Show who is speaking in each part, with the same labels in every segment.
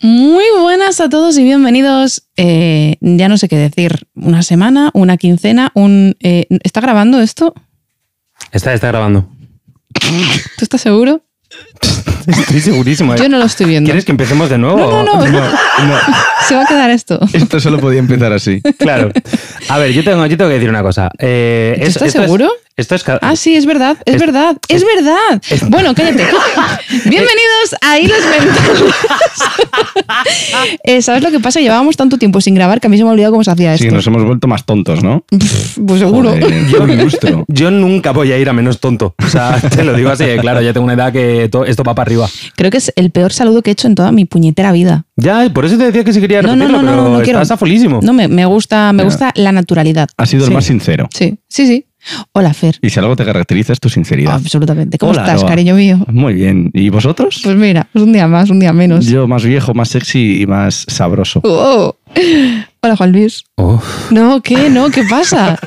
Speaker 1: Muy buenas a todos y bienvenidos. eh, ya no sé qué decir. Una semana, una quincena, un. eh, ¿Está grabando esto?
Speaker 2: Está, está grabando.
Speaker 1: ¿Tú estás seguro?
Speaker 2: Estoy segurísimo. ¿eh?
Speaker 1: Yo no lo estoy viendo.
Speaker 2: ¿Quieres que empecemos de nuevo?
Speaker 1: No, no, no.
Speaker 2: no.
Speaker 1: Se va a quedar esto.
Speaker 3: Esto solo podía empezar así.
Speaker 2: Claro. A ver, yo tengo, yo tengo que decir una cosa. Eh,
Speaker 1: ¿Tú
Speaker 2: es-
Speaker 1: estás
Speaker 2: esto es-
Speaker 1: seguro?
Speaker 2: esto es ca-
Speaker 1: Ah, sí, es verdad, es,
Speaker 2: Es-
Speaker 1: verdad, es, verdad. bueno, cállate. Bienvenidos a Hilos Mentales. Eh, ¿Sabes lo que pasa? Llevábamos tanto tiempo sin grabar que a mí se me ha olvidado cómo se hacía
Speaker 3: Sí,
Speaker 1: esto.
Speaker 3: nos hemos vuelto más tontos, ¿no?
Speaker 1: Pues seguro.
Speaker 3: Joder,
Speaker 2: Yo-
Speaker 3: un lustro.
Speaker 2: Yo nunca voy a ir a menos tonto. O sea, te lo digo así, de claro, ya tengo una edad que to- esto va para arriba.
Speaker 1: Creo que es el peor saludo que he hecho en toda mi puñetera vida.
Speaker 2: Ya, y por eso te decía que si quería
Speaker 1: No, no,
Speaker 2: repetirlo,
Speaker 1: no, no,
Speaker 2: pero
Speaker 1: no, no quiero.
Speaker 2: estás a fulísimo.
Speaker 1: No, me, me gusta, me
Speaker 3: Ya.
Speaker 1: gusta la naturalidad.
Speaker 3: Ha sido el
Speaker 2: Sí.
Speaker 3: más sincero.
Speaker 1: Sí, sí, sí. Hola, Fer.
Speaker 3: Y si algo te caracteriza es tu sinceridad.
Speaker 1: Absolutamente. Ah, pues, ¿Cómo
Speaker 3: Hola,
Speaker 1: estás,
Speaker 3: Aroa.
Speaker 1: cariño mío?
Speaker 3: Muy bien. ¿Y vosotros?
Speaker 1: Pues mira, pues un día más, un día menos.
Speaker 3: Yo más viejo, más sexy y más sabroso.
Speaker 1: Oh. Hola, Juan Luis.
Speaker 2: Oh,
Speaker 1: No, ¿qué? No, ¿qué pasa?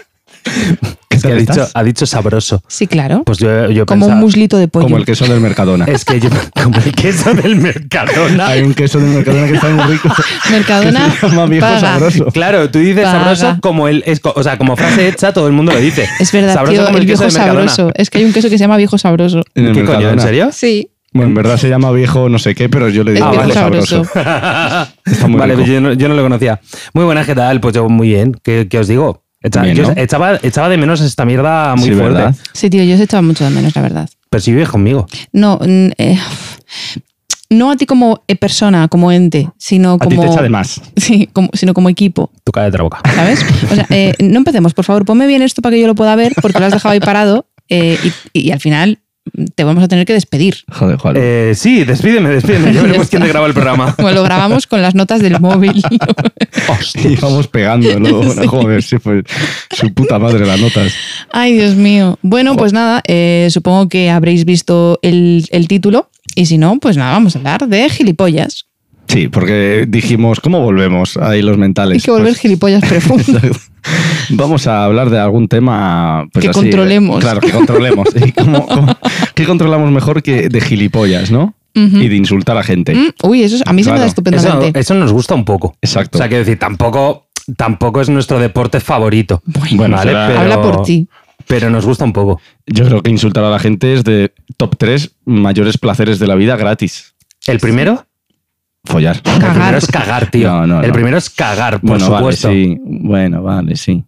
Speaker 2: es que
Speaker 3: tal
Speaker 2: ha dicho,
Speaker 3: estás?
Speaker 2: ha dicho sabroso.
Speaker 1: Sí, claro.
Speaker 2: Pues yo, yo
Speaker 1: Como un
Speaker 2: pensaba-
Speaker 1: muslito de pollo. Eh,
Speaker 3: Como el queso del Mercadona.
Speaker 2: Es que yo, como el queso del Mercadona.
Speaker 3: Hay un queso del Mercadona que está muy rico.
Speaker 1: Mercadona
Speaker 3: que se llama viejo
Speaker 1: paga.
Speaker 3: sabroso.
Speaker 2: Claro, tú dices
Speaker 1: Paga.
Speaker 2: sabroso como el, es co- o sea, como frase hecha, todo el mundo lo dice.
Speaker 1: Es verdad,
Speaker 2: sabroso
Speaker 1: tío,
Speaker 2: como
Speaker 1: el,
Speaker 2: el, queso
Speaker 1: viejo
Speaker 2: del Mercadona.
Speaker 1: sabroso. Es que hay un queso que se llama viejo sabroso.
Speaker 3: En el
Speaker 2: ¿Qué coño? ¿En
Speaker 3: Mercadona.
Speaker 2: serio?
Speaker 1: Sí,
Speaker 3: Bueno, en verdad se llama viejo no sé qué, pero yo le
Speaker 1: el
Speaker 3: digo
Speaker 2: Ah,
Speaker 1: viejo
Speaker 3: Ah, vale,
Speaker 1: sabroso.
Speaker 3: sabroso. Está muy
Speaker 2: vale,
Speaker 3: rico.
Speaker 2: pues yo no, yo no lo conocía. Muy buenas, ¿qué tal? Pues yo muy bien. ¿Qué, qué os digo? Echa-
Speaker 3: Bien,
Speaker 2: yo
Speaker 3: ¿no?
Speaker 2: echaba, echaba de menos esta mierda Ah, muy
Speaker 3: Sí,
Speaker 2: fuerte.
Speaker 3: ¿verdad?
Speaker 1: Sí, tío, yo se echaba mucho de menos, la verdad.
Speaker 2: Pero si vives conmigo.
Speaker 1: No, mm, eh, no a ti como eh, persona, como ente, sino
Speaker 3: A ti
Speaker 1: como,
Speaker 3: te echa de más.
Speaker 1: sí, como- sino como equipo.
Speaker 2: Tú cállate la boca.
Speaker 1: ¿Sabes? O sea, eh, no empecemos, por favor, ponme bien esto para que yo lo pueda ver, porque lo has dejado ahí parado eh, y, y al final te vamos a tener que despedir.
Speaker 3: Joder, Juan.
Speaker 2: Eh, sí, despídeme, despídeme. Ya veremos quién te graba el programa.
Speaker 1: Como lo grabamos con las notas del móvil.
Speaker 3: Y vamos pegando, ¿no? Bueno, Joder, sí, pues, su puta madre las notas.
Speaker 1: Ay, Dios mío. Bueno, pues nada, eh, supongo que habréis visto el, el título y si no, pues nada, vamos a hablar de gilipollas.
Speaker 3: Sí, porque dijimos, ¿cómo volvemos ahí los mentales?
Speaker 1: Hay que volver
Speaker 3: Pues,
Speaker 1: gilipollas profundo.
Speaker 3: Vamos a hablar de algún tema pues,
Speaker 1: Que
Speaker 3: así,
Speaker 1: controlemos.
Speaker 3: Claro, que controlemos. ¿Y cómo- cómo- ¿Qué controlamos mejor que de gilipollas, no? Y de insultar a gente.
Speaker 1: Mm, Uy, eso es- a mí se me da
Speaker 3: Claro. eh,
Speaker 2: Eso,
Speaker 1: estupendamente.
Speaker 2: eso nos gusta un poco. O
Speaker 3: Exacto.
Speaker 2: sea, quiero decir, tampoco, tampoco es nuestro deporte favorito.
Speaker 3: Bueno,
Speaker 2: Vale,
Speaker 3: será-
Speaker 2: pero-
Speaker 1: Habla por ti.
Speaker 2: Pero nos gusta un poco.
Speaker 3: Yo creo que insultar a la gente es de top 3 mayores placeres de la vida gratis.
Speaker 2: El primero,
Speaker 3: Follar.
Speaker 2: el primero
Speaker 1: Cagar.
Speaker 2: es cagar, tío.
Speaker 3: No, no,
Speaker 2: el
Speaker 3: no.
Speaker 2: primero es cagar, por
Speaker 3: bueno,
Speaker 2: supuesto.
Speaker 3: vale, sí. Bueno, vale, sí.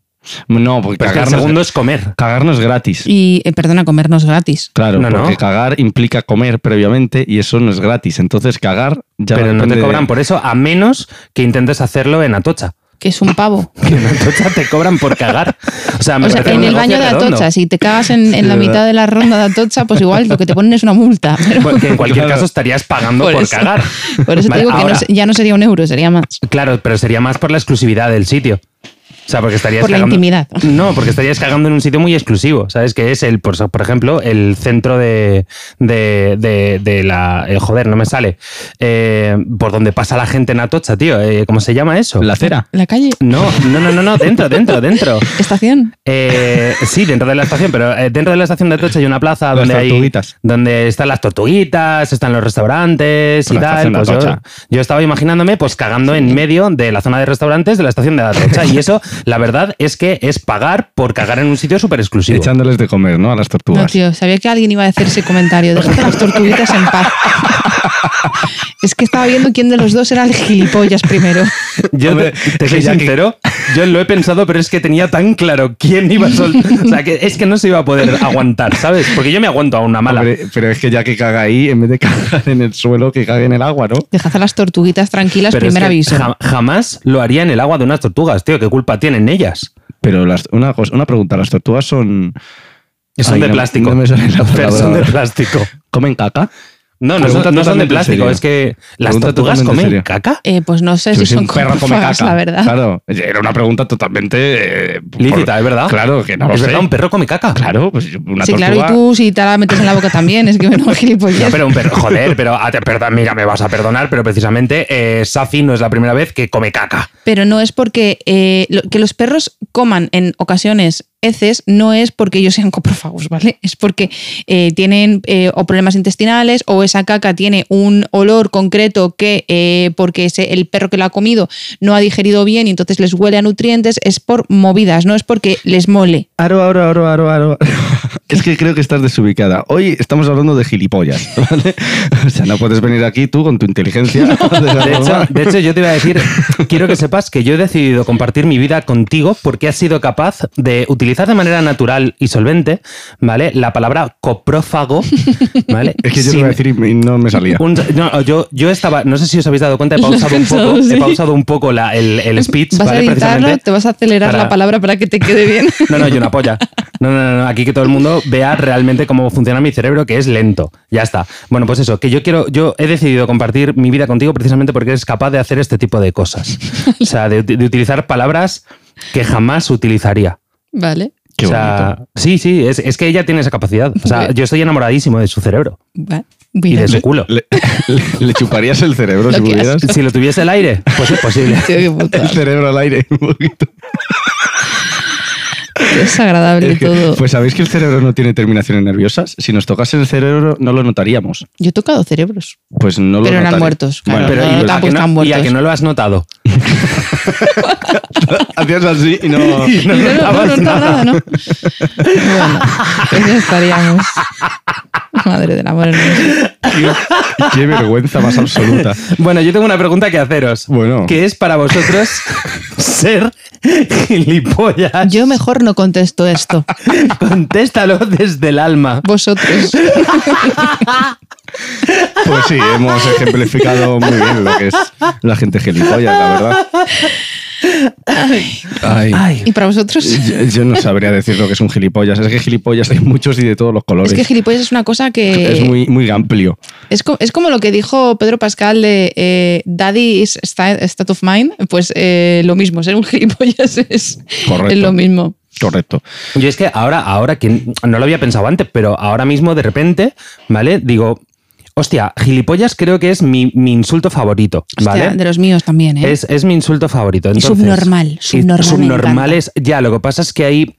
Speaker 3: No, porque
Speaker 2: Pero es que
Speaker 3: cagar,
Speaker 2: el
Speaker 3: no es-
Speaker 2: segundo es comer.
Speaker 3: cagar no es gratis.
Speaker 1: Y, eh, perdona, comernos gratis.
Speaker 3: Claro,
Speaker 2: No, no.
Speaker 3: porque cagar implica comer previamente y eso no es gratis. Entonces cagar ya
Speaker 2: pero no
Speaker 3: depende
Speaker 2: te
Speaker 3: de-
Speaker 2: cobran por eso, a menos que intentes hacerlo en Atocha.
Speaker 1: Que es un pavo.
Speaker 2: Que en Atocha te cobran por cagar. O sea, me
Speaker 1: O sea,
Speaker 2: parece
Speaker 1: en
Speaker 2: un
Speaker 1: el baño
Speaker 2: negocio
Speaker 1: de
Speaker 2: redondo.
Speaker 1: Atocha, si te cagas en, en la
Speaker 3: ¿verdad?
Speaker 1: mitad de la ronda de Atocha, pues igual lo que te ponen es una multa. Pero
Speaker 2: Bueno, que en cualquier
Speaker 3: Claro.
Speaker 2: caso estarías pagando
Speaker 1: Por
Speaker 2: por,
Speaker 1: eso.
Speaker 2: cagar.
Speaker 1: por eso te
Speaker 2: Vale,
Speaker 1: digo que no
Speaker 2: ahora-
Speaker 1: se- ya no sería un euro, sería más.
Speaker 2: Claro, pero sería más por la exclusividad del sitio. O sea, porque estarías
Speaker 1: Por la
Speaker 2: cagando-
Speaker 1: intimidad.
Speaker 2: No, porque estarías cagando en un sitio muy exclusivo, ¿sabes? Que es el, por, so- por ejemplo, el centro de, de, de- de la. eh, joder, no me sale. Eh, por donde pasa la gente en Atocha, tío. Eh, ¿Cómo se llama eso?
Speaker 3: la cera.
Speaker 1: La calle,
Speaker 2: No, no, no, no, no, dentro, dentro, dentro.
Speaker 1: estación.
Speaker 2: Eh, sí, dentro de la estación, pero eh, dentro de la estación de Atocha hay una plaza
Speaker 3: Las
Speaker 2: donde hay-
Speaker 3: tortuguitas.
Speaker 2: donde están las tortuguitas, están los restaurantes y
Speaker 3: La
Speaker 2: tal.
Speaker 3: estación de
Speaker 2: Pues yo,
Speaker 3: Atocha.
Speaker 2: yo estaba imaginándome pues cagando en medio de la zona de restaurantes de la estación de Atocha y eso, la verdad es que es pagar por cagar en un sitio súper exclusivo.
Speaker 3: Echándoles de comer, ¿no? A las
Speaker 1: No,
Speaker 3: tortugas.
Speaker 1: tío, sabía que alguien iba a hacer ese comentario. Déjate las tortuguitas en paz. Es que estaba viendo quién de los dos era el gilipollas primero.
Speaker 2: Yo te,
Speaker 3: Hombre,
Speaker 2: te soy
Speaker 3: que ya que-
Speaker 2: sincero, yo lo he pensado, pero es que tenía tan claro quién iba a sol- O sea, que es que no se iba a poder aguantar, ¿sabes? Porque yo me aguanto a una mala.
Speaker 3: Hombre, pero es que ya que caga ahí, en vez de cagar en el suelo, que cague en el agua, ¿no?
Speaker 1: Dejad a las tortuguitas tranquilas,
Speaker 2: Pero es
Speaker 1: primer
Speaker 2: que
Speaker 1: aviso.
Speaker 2: jam- jamás lo haría en el agua de unas tortugas, tío. ¿Qué culpa tienen ellas?
Speaker 3: Pero las- una, cosa- una pregunta, ¿las tortugas son...
Speaker 2: Son
Speaker 3: Ay,
Speaker 2: de
Speaker 3: no-
Speaker 2: plástico.
Speaker 3: no me sale la
Speaker 2: Fer,
Speaker 3: palabra
Speaker 2: son de
Speaker 3: ahora.
Speaker 2: plástico.
Speaker 3: ¿Comen caca?
Speaker 2: No, no,
Speaker 3: Pregunta
Speaker 2: son, no son de
Speaker 3: totalmente
Speaker 2: plástico.
Speaker 3: seria.
Speaker 2: Es que las
Speaker 3: Pregunta
Speaker 2: tortugas
Speaker 3: totalmente
Speaker 2: comen
Speaker 3: seria.
Speaker 2: caca.
Speaker 1: Eh, pues no sé si
Speaker 3: Sí, sí,
Speaker 1: son
Speaker 3: un perro come
Speaker 1: coprofagas,
Speaker 3: caca.
Speaker 1: la verdad.
Speaker 3: Claro, era una pregunta totalmente... eh, por-
Speaker 2: Lícita, es verdad.
Speaker 3: Claro, que no lo
Speaker 2: es
Speaker 3: sé.
Speaker 2: verdad, un perro come caca.
Speaker 3: Claro, pues una
Speaker 1: sí,
Speaker 3: tortuga...
Speaker 1: claro, y tú si te la metes en la boca también, es que menos
Speaker 2: No,
Speaker 1: gilipollas.
Speaker 2: pero un perro, joder, pero, ah, te- perdón, mira, me vas a perdonar, pero precisamente eh, Safi no es la primera vez que come caca.
Speaker 1: Pero no es porque eh, lo- que los perros coman en ocasiones heces, no es porque ellos sean coprófagos, ¿vale? Es porque eh, tienen eh, o problemas intestinales o esa caca tiene un olor concreto que eh, porque ese- el perro que lo ha comido no ha digerido bien y entonces les huele a nutrientes, es por movidas, no es porque les mole.
Speaker 3: Aro, aro, aro, aro, aro. Es que creo que estás desubicada. Hoy estamos hablando de gilipollas, ¿vale? O sea, no puedes venir aquí tú con tu inteligencia.
Speaker 2: De hecho, de hecho, yo te iba a decir, quiero que sepas que yo he decidido compartir mi vida contigo porque has sido capaz de utilizar de manera natural y solvente, ¿vale? La palabra coprófago, ¿vale?
Speaker 3: es que yo te
Speaker 2: Sin-
Speaker 3: iba a decir y no me salía.
Speaker 2: un- no, yo, yo estaba, no sé si os habéis dado cuenta, he
Speaker 1: Lo has
Speaker 2: pausado un
Speaker 1: pensado,
Speaker 2: poco, he
Speaker 1: sí.
Speaker 2: pausado un poco la- el, el speech,
Speaker 1: Vas
Speaker 2: ¿vale?
Speaker 1: a editarlo,
Speaker 2: Precisamente.
Speaker 1: te vas a acelerar
Speaker 2: para-
Speaker 1: la palabra para que te quede bien.
Speaker 2: No, no, yo una polla. No, no, no, no, aquí que todo el mundo vea realmente cómo funciona mi cerebro, que es lento. Ya está. Bueno, pues eso, que yo quiero, yo he decidido compartir mi vida contigo precisamente porque eres capaz de hacer este tipo de cosas. O sea, de, de utilizar palabras que jamás utilizaría.
Speaker 1: vale.
Speaker 3: Qué
Speaker 2: o sea, sí, sí, es, es que ella tiene esa capacidad. O sea,
Speaker 1: Bien.
Speaker 2: yo estoy enamoradísimo de su cerebro
Speaker 1: Va,
Speaker 2: y
Speaker 1: mira.
Speaker 2: de su culo.
Speaker 3: Le, le- le chuparías el cerebro
Speaker 1: Lo
Speaker 3: si
Speaker 1: que
Speaker 3: pudieras.
Speaker 2: Si lo tuviese el aire, pues es posible.
Speaker 1: Tío, qué putada.
Speaker 3: El cerebro al aire, un poquito.
Speaker 1: Qué desagradable
Speaker 3: Es que-
Speaker 1: todo.
Speaker 3: pues sabéis que el cerebro no tiene terminaciones nerviosas. Si nos tocasen el cerebro, no lo notaríamos.
Speaker 1: Yo he tocado cerebros.
Speaker 3: Pues no lo
Speaker 1: Pero eran
Speaker 3: notaría.
Speaker 1: muertos, claro.
Speaker 2: Pero
Speaker 1: No,
Speaker 2: y,
Speaker 1: no,
Speaker 2: a
Speaker 1: tampoco
Speaker 2: que no-
Speaker 1: están
Speaker 2: y a que
Speaker 1: muertos.
Speaker 2: no lo has notado.
Speaker 3: Hacías así y no.
Speaker 1: No, no, no, no,
Speaker 2: notabas
Speaker 1: no, nada, ¿no? Bueno, pues ya estaríamos. Madre del amor hermoso.
Speaker 3: Qué, qué vergüenza más absoluta.
Speaker 2: Bueno, yo tengo una pregunta que haceros.
Speaker 3: Bueno.
Speaker 2: ¿Qué es para vosotros ser gilipollas?
Speaker 1: Yo mejor no contesto esto.
Speaker 2: Contéstalo desde el alma.
Speaker 1: Vosotros.
Speaker 3: Pues sí, hemos ejemplificado muy bien lo que es la gente gilipollas, la verdad. Ay.
Speaker 1: Y para vosotros.
Speaker 3: Yo, yo no sabría decir lo que es un gilipollas. Es que gilipollas hay muchos y de todos los colores.
Speaker 1: Es que gilipollas es una cosa que.
Speaker 3: Es muy, muy amplio.
Speaker 1: Es, co- es como lo que dijo Pedro Pascal de eh, Daddy is sta- state of mind. Pues eh, lo mismo, ser un gilipollas es,
Speaker 3: Correcto.
Speaker 1: es lo mismo.
Speaker 3: Correcto.
Speaker 2: Yo es que ahora, ahora que no lo había pensado antes, pero ahora mismo de repente, ¿vale? Digo, hostia, gilipollas creo que es mi, mi insulto favorito,
Speaker 1: Hostia,
Speaker 2: ¿vale?
Speaker 1: de los míos también, ¿eh?
Speaker 2: Es, es mi insulto favorito. Entonces,
Speaker 1: subnormal,
Speaker 2: y
Speaker 1: subnormal me
Speaker 2: Subnormales. Ya, lo que pasa es que ahí.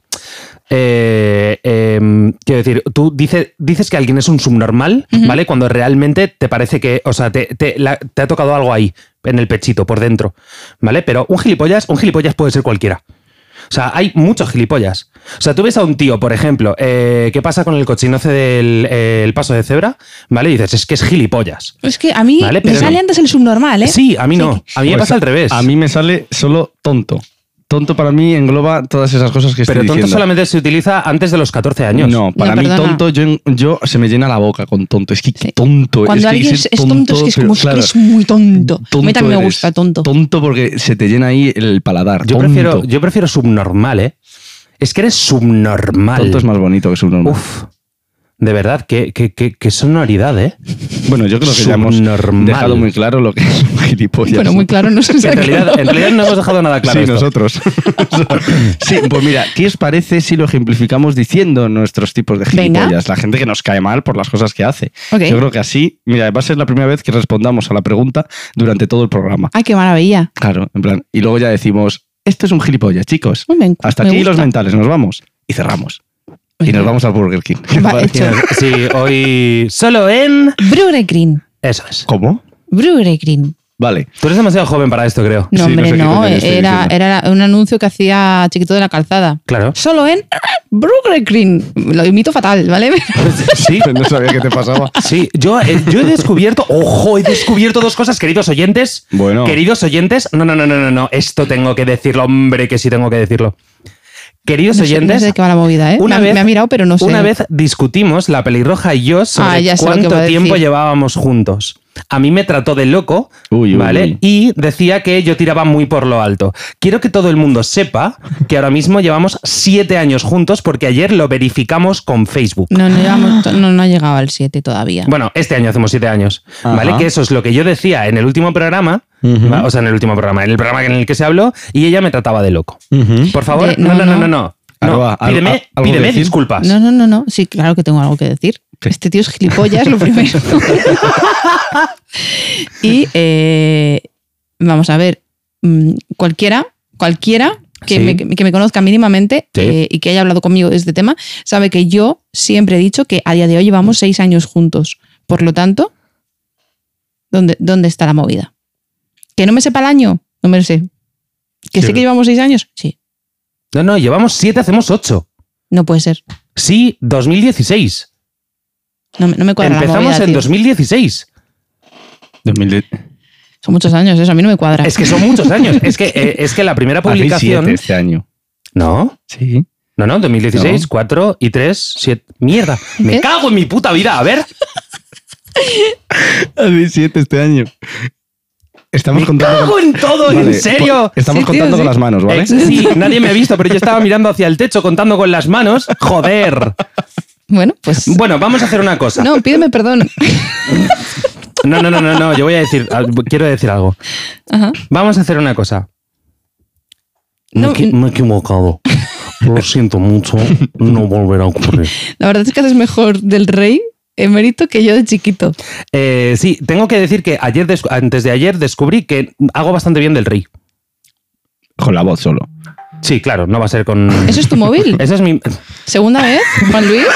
Speaker 2: eh, eh, quiero decir, tú dice- dices que alguien es un subnormal, ¿vale? Cuando realmente te parece que, o sea, te, te- la- te ha tocado algo ahí, en el pechito, por dentro, ¿vale? Pero un gilipollas, un gilipollas puede ser cualquiera. O sea, hay muchos gilipollas. O sea, tú ves a un tío, por ejemplo, eh, que pasa con el cochinoce del eh, el paso de cebra, ¿vale? Y dices, es que es gilipollas.
Speaker 1: Es que a mí
Speaker 2: Vale,
Speaker 1: me
Speaker 2: pero-
Speaker 1: sale antes el subnormal, ¿eh?
Speaker 2: Sí, a mí no. A mí me
Speaker 3: Pues
Speaker 2: pasa al revés.
Speaker 3: A mí me sale solo tonto. Tonto para mí engloba todas esas cosas que
Speaker 2: Pero
Speaker 3: estoy
Speaker 2: tonto
Speaker 3: diciendo.
Speaker 2: solamente se utiliza antes de los 14 años.
Speaker 3: No, para
Speaker 1: No,
Speaker 3: mí
Speaker 1: perdona.
Speaker 3: tonto, yo, yo se me llena la boca con tonto. Es que qué
Speaker 1: Sí.
Speaker 3: tonto.
Speaker 1: Cuando
Speaker 3: es que
Speaker 1: alguien es,
Speaker 3: ser
Speaker 1: es tonto, es que es como
Speaker 3: pero,
Speaker 1: es
Speaker 3: claro,
Speaker 1: muy tonto. A mí
Speaker 3: tonto
Speaker 1: también me
Speaker 3: eres.
Speaker 1: gusta tonto.
Speaker 3: Tonto porque se te llena ahí el paladar.
Speaker 2: Yo
Speaker 3: tonto.
Speaker 2: prefiero, yo prefiero subnormal, ¿eh? Es que eres subnormal.
Speaker 3: Tonto es más bonito que subnormal.
Speaker 2: Uf. De verdad, qué, qué, qué- qué sonoridad, ¿eh?
Speaker 3: bueno, yo creo que ya hemos
Speaker 2: subnormal.
Speaker 3: dejado muy claro lo que es un gilipollas.
Speaker 1: bueno, muy claro, no sé si
Speaker 2: En realidad, en realidad no hemos dejado nada claro.
Speaker 3: sí,
Speaker 2: esto.
Speaker 3: nosotros. sí, pues mira, ¿qué os parece si lo ejemplificamos diciendo nuestros tipos de
Speaker 1: Venga.
Speaker 3: gilipollas? La gente que nos cae mal por las cosas que hace.
Speaker 1: Ok.
Speaker 3: Yo creo que así, mira, va a ser la primera vez que respondamos a la pregunta durante todo el programa.
Speaker 1: Ay, Ah, qué maravilla.
Speaker 3: Claro, en plan. Y luego ya decimos, esto es un gilipollas, chicos.
Speaker 1: Uy, me-
Speaker 3: Hasta
Speaker 1: me
Speaker 3: aquí los
Speaker 1: gusta.
Speaker 3: mentales, nos vamos. Y cerramos. Y nos vamos al Burger King.
Speaker 1: Va, hecho.
Speaker 2: Sí, hoy solo en...
Speaker 1: Brewery Green.
Speaker 2: Eso es.
Speaker 3: ¿Cómo?
Speaker 1: Brewery Green.
Speaker 3: Vale.
Speaker 2: Tú eres demasiado joven para esto, creo.
Speaker 1: No,
Speaker 3: Sí, no
Speaker 1: hombre,
Speaker 3: sé qué
Speaker 1: no.
Speaker 3: coño estoy
Speaker 1: Era,
Speaker 3: diciendo.
Speaker 1: era un anuncio que hacía Chiquito de la Calzada.
Speaker 2: Claro.
Speaker 1: Solo en Brewery Green. Lo imito fatal, ¿vale?
Speaker 2: Sí,
Speaker 3: No sabía qué te pasaba.
Speaker 2: Sí, yo, eh, yo he descubierto, ojo, he descubierto dos cosas, queridos oyentes.
Speaker 3: Bueno.
Speaker 2: Queridos oyentes, no, no, no, no, no, no, esto tengo que decirlo, hombre, que sí tengo que decirlo. Queridos
Speaker 1: No sé-
Speaker 2: oyentes,
Speaker 1: no sé de qué va la movida, ¿eh?
Speaker 2: una
Speaker 1: Me ha-
Speaker 2: vez,
Speaker 1: me ha mirado, pero no sé.
Speaker 2: Una vez discutimos, la pelirroja y yo, sobre
Speaker 1: Ah, ya sé lo que va
Speaker 2: cuánto
Speaker 1: a
Speaker 2: tiempo
Speaker 1: decir.
Speaker 2: llevábamos juntos. A mí me trató de loco,
Speaker 3: Uy, uy,
Speaker 2: ¿vale?
Speaker 3: uy.
Speaker 2: Y decía que yo tiraba muy por lo alto. Quiero que todo el mundo sepa que ahora mismo llevamos siete años juntos porque ayer lo verificamos con Facebook.
Speaker 1: No, no, llevamos to- no, no ha llegado al 7 todavía.
Speaker 2: Bueno, este año hacemos siete años,
Speaker 3: Ajá.
Speaker 2: ¿vale? Que eso es lo que yo decía en el último programa,
Speaker 3: Ujú.
Speaker 2: ¿va? o sea, en el último programa, en el programa en el que se habló, y ella me trataba de loco. Por favor,
Speaker 1: De-
Speaker 2: no, no,
Speaker 1: no, no.
Speaker 2: no, no, no.
Speaker 3: Aroa,
Speaker 2: No,
Speaker 3: al-
Speaker 2: pídeme,
Speaker 3: a- algo que
Speaker 2: pídeme
Speaker 3: decir.
Speaker 2: disculpas.
Speaker 1: No, no, no, no. Sí, claro que tengo algo que decir.
Speaker 3: ¿Qué?
Speaker 1: Este tío es gilipollas, lo primero. y eh, vamos a ver. mm, cualquiera, cualquiera que,
Speaker 2: Sí.
Speaker 1: me, que me conozca mínimamente
Speaker 2: Sí.
Speaker 1: eh, y que haya hablado conmigo de este tema, sabe que yo siempre he dicho que a día de hoy llevamos seis años juntos. Por lo tanto, ¿dónde, dónde está la movida? ¿Que no me sepa el año? No me lo sé. ¿Que
Speaker 2: Sí.
Speaker 1: sé que llevamos seis años? Sí,
Speaker 2: No, no, llevamos siete, hacemos ocho.
Speaker 1: no puede ser.
Speaker 2: Sí, 2016.
Speaker 1: No, me- no me cuadra la
Speaker 2: Empezamos
Speaker 1: movida,
Speaker 2: en
Speaker 1: tío.
Speaker 2: 2016.
Speaker 3: 2010.
Speaker 1: Son muchos años, eso a mí no me cuadra.
Speaker 2: Es que son muchos años. Es que, eh, es que la primera
Speaker 3: Hacéis
Speaker 2: publicación.
Speaker 3: siete este año.
Speaker 2: No,
Speaker 3: Sí.
Speaker 2: no, no, 2016,
Speaker 3: No.
Speaker 2: 4 y 3, 7. Mierda, me
Speaker 1: ¿Qué?
Speaker 2: cago en mi puta vida. A ver,
Speaker 3: Hacéis siete este año. Estamos
Speaker 2: me
Speaker 3: contando.
Speaker 2: cago
Speaker 3: con-
Speaker 2: en todo, en
Speaker 3: Vale,
Speaker 2: serio.
Speaker 3: po- Estamos
Speaker 1: Sí, tío,
Speaker 3: contando
Speaker 1: sí.
Speaker 3: con las manos, ¿vale?
Speaker 2: Eh, sí, nadie me ha visto, pero yo estaba mirando hacia el techo contando con las manos. Joder.
Speaker 1: Bueno, pues.
Speaker 2: Bueno, vamos a hacer una cosa.
Speaker 1: No, pídeme perdón.
Speaker 2: No, no, no, no, no. Yo voy a decir, ah, quiero decir algo.
Speaker 1: Ajá.
Speaker 2: Vamos a hacer una cosa. Me
Speaker 1: No,
Speaker 2: he equi- me he equivocado. Lo siento mucho, no volverá a ocurrir.
Speaker 1: La verdad es que haces mejor del rey emérito que yo de chiquito.
Speaker 2: Eh, sí, tengo que decir que ayer descu- antes de ayer descubrí que hago bastante bien del rey.
Speaker 3: Con la voz solo.
Speaker 2: Sí, claro, no va a ser con.
Speaker 1: ¿Eso es tu móvil?
Speaker 2: Eso es mi.
Speaker 1: ¿Segunda vez, Juan Luis?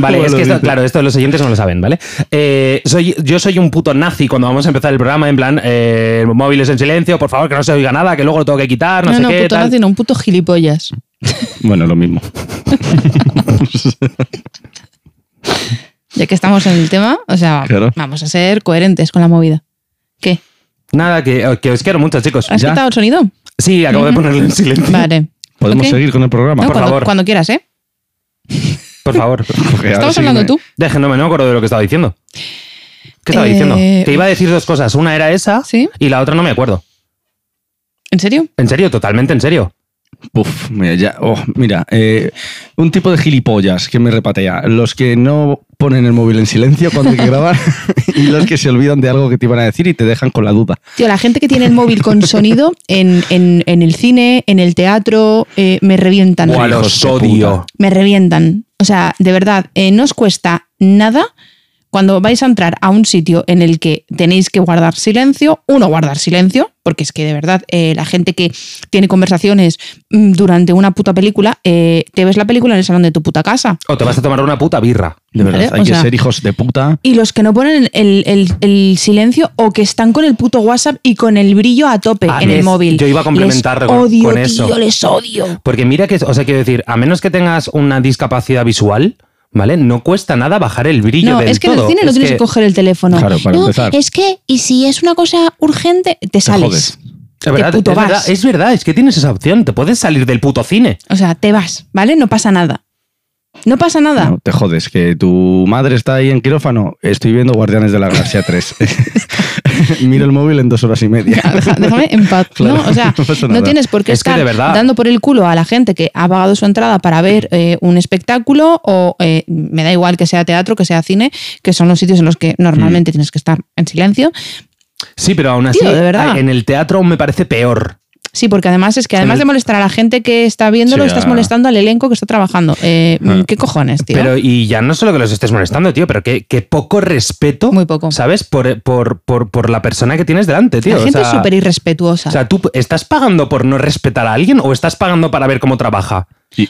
Speaker 2: Vale,
Speaker 3: ¿Cómo
Speaker 2: es
Speaker 3: lo
Speaker 2: que esto,
Speaker 3: dices?
Speaker 2: claro, esto los oyentes no lo saben, ¿vale? Eh, soy, yo soy un puto nazi cuando vamos a empezar el programa, en plan, eh, móviles en silencio, por favor, que no se oiga nada, que luego lo tengo que quitar, no,
Speaker 1: No,
Speaker 2: sé
Speaker 1: no,
Speaker 2: qué.
Speaker 1: puto
Speaker 2: tal.
Speaker 1: nazi, no, un puto gilipollas.
Speaker 3: Bueno, lo mismo.
Speaker 1: Ya que estamos en el tema, o sea,
Speaker 3: Claro.
Speaker 1: vamos a ser coherentes con la movida. ¿Qué?
Speaker 2: Nada, que, que os quiero mucho, chicos.
Speaker 1: ¿Has
Speaker 2: Ya.
Speaker 1: quitado el sonido?
Speaker 2: Sí, acabo de ponerlo en silencio.
Speaker 1: Vale.
Speaker 3: Podemos
Speaker 1: Ok.
Speaker 3: seguir con el programa.
Speaker 1: No,
Speaker 2: por
Speaker 1: cuando,
Speaker 2: favor.
Speaker 1: cuando quieras, ¿eh?
Speaker 2: Por favor.
Speaker 3: Porque ahora
Speaker 1: Estamos
Speaker 3: sí
Speaker 1: hablando
Speaker 3: me-
Speaker 1: tú.
Speaker 2: Déjenme, no me acuerdo de lo que estaba diciendo. ¿Qué estaba
Speaker 1: Eh,
Speaker 2: diciendo? Que iba a decir dos cosas. Una era esa
Speaker 1: Sí.
Speaker 2: y la otra no me acuerdo.
Speaker 1: ¿En serio?
Speaker 2: En serio, totalmente en serio.
Speaker 3: Uf, mira, ya, oh, mira eh, un tipo de gilipollas que me repatea. Los que no ponen el móvil en silencio cuando hay que grabar y los que se olvidan de algo que te iban a decir y te dejan con la duda.
Speaker 1: Tío, la gente que tiene el móvil con sonido en, en- en el cine, en el teatro, eh, me revientan.
Speaker 2: Buah, los
Speaker 3: hijos de
Speaker 2: odio.
Speaker 3: puta.
Speaker 1: me revientan. O sea, de verdad, eh, no os cuesta nada cuando vais a entrar a un sitio en el que tenéis que guardar silencio, uno, guardar silencio, porque es que de verdad eh, la gente que tiene conversaciones mm, durante una puta película, eh, te ves la película en el salón de tu puta casa.
Speaker 2: O te vas a tomar una puta birra.
Speaker 3: De verdad,
Speaker 1: Vale,
Speaker 3: hay
Speaker 1: o
Speaker 3: que
Speaker 1: sea-
Speaker 3: ser hijos de puta.
Speaker 1: Y los que no ponen el, el- el silencio o que están con el puto WhatsApp y con el brillo a tope
Speaker 2: Ah,
Speaker 1: en el
Speaker 2: es-
Speaker 1: móvil.
Speaker 2: yo iba a complementar
Speaker 1: Les
Speaker 2: con-
Speaker 1: odio,
Speaker 2: con eso.
Speaker 1: tío, les odio.
Speaker 2: Porque mira que, o sea, quiero decir, a menos que tengas una discapacidad visual, ¿vale? No cuesta nada bajar el brillo
Speaker 1: No,
Speaker 2: del
Speaker 1: es que en el
Speaker 2: todo.
Speaker 1: cine no
Speaker 2: Es
Speaker 1: tienes que...
Speaker 2: que-
Speaker 1: coger el teléfono.
Speaker 3: Claro, para
Speaker 1: no,
Speaker 3: empezar.
Speaker 1: es que, y si es una cosa urgente, te sales.
Speaker 3: jodes.
Speaker 2: Es verdad,
Speaker 1: puto
Speaker 2: es,
Speaker 1: vas.
Speaker 2: verdad, es verdad, es que tienes esa opción. Te puedes salir del puto cine.
Speaker 1: O sea, te vas, ¿vale? No pasa nada. No pasa nada.
Speaker 3: No, te jodes, que tu madre está ahí en quirófano. Estoy viendo Guardianes de la Galaxia 3. Miro el móvil en dos horas y media.
Speaker 1: Deja- Déjame en paz.
Speaker 3: Claro,
Speaker 1: no, o sea,
Speaker 3: no pasa
Speaker 1: no,
Speaker 3: nada.
Speaker 1: tienes por qué
Speaker 2: Es que
Speaker 1: estar
Speaker 2: de verdad-
Speaker 1: dando por el culo a la gente que ha pagado su entrada para ver eh, un espectáculo o eh, me da igual que sea teatro, que sea cine, que son los sitios en los que normalmente tienes que estar en silencio.
Speaker 2: Sí, pero aún así,
Speaker 1: Tío, de verdad.
Speaker 2: en el teatro aún me parece peor.
Speaker 1: Sí, porque además es que además
Speaker 2: el-
Speaker 1: de molestar a la gente que está viéndolo,
Speaker 3: Sí,
Speaker 1: estás
Speaker 3: ya.
Speaker 1: molestando al elenco que está trabajando. Eh,
Speaker 3: Ah.
Speaker 1: ¿Qué cojones, tío?
Speaker 2: Pero, y ya no solo que los estés molestando, tío, pero que, que poco respeto,
Speaker 1: Muy poco.
Speaker 2: ¿sabes? Por, por, por, por la persona que tienes delante, tío.
Speaker 1: la
Speaker 2: O
Speaker 1: gente
Speaker 2: sea,
Speaker 1: es súper irrespetuosa.
Speaker 2: O sea, ¿tú estás pagando por no respetar a alguien o estás pagando para ver cómo trabaja?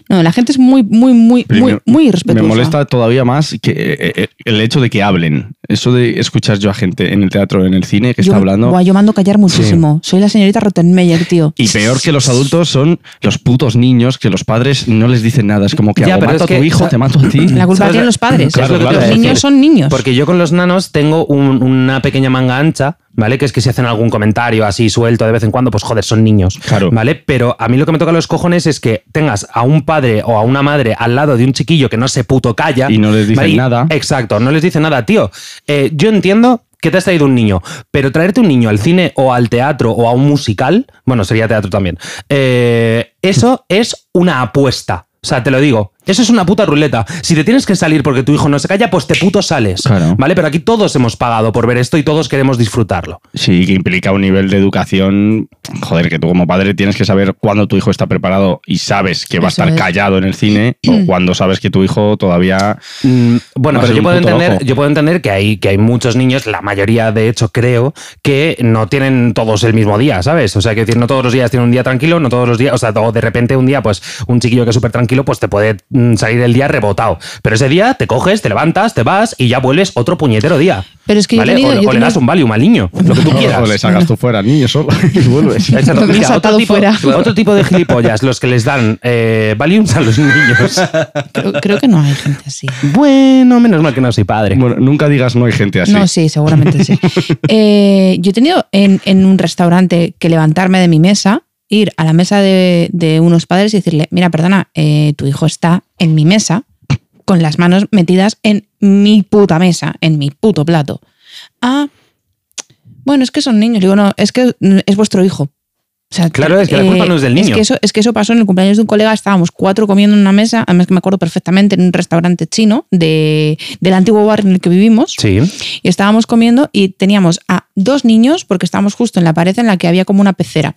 Speaker 1: no, la gente es muy, muy, muy, muy,
Speaker 3: Primero,
Speaker 1: muy irrespetuosa.
Speaker 3: Me molesta todavía más que eh, eh, el hecho de que hablen. Eso de escuchar yo a gente en el teatro, en el cine, que
Speaker 1: yo,
Speaker 3: está hablando.
Speaker 1: Buah, yo mando callar muchísimo. Soy la señorita Rottenmeier, tío.
Speaker 3: Y peor que los adultos son los putos niños que los padres no les dicen nada. Es como que
Speaker 2: Ya,
Speaker 3: hago,
Speaker 2: pero
Speaker 3: mato
Speaker 2: es
Speaker 3: a tu
Speaker 2: que-
Speaker 3: hijo, te mato a ti.
Speaker 1: La culpa la
Speaker 2: ¿Sabes?
Speaker 1: tienen los padres.
Speaker 3: Claro,
Speaker 1: los
Speaker 3: claro,
Speaker 1: niños
Speaker 2: decir.
Speaker 1: son niños.
Speaker 2: Porque yo con los nanos tengo un- una pequeña manga ancha, ¿vale? Que es que si hacen algún comentario así suelto de vez en cuando, pues joder, son niños.
Speaker 3: Claro.
Speaker 2: ¿Vale? Pero a mí lo que me toca los cojones es que tengas a un padre o a una madre al lado de un chiquillo que no se puto calla.
Speaker 3: Y no les dicen
Speaker 2: Y-
Speaker 3: nada.
Speaker 2: Exacto, no les dice nada, tío. Eh, yo entiendo que te has traído un niño, pero traerte un niño al cine o al teatro o a un musical, bueno, sería teatro también, eh, eso es una apuesta. O sea, te lo digo, Eso es una puta ruleta. Si te tienes que salir porque tu hijo no se calla, pues te puto sales.
Speaker 3: Claro.
Speaker 2: ¿Vale? Pero aquí todos hemos pagado por ver esto y todos queremos disfrutarlo.
Speaker 3: Sí, que implica un nivel de educación. Joder, que tú como padre tienes que saber cuándo tu hijo está preparado y sabes que va
Speaker 1: Eso
Speaker 3: a estar
Speaker 1: es.
Speaker 3: callado en el cine o cuando sabes que tu hijo todavía.
Speaker 2: Mm, Bueno,
Speaker 3: Va
Speaker 2: pero
Speaker 3: a ser
Speaker 2: yo
Speaker 3: un
Speaker 2: puedo,
Speaker 3: puto
Speaker 2: entender,
Speaker 3: loco.
Speaker 2: yo puedo entender que hay, que hay muchos niños, la mayoría de hecho creo, que no tienen todos el mismo día, ¿sabes? O sea, que decir, no todos los días tienen un día tranquilo, no todos los días, o sea, o de repente un día, pues un chiquillo que es súper tranquilo, pues te puede mm, salir el día rebotado. Pero ese día te coges, te levantas, te vas y ya vuelves otro puñetero día.
Speaker 1: Pero es que yo he
Speaker 2: ¿vale?
Speaker 1: tenido-
Speaker 2: o, le-
Speaker 1: yo
Speaker 2: o le
Speaker 1: tengo-
Speaker 2: das un Valium al niño, lo que tú
Speaker 3: O le
Speaker 2: quieras.
Speaker 3: sacas tú fuera al niño solo y vuelves.
Speaker 2: Esa
Speaker 1: Lo que
Speaker 2: es-
Speaker 1: me has
Speaker 2: mira,
Speaker 1: atado
Speaker 2: otro, tipo,
Speaker 1: fuera.
Speaker 2: otro tipo de gilipollas, los que les dan eh, Valiums a los niños.
Speaker 1: Creo, creo que no hay gente así. ¿eh?
Speaker 2: Bueno, menos mal que no soy padre.
Speaker 3: Bueno, nunca digas no hay gente así.
Speaker 1: No, sí, seguramente sí. Eh, yo he tenido en, en un restaurante que levantarme de mi mesa, ir a la mesa de, de unos padres y decirle, mira, perdona, eh, tu hijo está en mi mesa con las manos metidas en mi puta mesa, en mi puto plato. Ah, bueno, es que son niños. Le digo, no, es que mm, es vuestro hijo. O sea, eh,
Speaker 2: Claro, es que la culpa no es del
Speaker 1: Es
Speaker 2: niño.
Speaker 1: que, eso, es que eso pasó en el cumpleaños de un colega. Estábamos cuatro comiendo en una mesa, además que me acuerdo perfectamente, en un restaurante chino de, del antiguo barrio en el que vivimos
Speaker 2: Sí.
Speaker 1: y estábamos comiendo y teníamos a dos niños porque estábamos justo en la pared en la que había como una pecera.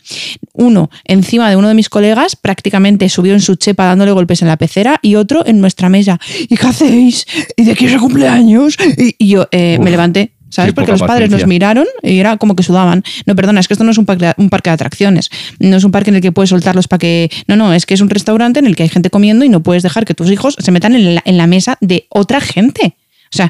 Speaker 1: Uno encima de uno de mis colegas prácticamente subió en su chepa dándole golpes en la pecera y otro en nuestra mesa. ¿Y qué hacéis? ¿Y de quién es el cumpleaños? Y, y yo eh, me
Speaker 3: Uf,
Speaker 1: levanté. ¿Sabes?
Speaker 3: qué
Speaker 1: Porque
Speaker 3: poca
Speaker 1: los padres
Speaker 3: paciencia.
Speaker 1: nos miraron y era como que sudaban. No, perdona, es que esto no es un parque, un parque de atracciones. No es un parque en el que puedes soltarlos para que. No, no, es que es un restaurante en el que hay gente comiendo y no puedes dejar que tus hijos se metan en la, en la mesa de otra gente. O sea,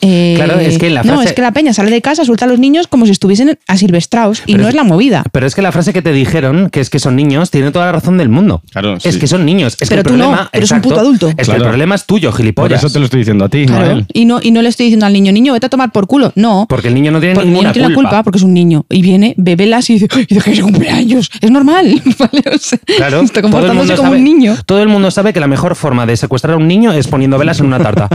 Speaker 1: eh,
Speaker 2: Claro, es que en la
Speaker 1: No,
Speaker 2: frase-
Speaker 1: es que la peña sale de casa, suelta a los niños como si estuviesen asilvestrados y
Speaker 2: Pero
Speaker 1: no es
Speaker 2: es-
Speaker 1: la movida.
Speaker 2: Pero es que la frase que te dijeron, que es que son niños, tiene toda la razón del mundo.
Speaker 3: Claro,
Speaker 2: Es
Speaker 3: sí.
Speaker 2: que son niños. Es
Speaker 1: Pero
Speaker 2: que
Speaker 1: tú
Speaker 2: el
Speaker 1: no,
Speaker 2: problema,
Speaker 1: eres un
Speaker 2: exacto,
Speaker 1: puto adulto.
Speaker 2: Es que
Speaker 3: Claro.
Speaker 2: el problema es tuyo,
Speaker 3: Por
Speaker 2: gilipollas.
Speaker 3: eso te lo estoy diciendo a ti, ¿no? a
Speaker 1: Claro.
Speaker 3: él.
Speaker 1: Y no, y no le estoy diciendo al niño, niño, vete a tomar por culo. No.
Speaker 2: Porque el niño no tiene
Speaker 1: Porque el niño
Speaker 2: ninguna
Speaker 1: no tiene la
Speaker 2: culpa.
Speaker 1: culpa porque es un niño. Y viene, bebe las y dice, "Ay, y dice que es cumpleaños. Es normal. ¿vale? O sea,
Speaker 2: Claro,
Speaker 1: está
Speaker 2: todo el
Speaker 1: comportándose
Speaker 2: mundo
Speaker 1: como
Speaker 2: sabe-
Speaker 1: un niño.
Speaker 2: Todo el mundo sabe que la mejor forma de secuestrar a un niño es poniendo velas en una tarta.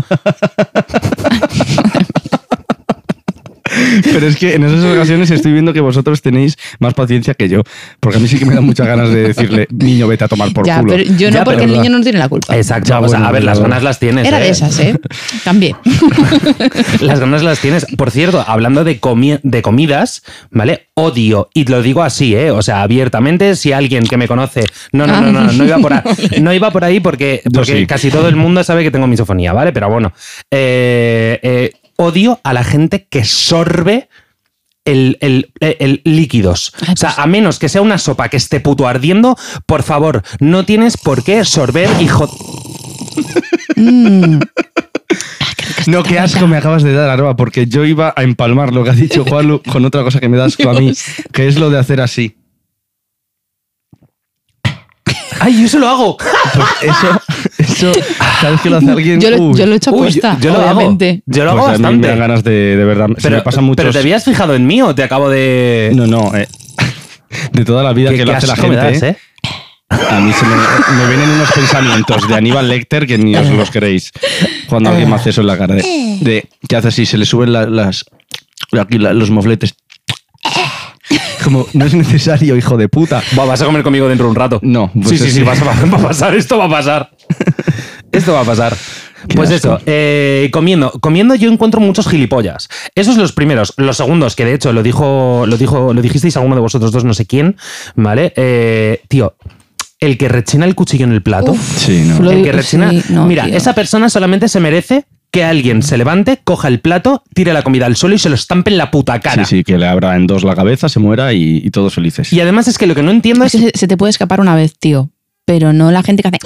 Speaker 3: Pero es que en esas ocasiones estoy viendo que vosotros tenéis más paciencia que yo. Porque a mí sí que me dan muchas ganas de decirle, niño, vete a tomar por
Speaker 1: ya,
Speaker 3: culo.
Speaker 1: pero yo no,
Speaker 2: Ya,
Speaker 1: porque
Speaker 2: pero
Speaker 1: el niño
Speaker 3: la-
Speaker 1: no tiene la culpa.
Speaker 2: Exacto.
Speaker 3: Ya,
Speaker 2: o sea,
Speaker 3: bueno,
Speaker 2: a ver, las
Speaker 3: ya,
Speaker 2: ganas las tienes.
Speaker 1: Era
Speaker 2: ¿eh?
Speaker 1: de esas, ¿eh? También.
Speaker 2: Las ganas las tienes. Por cierto, hablando de, comi- de comidas, ¿vale? Odio, y lo digo así, ¿eh? O sea, abiertamente, si alguien que me conoce. No, no, no, no, no, iba, por ahí, no iba por ahí porque,
Speaker 3: Yo
Speaker 2: porque
Speaker 3: sí.
Speaker 2: casi todo el mundo sabe que tengo misofonía, ¿vale? Pero bueno. eh, eh, odio a la gente que sorbe. El, el- el- el líquidos.
Speaker 1: Ay,
Speaker 2: o sea,
Speaker 1: pues-
Speaker 2: a menos que sea una sopa que esté puto ardiendo, por favor, no tienes por qué sorber hijo.
Speaker 1: Mm.
Speaker 3: No, qué asco me acabas de dar, Arba, porque yo iba a empalmar lo que ha dicho Juanlu con otra cosa que me da asco a mí, que es lo de hacer así.
Speaker 2: ¡Ay, yo eso lo hago!
Speaker 3: Pues eso, eso, ¿sabes que lo hace alguien?
Speaker 1: Yo lo,
Speaker 3: Uy.
Speaker 1: yo lo he hecho a
Speaker 2: Uy,
Speaker 1: posta,
Speaker 2: yo, yo lo hago.
Speaker 1: obviamente.
Speaker 2: Yo lo hago
Speaker 3: Pues a mí
Speaker 2: bastante.
Speaker 3: me dan ganas de, de verdad, se me pasa mucho.
Speaker 2: pero te habías fijado en mí o te acabo de.
Speaker 3: No, no, eh, de toda la vida
Speaker 2: Qué-
Speaker 3: que
Speaker 2: qué
Speaker 3: lo hace la
Speaker 2: asco me
Speaker 3: gente.
Speaker 2: das,
Speaker 3: eh.
Speaker 2: ¿eh?
Speaker 3: A mí se me, me vienen unos pensamientos de Aníbal Lecter que ni os los creéis cuando alguien me hace eso en la cara. De, de que hace así, se le suben la- las, aquí la- los mofletes. Como, no es necesario, hijo de puta.
Speaker 2: Va, vas a comer conmigo dentro de un rato.
Speaker 3: No, pues
Speaker 2: sí, sí,
Speaker 3: es
Speaker 2: sí,
Speaker 3: que-
Speaker 2: vas a- va a pasar, esto va a pasar. Esto va a pasar.
Speaker 3: Qué
Speaker 2: Pues
Speaker 3: asco.
Speaker 2: eso, eh, comiendo. Comiendo yo encuentro muchos gilipollas. Esos los primeros. Los segundos, que de hecho lo dijo, lo dijo, lo dijisteis alguno de vosotros dos, no sé quién, ¿vale? Eh, tío, el que rechina el cuchillo en el plato.
Speaker 3: Sí, no.
Speaker 1: Lo
Speaker 2: El que
Speaker 1: digo-
Speaker 2: rechina.
Speaker 1: sí, no,
Speaker 2: Mira,
Speaker 1: tío.
Speaker 2: esa persona solamente se merece que alguien se levante, coja el plato, tire la comida al suelo y se lo estampe en la puta cara.
Speaker 3: Sí, sí, que le abra en dos la cabeza, se muera y, y todos felices.
Speaker 2: Y además es que lo que no entiendo
Speaker 1: Es
Speaker 2: es.
Speaker 1: que Pues se, se te puede escapar una vez, tío. Pero no la gente que hace.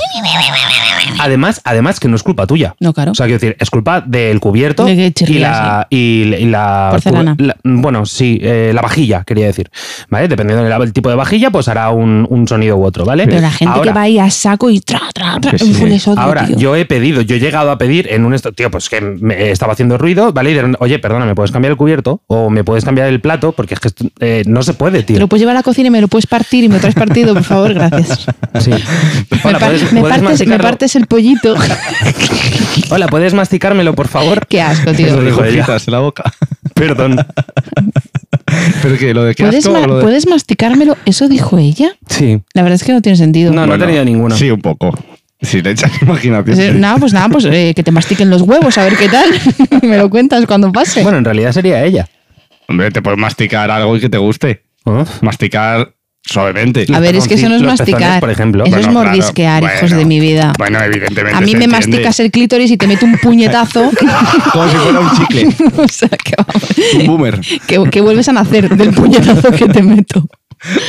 Speaker 2: Además, además que no es culpa tuya.
Speaker 1: No, claro.
Speaker 2: O sea, quiero decir, es culpa del cubierto
Speaker 1: De que
Speaker 2: y
Speaker 1: chirrías,
Speaker 2: la, y, la- y la-
Speaker 1: Porcelana.
Speaker 2: la- Bueno, sí, eh, la vajilla, quería decir. ¿Vale? Dependiendo del el tipo de vajilla, pues hará un, un sonido u otro, ¿vale?
Speaker 1: Pero la gente
Speaker 2: Ahora-
Speaker 1: que va ahí a saco y tra, tra, tra.
Speaker 3: Que sí.
Speaker 1: Uy, les odio,
Speaker 2: Ahora,
Speaker 1: tío.
Speaker 2: yo he pedido, yo he llegado a pedir en un esto, tío, pues que me estaba haciendo ruido, ¿vale? Y de- oye, perdona, ¿me puedes cambiar el cubierto? O me puedes cambiar el plato, porque es que esto, eh, no se puede,
Speaker 1: Te
Speaker 2: tío.
Speaker 1: lo puedes llevar a la cocina y me lo puedes partir y me lo traes partido, por favor, gracias.
Speaker 2: Sí.
Speaker 1: me,
Speaker 2: Hola,
Speaker 1: par-
Speaker 2: ¿puedes,
Speaker 1: me
Speaker 2: puedes
Speaker 1: partes, me
Speaker 2: masticarlo?
Speaker 1: partes el pollito.
Speaker 2: Hola, ¿puedes masticármelo, por favor?
Speaker 1: Qué asco, tío.
Speaker 3: Lo de
Speaker 2: dijo ella.
Speaker 3: gotitas en la boca.
Speaker 2: Perdón.
Speaker 3: Pero que lo de que
Speaker 1: ¿Puedes,
Speaker 3: asco
Speaker 1: ma-
Speaker 3: o lo de-
Speaker 1: ¿Puedes masticármelo? ¿Eso dijo ella?
Speaker 2: Sí.
Speaker 1: La verdad es que no tiene sentido.
Speaker 2: No, no he tenido ninguno.
Speaker 3: Sí, un poco. Si le echas imaginación.
Speaker 1: Eh, Nada, pues nada, pues eh, que te mastiquen los huevos, a ver qué tal. Me lo cuentas cuando pase.
Speaker 2: Bueno, en realidad sería ella.
Speaker 3: Hombre, te puedes masticar algo y que te guste.
Speaker 2: ¿Oh?
Speaker 3: Masticar suavemente.
Speaker 1: a ver, es que eso no es
Speaker 2: los
Speaker 1: masticar.
Speaker 2: pezones, por ejemplo.
Speaker 1: Eso es
Speaker 3: Bueno, claro,
Speaker 1: mordisquear, hijos
Speaker 3: bueno,
Speaker 1: de mi vida.
Speaker 3: Bueno, evidentemente.
Speaker 1: a mí
Speaker 3: se
Speaker 1: me
Speaker 3: entiende.
Speaker 1: masticas el clítoris y te meto un puñetazo.
Speaker 3: Como si fuera un chicle.
Speaker 1: o sea, que, vamos,
Speaker 3: Un boomer.
Speaker 1: que- que vuelves a nacer del puñetazo que te meto.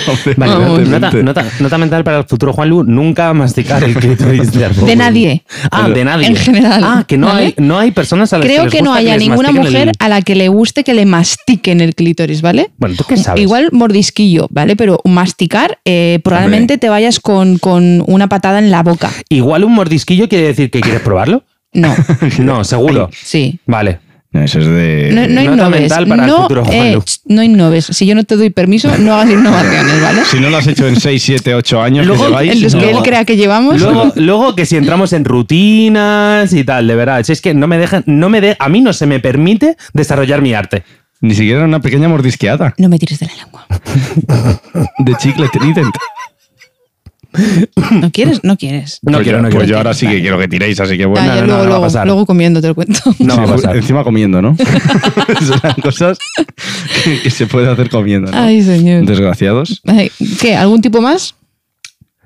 Speaker 3: Hombre,
Speaker 2: Vale,
Speaker 1: Vamos.
Speaker 2: nota,
Speaker 3: evidentemente.
Speaker 2: nota- nota mental para el futuro Juanlu, nunca masticar el clítoris de árbol.
Speaker 1: De nadie.
Speaker 2: Ah, de nadie.
Speaker 1: En general,
Speaker 2: Ah, que no,
Speaker 1: ¿vale?
Speaker 2: hay, no hay personas a las
Speaker 1: Creo
Speaker 2: que, les
Speaker 1: que no
Speaker 2: gusta
Speaker 1: haya
Speaker 2: les
Speaker 1: ninguna
Speaker 2: mastiquen
Speaker 1: mujer
Speaker 2: el-
Speaker 1: a la que le guste que le mastiquen el clítoris, ¿vale?
Speaker 2: Bueno, ¿tú qué sabes?
Speaker 1: Igual mordisquillo, ¿vale? Pero masticar, eh, probablemente te vayas con, con una patada en la boca.
Speaker 2: Igual un mordisquillo quiere decir que quieres probarlo.
Speaker 1: No,
Speaker 2: No, seguro.
Speaker 1: sí.
Speaker 2: Vale.
Speaker 3: No, eso es de.
Speaker 1: No, no
Speaker 2: Eh, nota
Speaker 1: innoves.
Speaker 2: mental para el
Speaker 1: no,
Speaker 2: futuro Juanlu.
Speaker 1: ch, no innoves. Si yo no te doy permiso, no hagas innovaciones, ¿vale?
Speaker 3: Si no lo has hecho en 6, 7, 8 años
Speaker 2: Luego,
Speaker 3: que
Speaker 1: En
Speaker 3: lleváis,
Speaker 1: los
Speaker 3: no.
Speaker 1: que él crea que llevamos.
Speaker 2: Luego, luego que si entramos en rutinas y tal, de verdad. Si es que no me dejan, no me de, a mí no se me permite desarrollar mi arte.
Speaker 3: ni siquiera una pequeña mordisqueada
Speaker 1: No me tires de la lengua.
Speaker 3: de chicle trident.
Speaker 1: ¿No quieres? No quieres.
Speaker 2: No
Speaker 3: Pues
Speaker 2: quiero,
Speaker 3: yo-
Speaker 2: no
Speaker 3: Pues
Speaker 2: quiero.
Speaker 3: yo ahora sí que quiero que tiréis, así que
Speaker 1: Ah,
Speaker 3: bueno.
Speaker 1: ya
Speaker 2: no, no,
Speaker 1: luego,
Speaker 2: no va a
Speaker 1: luego,
Speaker 2: pasar.
Speaker 1: luego comiendo te lo cuento.
Speaker 2: No va a
Speaker 3: Sí,
Speaker 2: pasar.
Speaker 3: Encima comiendo, ¿no? Esas cosas que, que se puede hacer comiendo, ¿no?
Speaker 1: Ay, señor.
Speaker 3: Desgraciados.
Speaker 1: Ay, ¿Qué? ¿Algún tipo más?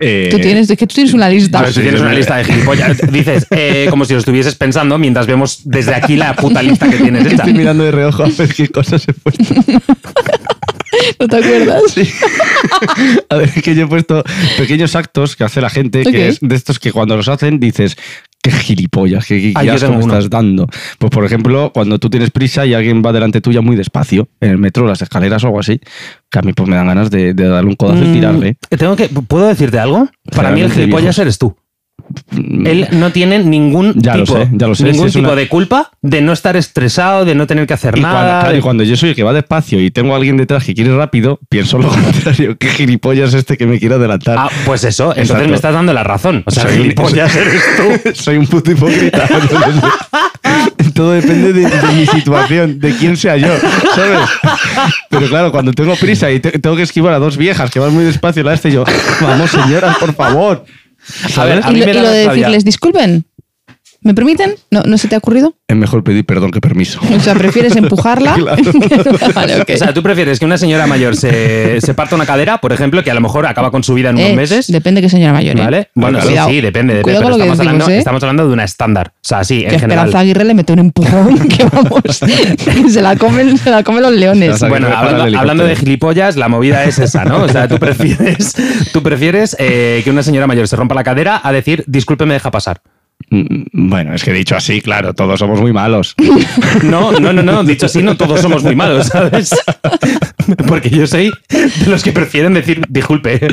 Speaker 3: Eh,
Speaker 1: Tú tienes, es que tú tienes una lista.
Speaker 2: A
Speaker 3: Pues
Speaker 2: ver, tú tienes una lista de gilipollas. Dices, eh, como si lo estuvieses pensando mientras vemos desde aquí la puta lista que tienes
Speaker 3: que
Speaker 2: hecha.
Speaker 3: Estoy mirando de reojo a ver qué cosas he puesto.
Speaker 1: ¿No te acuerdas?
Speaker 3: Sí. A ver, que yo he puesto pequeños actos que hace la gente,
Speaker 1: Ok.
Speaker 3: que es de estos que cuando los hacen dices, qué gilipollas, qué, qué
Speaker 2: Ah, yo
Speaker 3: asco
Speaker 2: tengo
Speaker 3: me
Speaker 2: uno.
Speaker 3: estás dando. Pues por ejemplo, cuando tú tienes prisa y alguien va delante tuya muy despacio, en el metro, las escaleras o algo así, que a mí pues me dan ganas de, de darle un codazo y tirarle.
Speaker 2: Mm, Tengo que, ¿Puedo decirte algo? Para mí el
Speaker 3: Generalmente
Speaker 2: gilipollas
Speaker 3: viejos.
Speaker 2: eres tú. Él no tiene ningún
Speaker 3: Mm, Ya lo
Speaker 2: tipo,
Speaker 3: sé, ya lo sé,
Speaker 2: ningún
Speaker 3: si es
Speaker 2: tipo
Speaker 3: una-
Speaker 2: de culpa de no estar estresado, de no tener que hacer
Speaker 3: Y cuando,
Speaker 2: nada.
Speaker 3: claro,
Speaker 2: de-
Speaker 3: y cuando yo soy el que va despacio y tengo a alguien detrás que quiere ir rápido, pienso lo contrario. Qué gilipollas este que me quiere adelantar.
Speaker 2: Ah, pues eso, entonces
Speaker 3: Exacto.
Speaker 2: me estás dando la razón. O sea,
Speaker 3: Soy-
Speaker 2: gilipollas eres tú.
Speaker 3: Soy un puto hipócrita. Entonces, Todo depende de, de mi situación, de quién sea yo, ¿sabes? Pero claro, cuando tengo prisa y te- tengo que esquivar a dos viejas que van muy despacio, la este yo, vamos señoras, por favor.
Speaker 2: A ver, a
Speaker 1: y
Speaker 2: mí
Speaker 1: lo,
Speaker 2: me
Speaker 1: y
Speaker 2: da
Speaker 1: lo de
Speaker 2: rabia.
Speaker 1: decirles, disculpen, ¿me permiten? ¿No, ¿No se te ha ocurrido?
Speaker 3: Es mejor pedir perdón que permiso.
Speaker 1: O sea, ¿prefieres empujarla?
Speaker 3: Claro.
Speaker 1: vale, ok.
Speaker 2: O sea, ¿tú prefieres que una señora mayor se, se parta una cadera, por ejemplo, que a lo mejor acaba con su vida en unos
Speaker 1: Eh,
Speaker 2: meses?
Speaker 1: Depende de qué señora mayor. ¿eh?
Speaker 2: ¿Vale? Bueno, sí,
Speaker 1: Cuidado.
Speaker 2: sí, depende. depende,
Speaker 1: Cuidado con
Speaker 2: pero
Speaker 1: lo que
Speaker 2: estamos,
Speaker 1: decimos,
Speaker 2: hablando,
Speaker 1: ¿eh?
Speaker 2: estamos hablando de una estándar. O sea, sí,
Speaker 1: que
Speaker 2: en general.
Speaker 1: Esperanza Aguirre le mete un empujón que vamos, que se la comen, se la comen los leones.
Speaker 3: Esperanza Aguirre.
Speaker 2: Bueno,
Speaker 3: Para el
Speaker 2: hablando,
Speaker 3: helicóptero.
Speaker 2: hablando de gilipollas, la movida es esa, ¿no? O sea, tú prefieres, tú prefieres eh, que una señora mayor se rompa la cadera a decir, disculpe, me deja pasar.
Speaker 3: Mm, Bueno, es que dicho así, claro, todos somos muy malos.
Speaker 2: No, no, no, no. Dicho así, no todos somos muy malos, ¿sabes? Porque yo soy de los que prefieren decir, disculpe.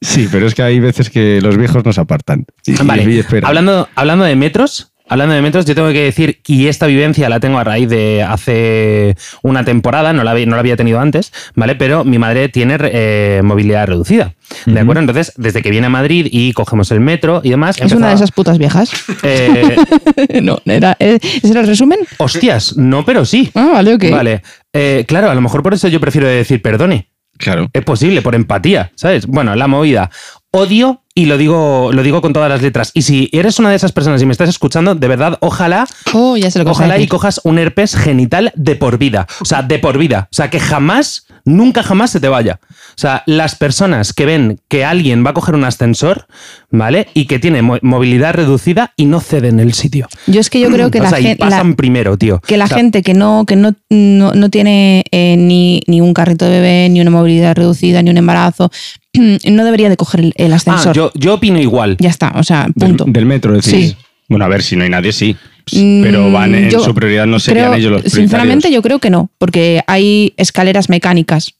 Speaker 3: Sí, pero es que hay veces que los viejos nos apartan. Y- y-
Speaker 2: Vale,
Speaker 3: y esperan.
Speaker 2: hablando, hablando de metros, hablando de metros, yo tengo que decir, y esta vivencia la tengo a raíz de hace una temporada, no la, había- no la había tenido antes, ¿vale? Pero mi madre tiene eh, movilidad reducida, ¿de acuerdo? Entonces, desde que viene a Madrid y cogemos el metro y demás...
Speaker 1: Es una de esas
Speaker 2: empezaba,
Speaker 1: putas viejas.
Speaker 2: eh,
Speaker 1: no, era, eh, ¿Ese era el resumen?
Speaker 2: hostias, no, pero sí.
Speaker 1: Ah, vale, ok.
Speaker 2: Vale, eh, claro, a lo mejor por eso yo prefiero decir perdone.
Speaker 3: Claro.
Speaker 2: Es posible, por empatía, ¿sabes? Bueno, la movida. Odio y lo digo, lo digo con todas las letras. Y si eres una de esas personas y me estás escuchando, de verdad, ojalá,
Speaker 1: Oh, ya sé lo que vas a
Speaker 2: ojalá y
Speaker 1: decir.
Speaker 2: cojas un herpes genital de por vida. O sea, de por vida. O sea, que jamás, nunca jamás se te vaya. O sea, las personas que ven que alguien va a coger un ascensor, ¿vale? Y que tiene mo- movilidad reducida y no ceden el sitio.
Speaker 1: Yo es que yo creo que
Speaker 2: o
Speaker 1: la
Speaker 2: sea, y
Speaker 1: gente. la-
Speaker 2: pasan primero, tío.
Speaker 1: que la
Speaker 2: O sea,
Speaker 1: gente que no, que no, no, no tiene eh, ni, ni un carrito de bebé, ni una movilidad reducida, ni un embarazo, no debería de coger el, el
Speaker 2: ah,
Speaker 1: ascensor.
Speaker 2: yo, yo opino igual.
Speaker 1: Ya está, o sea,
Speaker 3: Del,
Speaker 1: punto.
Speaker 3: del metro, decís.
Speaker 1: Sí.
Speaker 3: Bueno, a ver, si no hay nadie, sí.
Speaker 1: Mm,
Speaker 3: Pero van en
Speaker 1: yo
Speaker 3: su prioridad, no serían
Speaker 1: creo-
Speaker 3: ellos los prioritarios.
Speaker 1: Sinceramente, yo creo que no, porque hay escaleras mecánicas.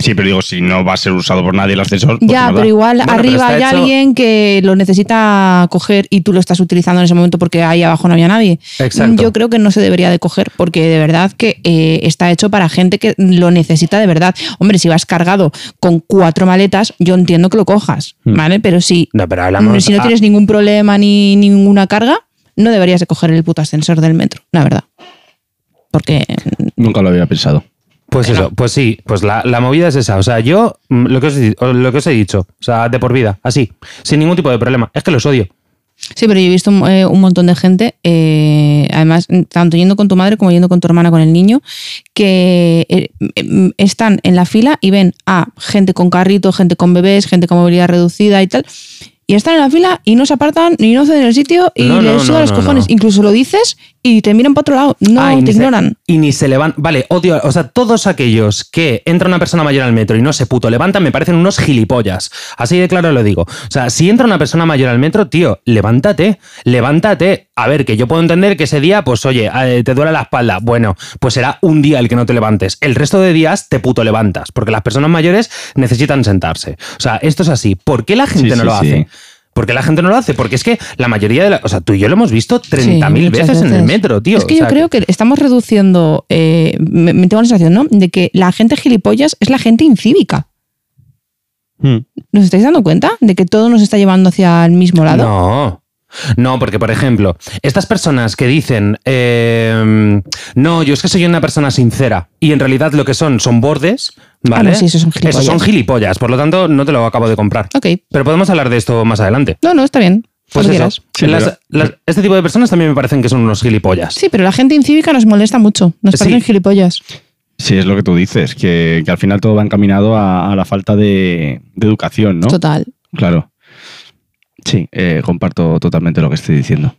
Speaker 3: Sí, pero digo, si no va a ser usado por nadie el ascensor, pues
Speaker 1: ya,
Speaker 3: nada.
Speaker 1: pero igual
Speaker 2: Bueno, pero
Speaker 1: arriba
Speaker 2: está
Speaker 1: hay
Speaker 2: hecho-
Speaker 1: alguien que lo necesita coger y tú lo estás utilizando en ese momento porque ahí abajo no había nadie.
Speaker 2: Exacto.
Speaker 1: Yo creo que no se debería de coger porque de verdad que eh, está hecho para gente que lo necesita de verdad. Hombre, si vas cargado con cuatro maletas, yo entiendo que lo cojas, ¿vale? Pero si
Speaker 2: Hmm. No, pero hablamos.
Speaker 1: Mm, si no
Speaker 2: ah,
Speaker 1: tienes ningún problema ni ninguna carga, no deberías de coger el puto ascensor del metro, la verdad. Porque
Speaker 3: Nunca lo había pensado.
Speaker 2: Pues eso, pues sí, pues la, la movida es esa. O sea, yo mm, lo que, os, he di- o lo que os he dicho, o sea, de por vida, así, sin ningún tipo de problema. Es que los odio.
Speaker 1: Sí, pero yo he visto eh, un montón de gente, eh, además, tanto yendo con tu madre como yendo con tu hermana, con el niño, que eh, em, están en la fila y ven a gente con carrito, gente con bebés, gente con movilidad reducida y tal. Y están en la fila y no se apartan ni no ceden el sitio y
Speaker 2: No, no,
Speaker 1: les sudan
Speaker 2: no,
Speaker 1: los
Speaker 2: no,
Speaker 1: cojones.
Speaker 2: no.
Speaker 1: Incluso lo dices y te miran para otro lado. No,
Speaker 2: Ah, y
Speaker 1: te
Speaker 2: ni se-
Speaker 1: ignoran.
Speaker 2: y ni se levantan. Vale, odio. O sea, todos aquellos que entra una persona mayor al metro y no se puto levantan me parecen unos gilipollas. Así de claro lo digo. O sea, si entra una persona mayor al metro, tío, levántate, levántate. A ver, que yo puedo entender que ese día, pues oye, eh, te duele la espalda. Bueno, pues será un día el que no te levantes. El resto de días te puto levantas, porque las personas mayores necesitan sentarse. O sea, esto es así. ¿Por qué la gente
Speaker 3: Sí,
Speaker 2: no
Speaker 3: sí,
Speaker 2: lo
Speaker 3: sí.
Speaker 2: hace? ¿Por qué la gente no lo hace? Porque es que la mayoría de la. O sea, tú y yo lo hemos visto 30.000
Speaker 1: Sí,
Speaker 2: veces,
Speaker 1: muchas
Speaker 2: en el metro, tío.
Speaker 1: Es que
Speaker 2: O
Speaker 1: yo
Speaker 2: sea,
Speaker 1: creo que estamos reduciendo, eh, me, me tengo la sensación, ¿no? De que la gente gilipollas es la gente incívica.
Speaker 2: Hmm.
Speaker 1: ¿Nos estáis dando cuenta de que todo nos está llevando hacia el mismo lado?
Speaker 2: No. No, porque por ejemplo, estas personas que dicen, eh, no, yo es que soy una persona sincera y en realidad lo que son son bordes, ¿vale?
Speaker 1: Ah, no, sí, esos son
Speaker 2: Esos son
Speaker 1: gilipollas.
Speaker 2: gilipollas, por lo tanto no te lo acabo de comprar.
Speaker 1: Ok.
Speaker 2: Pero podemos hablar de esto más adelante.
Speaker 1: No, no, está bien.
Speaker 2: Pues
Speaker 1: Cuando
Speaker 2: eso,
Speaker 1: quieras.
Speaker 3: Sí,
Speaker 2: las-
Speaker 3: pero-
Speaker 2: las- este tipo de personas también me parecen que son unos gilipollas.
Speaker 1: Sí, pero la gente incívica nos molesta mucho. Nos
Speaker 2: Sí.
Speaker 1: parecen gilipollas.
Speaker 3: Sí, es lo que tú dices, que, que al final todo va encaminado a, a la falta de, de educación, ¿no?
Speaker 1: Total.
Speaker 3: Claro. Sí, eh, comparto totalmente lo que estoy diciendo,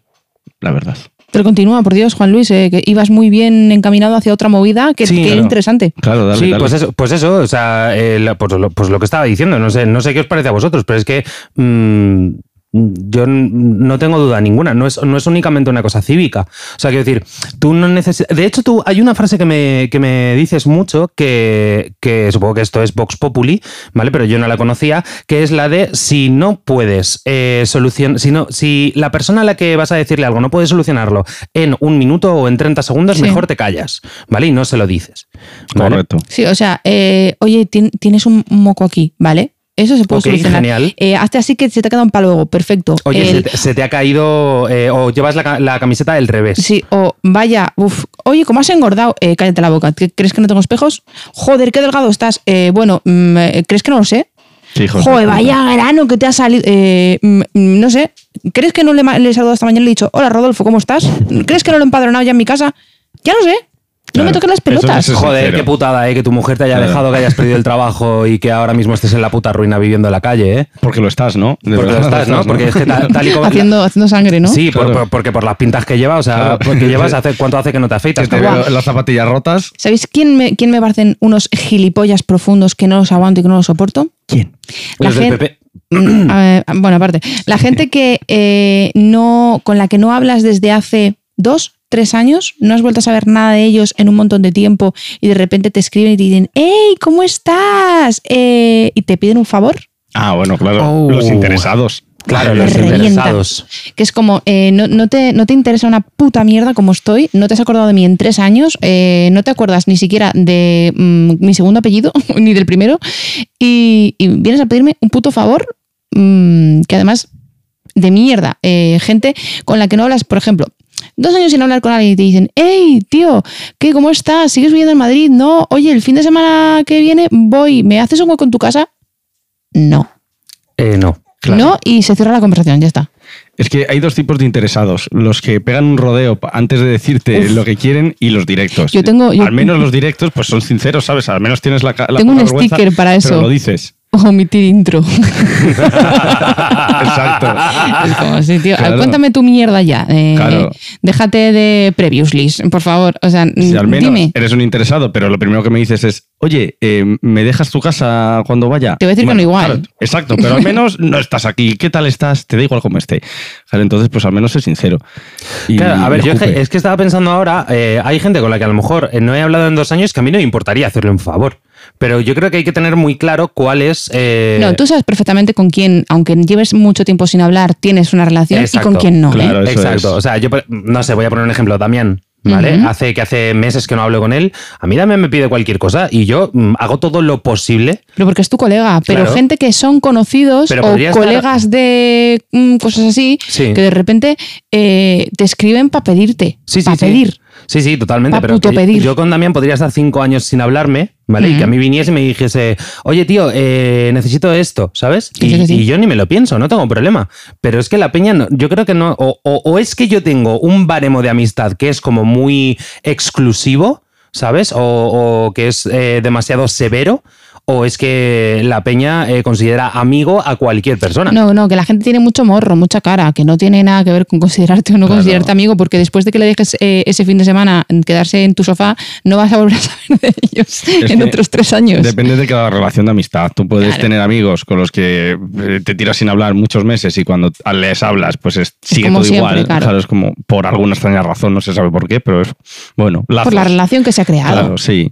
Speaker 3: la verdad.
Speaker 1: Pero continúa, por Dios, Juan Luis, eh, que ibas muy bien encaminado hacia otra movida que,
Speaker 2: Sí,
Speaker 1: que
Speaker 2: claro.
Speaker 1: interesante.
Speaker 3: Claro, dale,
Speaker 2: sí,
Speaker 3: dale.
Speaker 2: pues eso, pues eso, o sea, eh, la- pues, lo, pues lo que estaba diciendo, no sé, no sé qué os parece a vosotros, pero es que mm, yo n- no tengo duda ninguna, no es, no es únicamente una cosa cívica. O sea, quiero decir, tú no necesitas... De hecho, tú hay una frase que me, que me dices mucho, que, que supongo que esto es Vox Populi, ¿vale? Pero yo no la conocía, que es la de si no puedes eh, solucionar, si, no, si la persona a la que vas a decirle algo no puede solucionarlo en un minuto o en 30 segundos,
Speaker 1: Sí.
Speaker 2: mejor te callas, ¿vale? Y no se lo dices. ¿vale?
Speaker 3: Correcto.
Speaker 1: Sí, o sea, eh, oye, tien- tienes un moco aquí, ¿vale? Eso se puede
Speaker 2: Ok,
Speaker 1: solucionar.
Speaker 2: genial.
Speaker 1: Eh, hazte así que se te ha quedado un palo, perfecto.
Speaker 2: Oye, se
Speaker 1: El-
Speaker 2: te, se te ha caído eh, o llevas la, ca- la camiseta del revés.
Speaker 1: Sí, o vaya, uf, oye, ¿cómo has engordado? Eh, cállate la boca. ¿Qué- ¿Crees que no tengo espejos? Joder, qué delgado estás. Eh, bueno, mm, eh, ¿crees que no lo sé?
Speaker 3: Sí, hijos de
Speaker 1: Joder,
Speaker 3: puta.
Speaker 1: vaya grano que te ha salido. Eh, mm, mm, no sé. ¿Crees que no le, ma- le he saludado esta mañana y le he dicho, hola Rodolfo, ¿cómo estás? ¿Crees que no lo he empadronado ya en mi casa? Ya lo sé. No
Speaker 3: Claro.
Speaker 1: me toques las
Speaker 3: Eso es
Speaker 1: pelotas.
Speaker 3: ese-
Speaker 2: Joder,
Speaker 3: sincero.
Speaker 2: qué putada, ¿eh? Que tu mujer te haya
Speaker 3: Claro.
Speaker 2: dejado, que hayas perdido el trabajo y que ahora mismo estés en la puta ruina viviendo en la calle, ¿eh?
Speaker 3: Porque lo estás, ¿no? De
Speaker 2: Porque lo
Speaker 3: verdad,
Speaker 2: estás, ¿no? Porque es que ta- tal y como...
Speaker 1: haciendo, haciendo sangre, ¿no?
Speaker 2: Sí, por-
Speaker 3: Claro.
Speaker 2: por- porque por las pintas que llevas, o sea,
Speaker 3: Claro. Este
Speaker 2: porque llevas, hace, ¿cuánto hace que no te afeitas?
Speaker 3: Que te
Speaker 2: cabrón?
Speaker 3: veo las zapatillas rotas.
Speaker 1: ¿Sabéis quién me, quién me parecen unos gilipollas profundos que no los aguanto y que no los soporto?
Speaker 3: ¿Quién?
Speaker 1: La
Speaker 2: Los del
Speaker 1: gente-
Speaker 2: PP.
Speaker 1: Eh, bueno, aparte, la gente que eh, no, con la que no hablas desde hace dos, tres años, no has vuelto a saber nada de ellos en un montón de tiempo y de repente te escriben y te dicen, hey, ¿cómo estás? Eh, y te piden un favor,
Speaker 3: Ah, bueno, claro.
Speaker 2: Oh.
Speaker 3: Los interesados.
Speaker 2: Claro,
Speaker 1: Me
Speaker 2: los
Speaker 1: revienta.
Speaker 2: interesados.
Speaker 1: que es como, eh, no, no te, no te interesa una puta mierda como estoy, no te has acordado de mí en tres años, eh, no te acuerdas ni siquiera de mm, mi segundo apellido, ni del primero, y, y vienes a pedirme un puto favor, mm, que además de mierda, eh, gente con la que no hablas, por ejemplo, dos años sin hablar con alguien y te dicen, hey, tío, ¿qué, cómo estás? ¿Sigues viviendo en Madrid? No, oye, el fin de semana que viene voy, ¿me haces un hueco en tu casa? No,
Speaker 2: Eh, no.
Speaker 1: no, y se cierra la conversación, ya está.
Speaker 3: Es que hay dos tipos de interesados. Los que pegan un rodeo pa- antes de decirte
Speaker 1: Uf.
Speaker 3: lo que quieren y los directos.
Speaker 1: Yo tengo- yo-
Speaker 3: Al menos los directos pues son sinceros, ¿sabes? Al menos tienes la, ca- la
Speaker 1: Tengo
Speaker 3: poca
Speaker 1: un
Speaker 3: vergüenza,
Speaker 1: sticker para eso.
Speaker 3: Pero lo dices.
Speaker 1: Omitir intro.
Speaker 3: Exacto.
Speaker 1: Es como, sí, tío,
Speaker 3: Claro.
Speaker 1: cuéntame tu mierda ya. eh,
Speaker 3: Claro.
Speaker 1: Déjate de previews list, por favor. O sea,
Speaker 3: Si al menos
Speaker 1: dime.
Speaker 3: eres un interesado, pero lo primero que me dices es, oye, eh, ¿me dejas tu casa cuando vaya?
Speaker 1: Te voy a decir que no igual.
Speaker 3: claro, exacto, pero al menos no estás aquí. ¿Qué tal estás? Te da igual cómo esté. Claro, entonces, pues al menos es sincero. Y-
Speaker 2: Claro, a ver,
Speaker 3: y
Speaker 2: yo es que,
Speaker 3: escupe.
Speaker 2: es que estaba pensando ahora, eh, hay gente con la que a lo mejor eh, no he hablado en dos años que a mí no me importaría hacerle un favor. Pero yo creo que hay que tener muy claro cuál es... eh,
Speaker 1: No, tú sabes perfectamente con quién, aunque lleves mucho tiempo sin hablar, tienes una relación y con
Speaker 2: Exacto,
Speaker 1: quién no. ¿eh?
Speaker 3: claro. eso
Speaker 2: Exacto.
Speaker 3: es.
Speaker 2: O sea, yo, por- no sé, voy a poner un ejemplo. Damián, ¿vale?
Speaker 1: Ujú.
Speaker 2: Hace que hace meses que no hablo con él. A mí Damián me pide cualquier cosa y yo mm, hago todo lo posible.
Speaker 1: Pero porque es tu colega, pero
Speaker 2: Claro.
Speaker 1: gente que son conocidos
Speaker 2: Pero
Speaker 1: o
Speaker 2: podría estar-
Speaker 1: colegas de mm, cosas así,
Speaker 2: Sí.
Speaker 1: que de repente eh, te escriben para pedirte,
Speaker 2: Sí, sí,
Speaker 1: para
Speaker 2: sí.
Speaker 1: pedir.
Speaker 2: Sí, sí, totalmente.
Speaker 1: Pa'
Speaker 2: Pero
Speaker 1: puto
Speaker 2: que
Speaker 1: pedir.
Speaker 2: yo con Damián podría estar cinco años sin hablarme, ¿vale? Y que a mí viniese y me dijese, oye, tío, eh, necesito esto, ¿sabes?
Speaker 1: Que
Speaker 2: y,
Speaker 1: sí, que sí.
Speaker 2: y yo ni me lo pienso, no tengo problema. Pero es que la peña, no- yo creo que no. O, o- o es que yo tengo un baremo de amistad que es como muy exclusivo, ¿sabes? O, o que es eh, demasiado severo. O es que la peña eh, considera amigo a cualquier persona.
Speaker 1: No, no, que la gente tiene mucho morro, mucha cara, que no tiene nada que ver con considerarte o no
Speaker 3: Claro.
Speaker 1: considerarte amigo, porque después de que le dejes eh, ese fin de semana quedarse en tu sofá, no vas a volver a saber de ellos en
Speaker 3: que
Speaker 1: otros tres años.
Speaker 3: Depende de cada relación de amistad. Tú puedes
Speaker 1: Claro.
Speaker 3: tener amigos con los que eh, te tiras sin hablar muchos meses y cuando t- les hablas, pues es, sigue
Speaker 1: como
Speaker 3: todo
Speaker 1: siempre,
Speaker 3: igual.
Speaker 1: claro.
Speaker 3: es como por alguna extraña razón, no se sabe por qué, pero es bueno.
Speaker 1: por la
Speaker 3: lazos.
Speaker 1: relación que se ha creado.
Speaker 3: Claro, sí.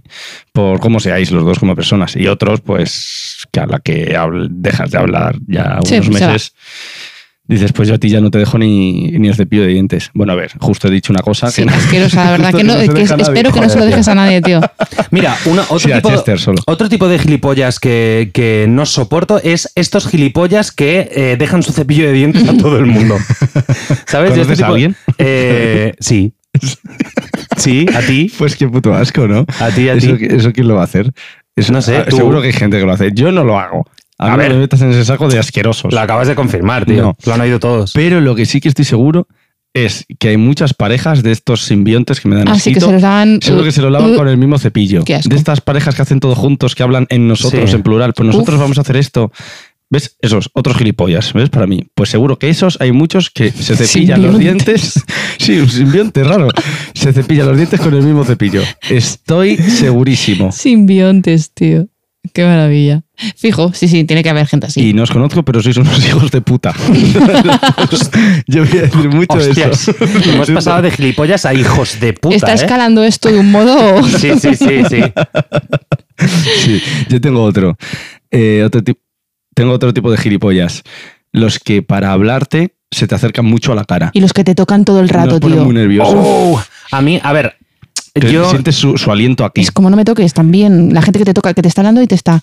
Speaker 3: Por cómo seáis los dos como personas. Y otros, pues, que a la que habl- dejas de hablar ya unos
Speaker 1: Sí, pues se
Speaker 3: meses, dices, pues yo a ti ya no te dejo ni, ni el cepillo de dientes. Bueno, a ver, justo he dicho una cosa.
Speaker 1: Sí,
Speaker 3: que no-
Speaker 1: asquerosa, la verdad.
Speaker 3: Esto
Speaker 1: que
Speaker 3: que
Speaker 1: no,
Speaker 3: no se
Speaker 1: que
Speaker 3: deja a nadie.
Speaker 1: espero que no se lo
Speaker 2: Joder,
Speaker 1: dejes a nadie, tío.
Speaker 2: Mira, una, otro,
Speaker 3: Sí, a
Speaker 2: tipo,
Speaker 3: Chester solo.
Speaker 2: otro tipo de gilipollas que, que no soporto es estos gilipollas que eh, dejan su cepillo de dientes a todo el mundo. ¿Sabes? Yo
Speaker 3: ¿Conoces a alguien?
Speaker 2: eh, sí. Sí, a ti.
Speaker 3: Pues qué puto asco, ¿no?
Speaker 2: A ti, a ti.
Speaker 3: ¿Eso, qui- eso quién lo va a hacer? Eso-
Speaker 2: No sé,
Speaker 3: ah,
Speaker 2: tú.
Speaker 3: Seguro que hay gente que lo hace. Yo no lo hago. A,
Speaker 2: A
Speaker 3: mí
Speaker 2: ver.
Speaker 3: no me metas en ese saco de asquerosos.
Speaker 2: Lo acabas de confirmar, tío.
Speaker 3: No.
Speaker 2: Lo han oído todos.
Speaker 3: Pero lo que sí que estoy seguro es que hay muchas parejas de estos simbiontes que me
Speaker 1: Así
Speaker 3: dan
Speaker 1: Ah, que
Speaker 3: asquito.
Speaker 1: se los dan.
Speaker 3: Seguro que se lo lavan
Speaker 1: Uh,
Speaker 3: con el mismo cepillo.
Speaker 1: Qué asco.
Speaker 3: De estas parejas que hacen todo juntos, que hablan en nosotros
Speaker 2: Sí.
Speaker 3: en plural. Pues nosotros
Speaker 1: Uf.
Speaker 3: vamos a hacer esto. ¿Ves? Esos, otros gilipollas, ¿ves? Para mí. Pues seguro que esos hay muchos que se cepillan los dientes. Sí, un simbionte raro. Se cepillan los dientes con el mismo cepillo. Estoy segurísimo.
Speaker 1: Simbiontes, tío. Qué maravilla. Fijo, sí, sí, tiene que haber gente así.
Speaker 3: Y no os conozco, pero sois unos hijos de puta. Yo voy a decir mucho de
Speaker 2: Hostias.
Speaker 3: eso.
Speaker 2: Hemos pasado de gilipollas a hijos de puta.
Speaker 1: Está
Speaker 2: ¿eh?
Speaker 1: escalando esto de un modo.
Speaker 2: Sí, sí, sí, sí.
Speaker 3: Sí, yo tengo otro. Eh, otro ti- tengo otro tipo de gilipollas. Los que para hablarte se te acercan mucho a la cara.
Speaker 1: Y los que te tocan todo el rato,
Speaker 3: Nos ponen
Speaker 1: tío.
Speaker 3: muy nervioso.
Speaker 2: Oh, a mí, a ver,
Speaker 3: Que
Speaker 2: yo.
Speaker 3: Sientes su, su aliento aquí.
Speaker 1: Es como no me toques también. La gente que te toca, que te está dando y te está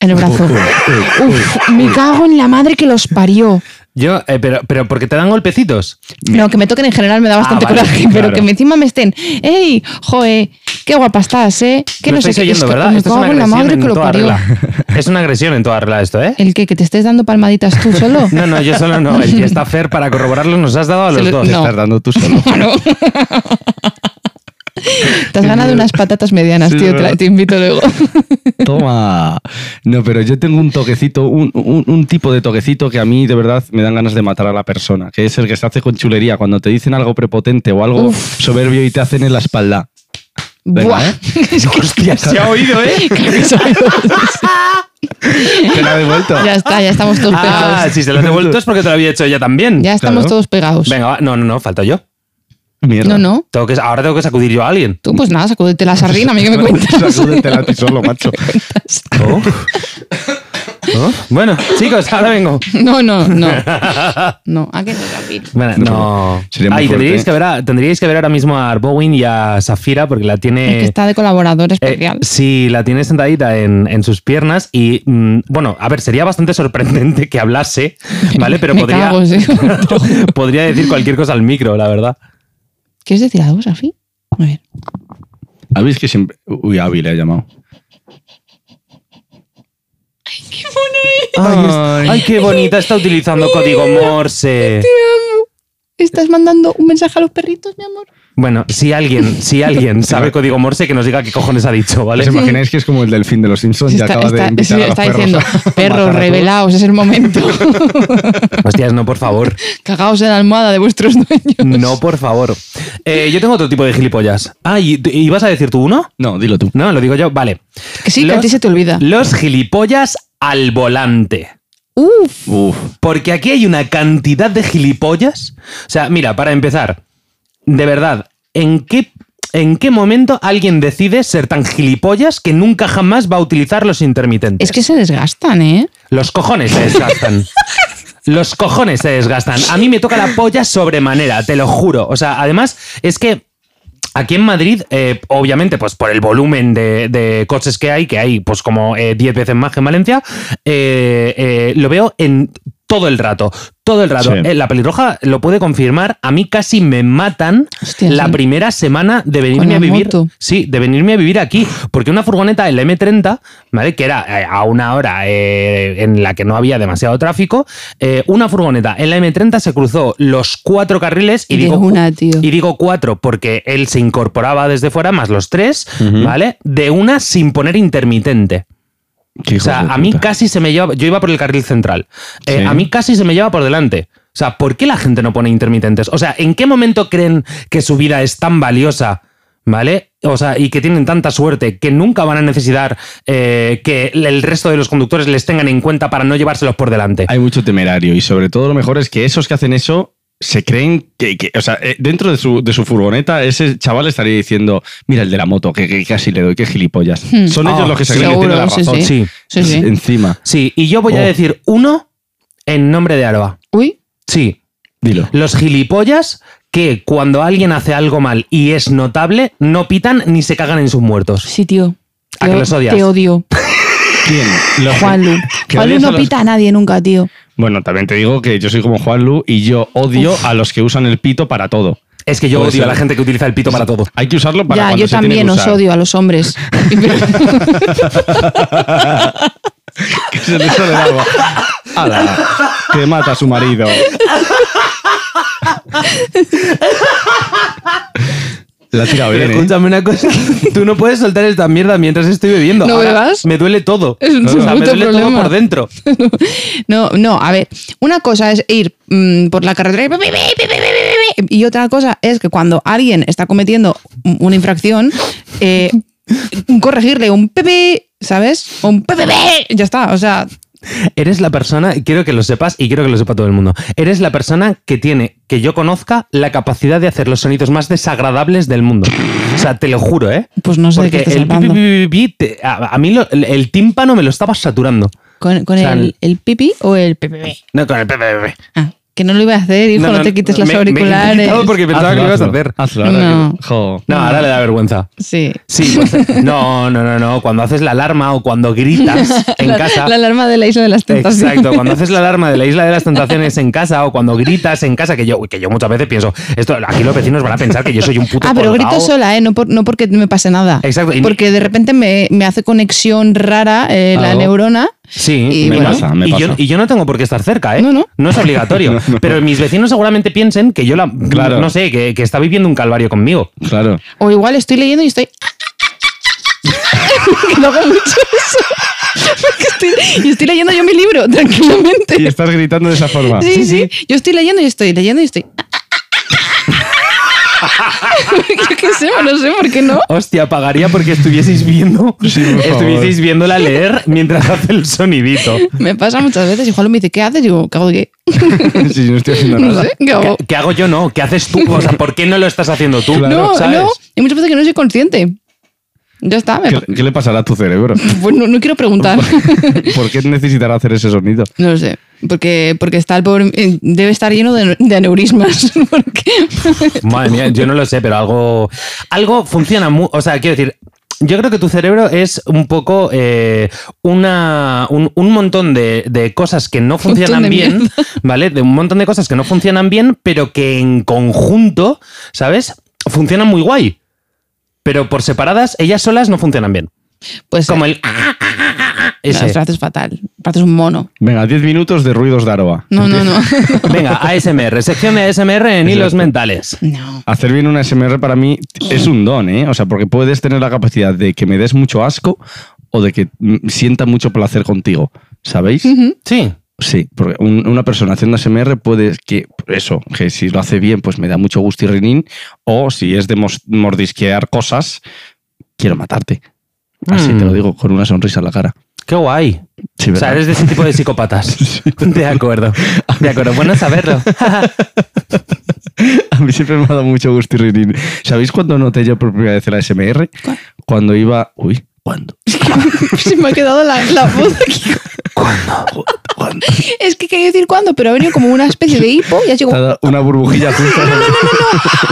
Speaker 1: en el brazo. Uf, me cago en la madre que los parió.
Speaker 2: yo eh, pero, pero porque te dan golpecitos.
Speaker 1: No, que me toquen en general me da bastante
Speaker 2: Ah, vale,
Speaker 1: coraje, pero
Speaker 3: claro.
Speaker 1: que me encima me estén. ¡Ey! ¡Joe! ¡Qué guapa estás, eh! Que
Speaker 2: Lo
Speaker 1: no sé
Speaker 2: estáis
Speaker 1: qué.
Speaker 2: oyendo,
Speaker 1: Es que
Speaker 2: ¿verdad?
Speaker 1: me
Speaker 2: Esto es
Speaker 1: cago
Speaker 2: una
Speaker 1: en la
Speaker 2: agresión
Speaker 1: madre
Speaker 2: en
Speaker 1: que lo
Speaker 2: toda
Speaker 1: parió.
Speaker 2: regla. Es una agresión en toda regla esto, ¿eh?
Speaker 1: ¿El qué? ¿Que te estés dando palmaditas tú solo?
Speaker 2: No, no, yo solo no. El que está Fer para corroborarlo nos has dado a
Speaker 1: Se
Speaker 2: los
Speaker 1: lo-
Speaker 2: dos.
Speaker 3: Te
Speaker 1: no.
Speaker 3: estás dando tú solo.
Speaker 1: Te has ganado unas patatas medianas,
Speaker 3: Sí,
Speaker 1: tío.
Speaker 3: es
Speaker 1: Te, la-
Speaker 3: verdad.
Speaker 1: te invito luego.
Speaker 3: Toma. No, pero yo tengo un toquecito, un, un- un tipo de toquecito que a mí de verdad me dan ganas de matar a la persona, que es el que se hace con chulería cuando te dicen algo prepotente o algo
Speaker 1: Uf.
Speaker 3: soberbio y te hacen en la espalda. Venga,
Speaker 1: Buah.
Speaker 3: ¿eh?
Speaker 1: Es que-
Speaker 2: Se ha oído, ¿eh?
Speaker 1: Creo que soy yo.
Speaker 3: Te la he devuelto.
Speaker 1: ya está, ya estamos todos
Speaker 2: Ah,
Speaker 1: pegados.
Speaker 2: si se lo has devuelto es porque te lo había hecho ella también.
Speaker 1: Ya estamos
Speaker 3: claro.
Speaker 1: todos pegados.
Speaker 2: Venga, va. no, no, no, falta yo.
Speaker 3: Mierda.
Speaker 1: No, no.
Speaker 2: Tengo que, ahora tengo que sacudir yo a alguien.
Speaker 1: Tú, pues nada, sacúdete la sardina, a mí que me cuentas.
Speaker 3: Sacúdetela a ti solo, macho.
Speaker 2: Oh. Oh. Bueno, chicos, ahora vengo.
Speaker 1: No, no, no. No, ¿a qué no, David?
Speaker 2: Bueno, no.
Speaker 3: Sería muy
Speaker 2: Ay,
Speaker 3: fuerte. ¿eh?
Speaker 2: tendríais que, ver a- tendríais que ver ahora mismo a Arbowin y a Safira porque la
Speaker 1: Es
Speaker 2: tiene.
Speaker 3: Eh,
Speaker 1: que está de colaborador especial.
Speaker 2: Eh, sí, la tiene sentadita en, en sus piernas y, mm, bueno, a ver, sería bastante sorprendente que hablase, ¿vale? Pero
Speaker 1: me
Speaker 2: podría,
Speaker 1: cago, sí.
Speaker 2: podría decir cualquier cosa al micro, la verdad.
Speaker 1: ¿Quieres decir algo, Safi? A ver.
Speaker 3: ¿Habéis que siempre. Uy, Avi le ha llamado.
Speaker 2: Ay, es-
Speaker 3: Ay.
Speaker 2: ay, qué bonita está utilizando código Morse.
Speaker 1: ¿Estás mandando un mensaje a los perritos, mi amor?
Speaker 2: Bueno, si alguien, si alguien sabe código Morse, que nos diga qué cojones ha dicho,
Speaker 3: ¿Os
Speaker 2: ¿vale?
Speaker 3: imagináis que es como el delfín de los Simpsons?
Speaker 1: Sí,
Speaker 3: Pues Ya acaba de invitar
Speaker 1: sí,
Speaker 3: a los
Speaker 1: está
Speaker 3: perros
Speaker 1: diciendo,
Speaker 3: a- a matar a
Speaker 1: perros
Speaker 3: todos"?
Speaker 1: revelaos, es el momento.
Speaker 2: Hostias, no, por favor.
Speaker 1: Cagaos en la almohada de vuestros dueños.
Speaker 2: No, por favor. Eh, yo tengo otro tipo de gilipollas. Ah, ¿y, y vas a decir tú uno?
Speaker 3: No, dilo tú.
Speaker 2: No, lo digo yo. Vale.
Speaker 1: Que sí, que a ti se te olvida.
Speaker 2: Los gilipollas al volante.
Speaker 1: Uf,
Speaker 3: Uf.
Speaker 2: Porque aquí hay una cantidad de gilipollas. O sea, mira, para empezar, de verdad, ¿en qué, ¿en qué momento alguien decide ser tan gilipollas que nunca jamás va a utilizar los intermitentes?
Speaker 1: es que se desgastan, ¿eh?
Speaker 2: Los cojones se desgastan. Los cojones se desgastan. A mí me toca la polla sobremanera, te lo juro. O sea, además, es que aquí en Madrid, eh, obviamente, pues por el volumen de, de coches que hay, que hay pues como eh, 10 veces más que en Valencia, eh, eh, lo veo en todo el rato, todo el rato.
Speaker 3: Sí.
Speaker 2: Eh, La pelirroja lo puede confirmar. A mí casi me matan
Speaker 1: Hostia,
Speaker 2: la
Speaker 1: sí.
Speaker 2: primera semana de
Speaker 1: Con
Speaker 2: venirme
Speaker 1: la
Speaker 2: a vivir.
Speaker 1: moto.
Speaker 2: Sí, de venirme a vivir aquí. Porque una furgoneta, el M30, ¿vale? Que era eh, a una hora eh, en la que no había demasiado tráfico. eh, una furgoneta, el M30 se cruzó los cuatro carriles y
Speaker 1: De
Speaker 2: digo.
Speaker 1: una, tío.
Speaker 2: Y digo cuatro porque él se incorporaba desde fuera, más los tres,
Speaker 3: Ujú.
Speaker 2: ¿vale? De una sin poner intermitente.
Speaker 3: Qué
Speaker 2: O sea,
Speaker 3: hijos de
Speaker 2: a mí
Speaker 3: puta.
Speaker 2: casi se me lleva. Yo iba por el carril central. Eh,
Speaker 3: Sí.
Speaker 2: A mí casi se me lleva por delante. O sea, ¿por qué la gente no pone intermitentes? O sea, ¿en qué momento creen que su vida es tan valiosa? ¿Vale? O sea, y que tienen tanta suerte que nunca van a necesitar eh, que el resto de los conductores les tengan en cuenta para no llevárselos por delante.
Speaker 3: Hay mucho temerario y sobre todo lo mejor es que esos que hacen eso se creen que, que- o sea, eh, dentro de su, de su furgoneta ese chaval estaría diciendo, mira el de la moto, que, que casi le doy, qué gilipollas.
Speaker 1: Hmm.
Speaker 3: Son
Speaker 2: Ah,
Speaker 3: ellos los que se creen que
Speaker 1: seguro,
Speaker 3: tienen la
Speaker 1: sí,
Speaker 3: razón.
Speaker 2: Sí,
Speaker 1: Sí, sí.
Speaker 3: Encima,
Speaker 2: sí. Y yo voy a
Speaker 3: ¿eh? Oh.
Speaker 2: decir uno en nombre de Arba.
Speaker 1: Uy,
Speaker 2: Sí,
Speaker 3: dilo.
Speaker 2: Los gilipollas que cuando alguien hace algo mal y es notable, no pitan ni se cagan en sus muertos.
Speaker 1: sí, tío.
Speaker 2: ¿A que
Speaker 1: Te-
Speaker 2: los odias?
Speaker 1: Te odio.
Speaker 3: ¿Quién? Los-
Speaker 1: Juanlu.
Speaker 3: Que
Speaker 1: Juanlu
Speaker 3: odias a
Speaker 1: no
Speaker 3: los-
Speaker 1: pita a nadie nunca, tío.
Speaker 3: Bueno, también te digo que yo soy como Juan Lu y yo odio a los que usan el pito para todo.
Speaker 2: Es que yo
Speaker 3: Puede
Speaker 2: odio
Speaker 3: ser.
Speaker 2: a la gente que utiliza el pito
Speaker 3: Pues
Speaker 2: para todo.
Speaker 3: Hay que usarlo para
Speaker 1: ya,
Speaker 3: cuando
Speaker 1: yo
Speaker 3: se tiene
Speaker 1: también
Speaker 3: que
Speaker 1: os
Speaker 3: usar.
Speaker 1: odio a los hombres.
Speaker 3: Que se le sale el agua. Ala, que mata a su marido. La tira bien, ¿eh?
Speaker 2: una cosa. Tú no puedes soltar esta mierda mientras estoy bebiendo.
Speaker 1: ¿No
Speaker 2: Ahora
Speaker 1: bebas?
Speaker 2: Me duele todo.
Speaker 1: Es un
Speaker 2: O sea, me
Speaker 1: puto
Speaker 2: duele todo
Speaker 1: problema.
Speaker 2: por dentro.
Speaker 1: no, no, a ver. Una cosa es ir mm, por la carretera y pi, pi, pi, pi, pi, pi, pi, y otra cosa es que cuando alguien está cometiendo una infracción, eh, corregirle un pepe, ¿sabes? Un pepe, ya está. O sea,
Speaker 2: Eres la persona, y quiero que lo sepas y quiero que lo sepa todo el mundo. Eres la persona que tiene, que yo conozca, la capacidad de hacer los sonidos más desagradables del mundo. O sea, te lo juro, ¿eh?
Speaker 1: pues no sé de qué
Speaker 2: Porque
Speaker 1: estás
Speaker 2: el pi, pi,
Speaker 1: hablando.
Speaker 2: pi, pi, pi, te- a, a mí lo- el- el tímpano me lo estaba saturando.
Speaker 1: ¿Con, con
Speaker 2: o sea,
Speaker 1: el, el pipi o el pepe?
Speaker 2: No, con el PPP.
Speaker 1: Ah, que no lo iba a hacer, hijo, no, te quites los
Speaker 2: me- me he
Speaker 1: auriculares.
Speaker 2: quitado porque pensaba
Speaker 3: Hazlo,
Speaker 2: que lo ibas a
Speaker 3: hazlo.
Speaker 2: hacer.
Speaker 3: Hazlo, ahora
Speaker 1: No.
Speaker 3: que- Jo.
Speaker 2: No, ahora le da vergüenza.
Speaker 1: Sí.
Speaker 2: Sí, pues, no, no, no, no. Cuando haces la alarma o cuando gritas en
Speaker 1: la,
Speaker 2: casa.
Speaker 1: la alarma de la isla de las tentaciones.
Speaker 2: Exacto, cuando haces la alarma de la isla de las tentaciones en casa o cuando gritas en casa, que yo, que yo muchas veces pienso, esto aquí los vecinos van a pensar que yo soy un puto
Speaker 1: Ah, pero
Speaker 2: colgado.
Speaker 1: grito sola, ¿eh? No, por- no porque me pase nada.
Speaker 2: Exacto, y-
Speaker 1: Porque de repente me, me hace conexión rara eh, la
Speaker 2: Algo.
Speaker 1: neurona.
Speaker 2: Sí,
Speaker 1: Y
Speaker 3: Me
Speaker 1: bueno.
Speaker 3: pasa, me
Speaker 2: y,
Speaker 3: pasa.
Speaker 2: Yo, y yo no tengo por qué estar cerca, ¿eh?
Speaker 1: No, no.
Speaker 2: es obligatorio. Pero mis vecinos seguramente piensen que yo la.
Speaker 3: Claro.
Speaker 2: No sé, que, que está viviendo un calvario conmigo.
Speaker 3: Claro.
Speaker 1: O igual estoy leyendo y estoy... Que no hago mucho eso. Porque estoy- y estoy leyendo yo mi libro, tranquilamente.
Speaker 3: Y estás gritando de esa forma.
Speaker 1: Sí, sí, Yo estoy leyendo y estoy leyendo y estoy. Yo qué sé, no sé por qué no.
Speaker 2: Hostia, pagaría porque estuvieseis viendo,
Speaker 3: Sí, por favor.
Speaker 2: estuvieseis viéndola leer mientras hace el sonidito.
Speaker 1: Me pasa muchas veces. Y Juan me dice, ¿qué haces? Digo, ¿qué hago de qué?
Speaker 3: Sí, no estoy haciendo
Speaker 1: No
Speaker 3: nada.
Speaker 1: sé, ¿qué hago?
Speaker 2: ¿Qué, qué hago yo no? ¿Qué haces tú? O sea, ¿por qué no lo estás haciendo tú?
Speaker 1: No,
Speaker 2: ¿Sabes?
Speaker 1: no. Y muchas veces que no soy consciente. Ya está. me pa-
Speaker 3: ¿Qué, qué le pasará a tu cerebro?
Speaker 1: Pues no, no quiero preguntar.
Speaker 3: ¿Por qué necesitará hacer ese sonido?
Speaker 1: No lo sé. Porque, porque está el pobre. eh, Debe estar lleno de, de aneurismas. Porque.
Speaker 2: Madre mía, yo no lo sé, pero algo, algo funciona muy. O sea, quiero decir. Yo creo que tu cerebro es un poco eh, una, un, un montón de, de cosas que no
Speaker 1: montón
Speaker 2: funcionan
Speaker 1: de
Speaker 2: bien,
Speaker 1: mierda.
Speaker 2: ¿vale? De un montón de cosas que no funcionan bien, pero que en conjunto, ¿sabes? Funcionan muy guay. Pero por separadas, ellas solas no funcionan bien.
Speaker 1: Pues.
Speaker 2: Como
Speaker 1: eh,
Speaker 2: el. ah,
Speaker 1: no,
Speaker 2: ese.
Speaker 1: frases fatal. Frases un mono.
Speaker 3: Venga, 10 minutos de ruidos de aroa.
Speaker 1: No, no, no.
Speaker 2: Venga, ASMR, sección de ASMR en hilos mentales.
Speaker 1: No.
Speaker 3: Hacer bien una SMR para mí es un don, ¿eh? O sea, porque puedes tener la capacidad de que me des mucho asco o de que mm, sienta mucho placer contigo, ¿sabéis?
Speaker 2: Sí.
Speaker 3: Sí, porque un- una persona haciendo SMR puede que, eso, que si lo hace bien, pues me da mucho gusto y rinín, o si es de mos- mordisquear cosas, quiero matarte. Así
Speaker 2: Mm.
Speaker 3: te lo digo, con una sonrisa en la cara.
Speaker 2: Qué guay.
Speaker 3: Sí,
Speaker 2: O sea,
Speaker 3: ¿verdad?
Speaker 2: eres de ese tipo de psicópatas. De acuerdo. De acuerdo. Bueno saberlo.
Speaker 3: A mí siempre me ha dado mucho gusto y rinín. ¿Sabéis cuándo noté yo por primera vez el ASMR?
Speaker 1: ¿Cuál?
Speaker 3: Cuando iba... Uy, ¿cuándo?
Speaker 1: Se me ha quedado la, la voz aquí.
Speaker 3: ¿Cuándo? ¿Cuándo?
Speaker 1: Es que quería decir cuándo, pero ha venido como una especie de hipo y ha sido
Speaker 3: Te
Speaker 1: como,
Speaker 3: ha dado una burbujilla justo.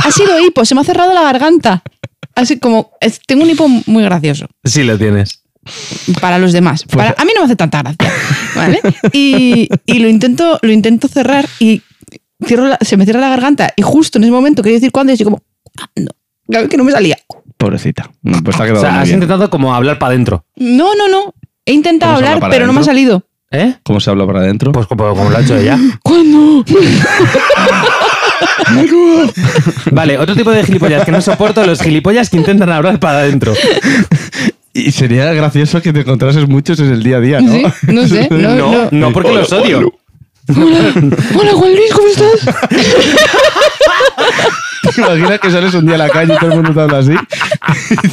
Speaker 1: ha sido hipo, se me ha cerrado la garganta. Así como, es- tengo un hipo muy gracioso
Speaker 2: Sí lo tienes. Pues
Speaker 1: para los demás. Para- a mí no me hace tanta gracia. ¿vale? Y, y lo, intento, lo intento cerrar y cierro la- se me cierra la garganta. Y justo en ese momento quería decir cuándo y así como, "Ah, no, Claro que no me salía.
Speaker 3: Pobrecita. No, Pues te ha
Speaker 2: O
Speaker 3: quedado
Speaker 2: sea,
Speaker 3: muy
Speaker 2: has
Speaker 3: bien.
Speaker 2: intentado como hablar para adentro.
Speaker 1: No, no, no. He intentado
Speaker 3: ¿Cómo se habla
Speaker 1: hablar, pero
Speaker 3: para
Speaker 1: no me ha
Speaker 3: adentro?
Speaker 1: salido.
Speaker 2: ¿Eh?
Speaker 3: ¿Cómo se habla para adentro?
Speaker 2: Pues como, como lo ha hecho ella.
Speaker 1: ¿Cuándo?
Speaker 2: Vale, otro tipo de gilipollas que no soporto, los gilipollas que intentan hablar para adentro.
Speaker 3: Y sería gracioso que te encontrases muchos en el día a día, ¿no?
Speaker 1: Sí, no sé. No,
Speaker 2: No,
Speaker 1: no.
Speaker 2: no porque los odio.
Speaker 1: Hola, Juan Luis, ¿cómo estás?
Speaker 3: ¿Te imaginas que sales un día a la calle y todo el mundo te habla así?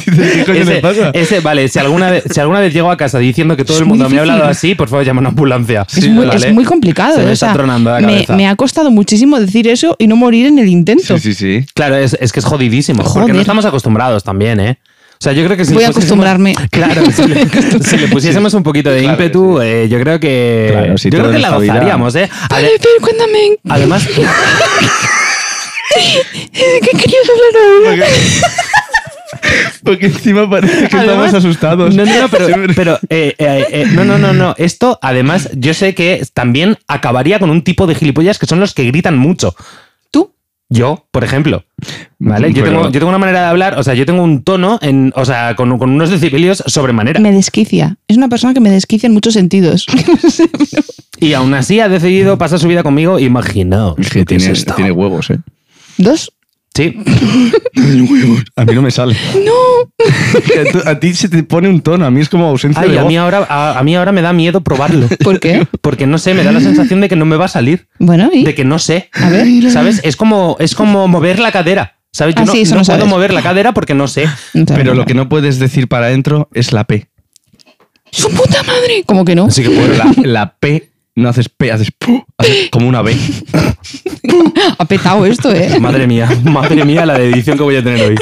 Speaker 3: Y dices, ¿Qué coño
Speaker 2: Ese,
Speaker 3: le pasa?
Speaker 2: ese- vale, si alguna, vez, si alguna vez llego a casa diciendo que todo
Speaker 1: Es
Speaker 2: el mundo
Speaker 1: muy
Speaker 2: me ha hablado
Speaker 1: difícil.
Speaker 2: así, por favor, llama a una ambulancia.
Speaker 1: es, muy,
Speaker 2: Vale.
Speaker 1: es muy complicado.
Speaker 2: Se me
Speaker 1: eh, o
Speaker 2: está
Speaker 1: sea,
Speaker 2: tronando la
Speaker 1: me-
Speaker 2: cabeza.
Speaker 1: me ha costado muchísimo decir eso y no morir en el intento.
Speaker 3: Sí, sí, sí.
Speaker 2: Claro, es, es que es jodidísimo. Porque
Speaker 1: Joder.
Speaker 2: no estamos acostumbrados también, ¿eh? O sea, yo creo que si
Speaker 1: Voy a
Speaker 2: le pusiésemos-
Speaker 1: acostumbrarme.
Speaker 2: Claro, si le, si le pusiésemos un poquito de
Speaker 3: Claro,
Speaker 2: ímpetu, eh, yo creo que.
Speaker 3: Claro, si
Speaker 2: yo creo
Speaker 3: todo
Speaker 2: que
Speaker 3: en
Speaker 2: la
Speaker 3: esta vida-
Speaker 2: gozaríamos, ¿eh?
Speaker 1: Vale,
Speaker 2: Ade-
Speaker 1: pero cuéntame,
Speaker 2: además,
Speaker 1: ¿qué querías hablar ahora?
Speaker 3: Porque, porque encima parece que
Speaker 2: Además-
Speaker 3: estamos asustados.
Speaker 2: No, no, no, pero,
Speaker 3: Sí, pero-
Speaker 2: pero, eh, eh, eh, no, no, no, no. Esto, además, yo sé que también acabaría con un tipo de gilipollas que son los que gritan mucho.
Speaker 1: ¿Tú?
Speaker 2: Yo, por ejemplo. ¿Vale? Yo,
Speaker 3: Pero-
Speaker 2: tengo, yo tengo una manera de hablar, o sea, yo tengo un tono, en, o sea, con, con unos decibelios sobremanera.
Speaker 1: Me desquicia. Es una persona que me desquicia en muchos sentidos.
Speaker 2: Y aún así ha decidido pasar su vida conmigo, imaginaos.
Speaker 3: Es
Speaker 2: lo
Speaker 3: que
Speaker 2: que es
Speaker 3: tiene,
Speaker 2: esto.
Speaker 3: tiene huevos, ¿eh?
Speaker 1: Dos.
Speaker 2: Sí.
Speaker 3: A mí no me sale. ¡No! A, ti se te pone un tono, a mí es como ausencia
Speaker 2: Ay,
Speaker 3: de
Speaker 2: a
Speaker 3: voz.
Speaker 2: mí, ahora, a, a mí ahora me da miedo probarlo.
Speaker 1: ¿Por qué?
Speaker 2: Porque no sé, me da la sensación de que no me va a salir.
Speaker 1: Bueno, y.
Speaker 2: de que no sé.
Speaker 1: A ver.
Speaker 2: ¿Sabes? Es como, es como mover la cadera. ¿Sabes? Yo
Speaker 1: Ah,
Speaker 2: no,
Speaker 1: sí, eso
Speaker 2: no
Speaker 1: no
Speaker 2: puedo
Speaker 1: sabes.
Speaker 2: mover la cadera porque no sé.
Speaker 1: No te
Speaker 3: Pero
Speaker 1: hablo.
Speaker 3: lo que no puedes decir para adentro es la P.
Speaker 1: ¡Su puta madre! ¿Cómo que no?
Speaker 3: Así que bueno, la, la P no haces P, haces, pu, haces como una B.
Speaker 1: Ha petado esto, ¿eh?
Speaker 2: pues, Madre mía, madre mía la de edición que voy a tener hoy.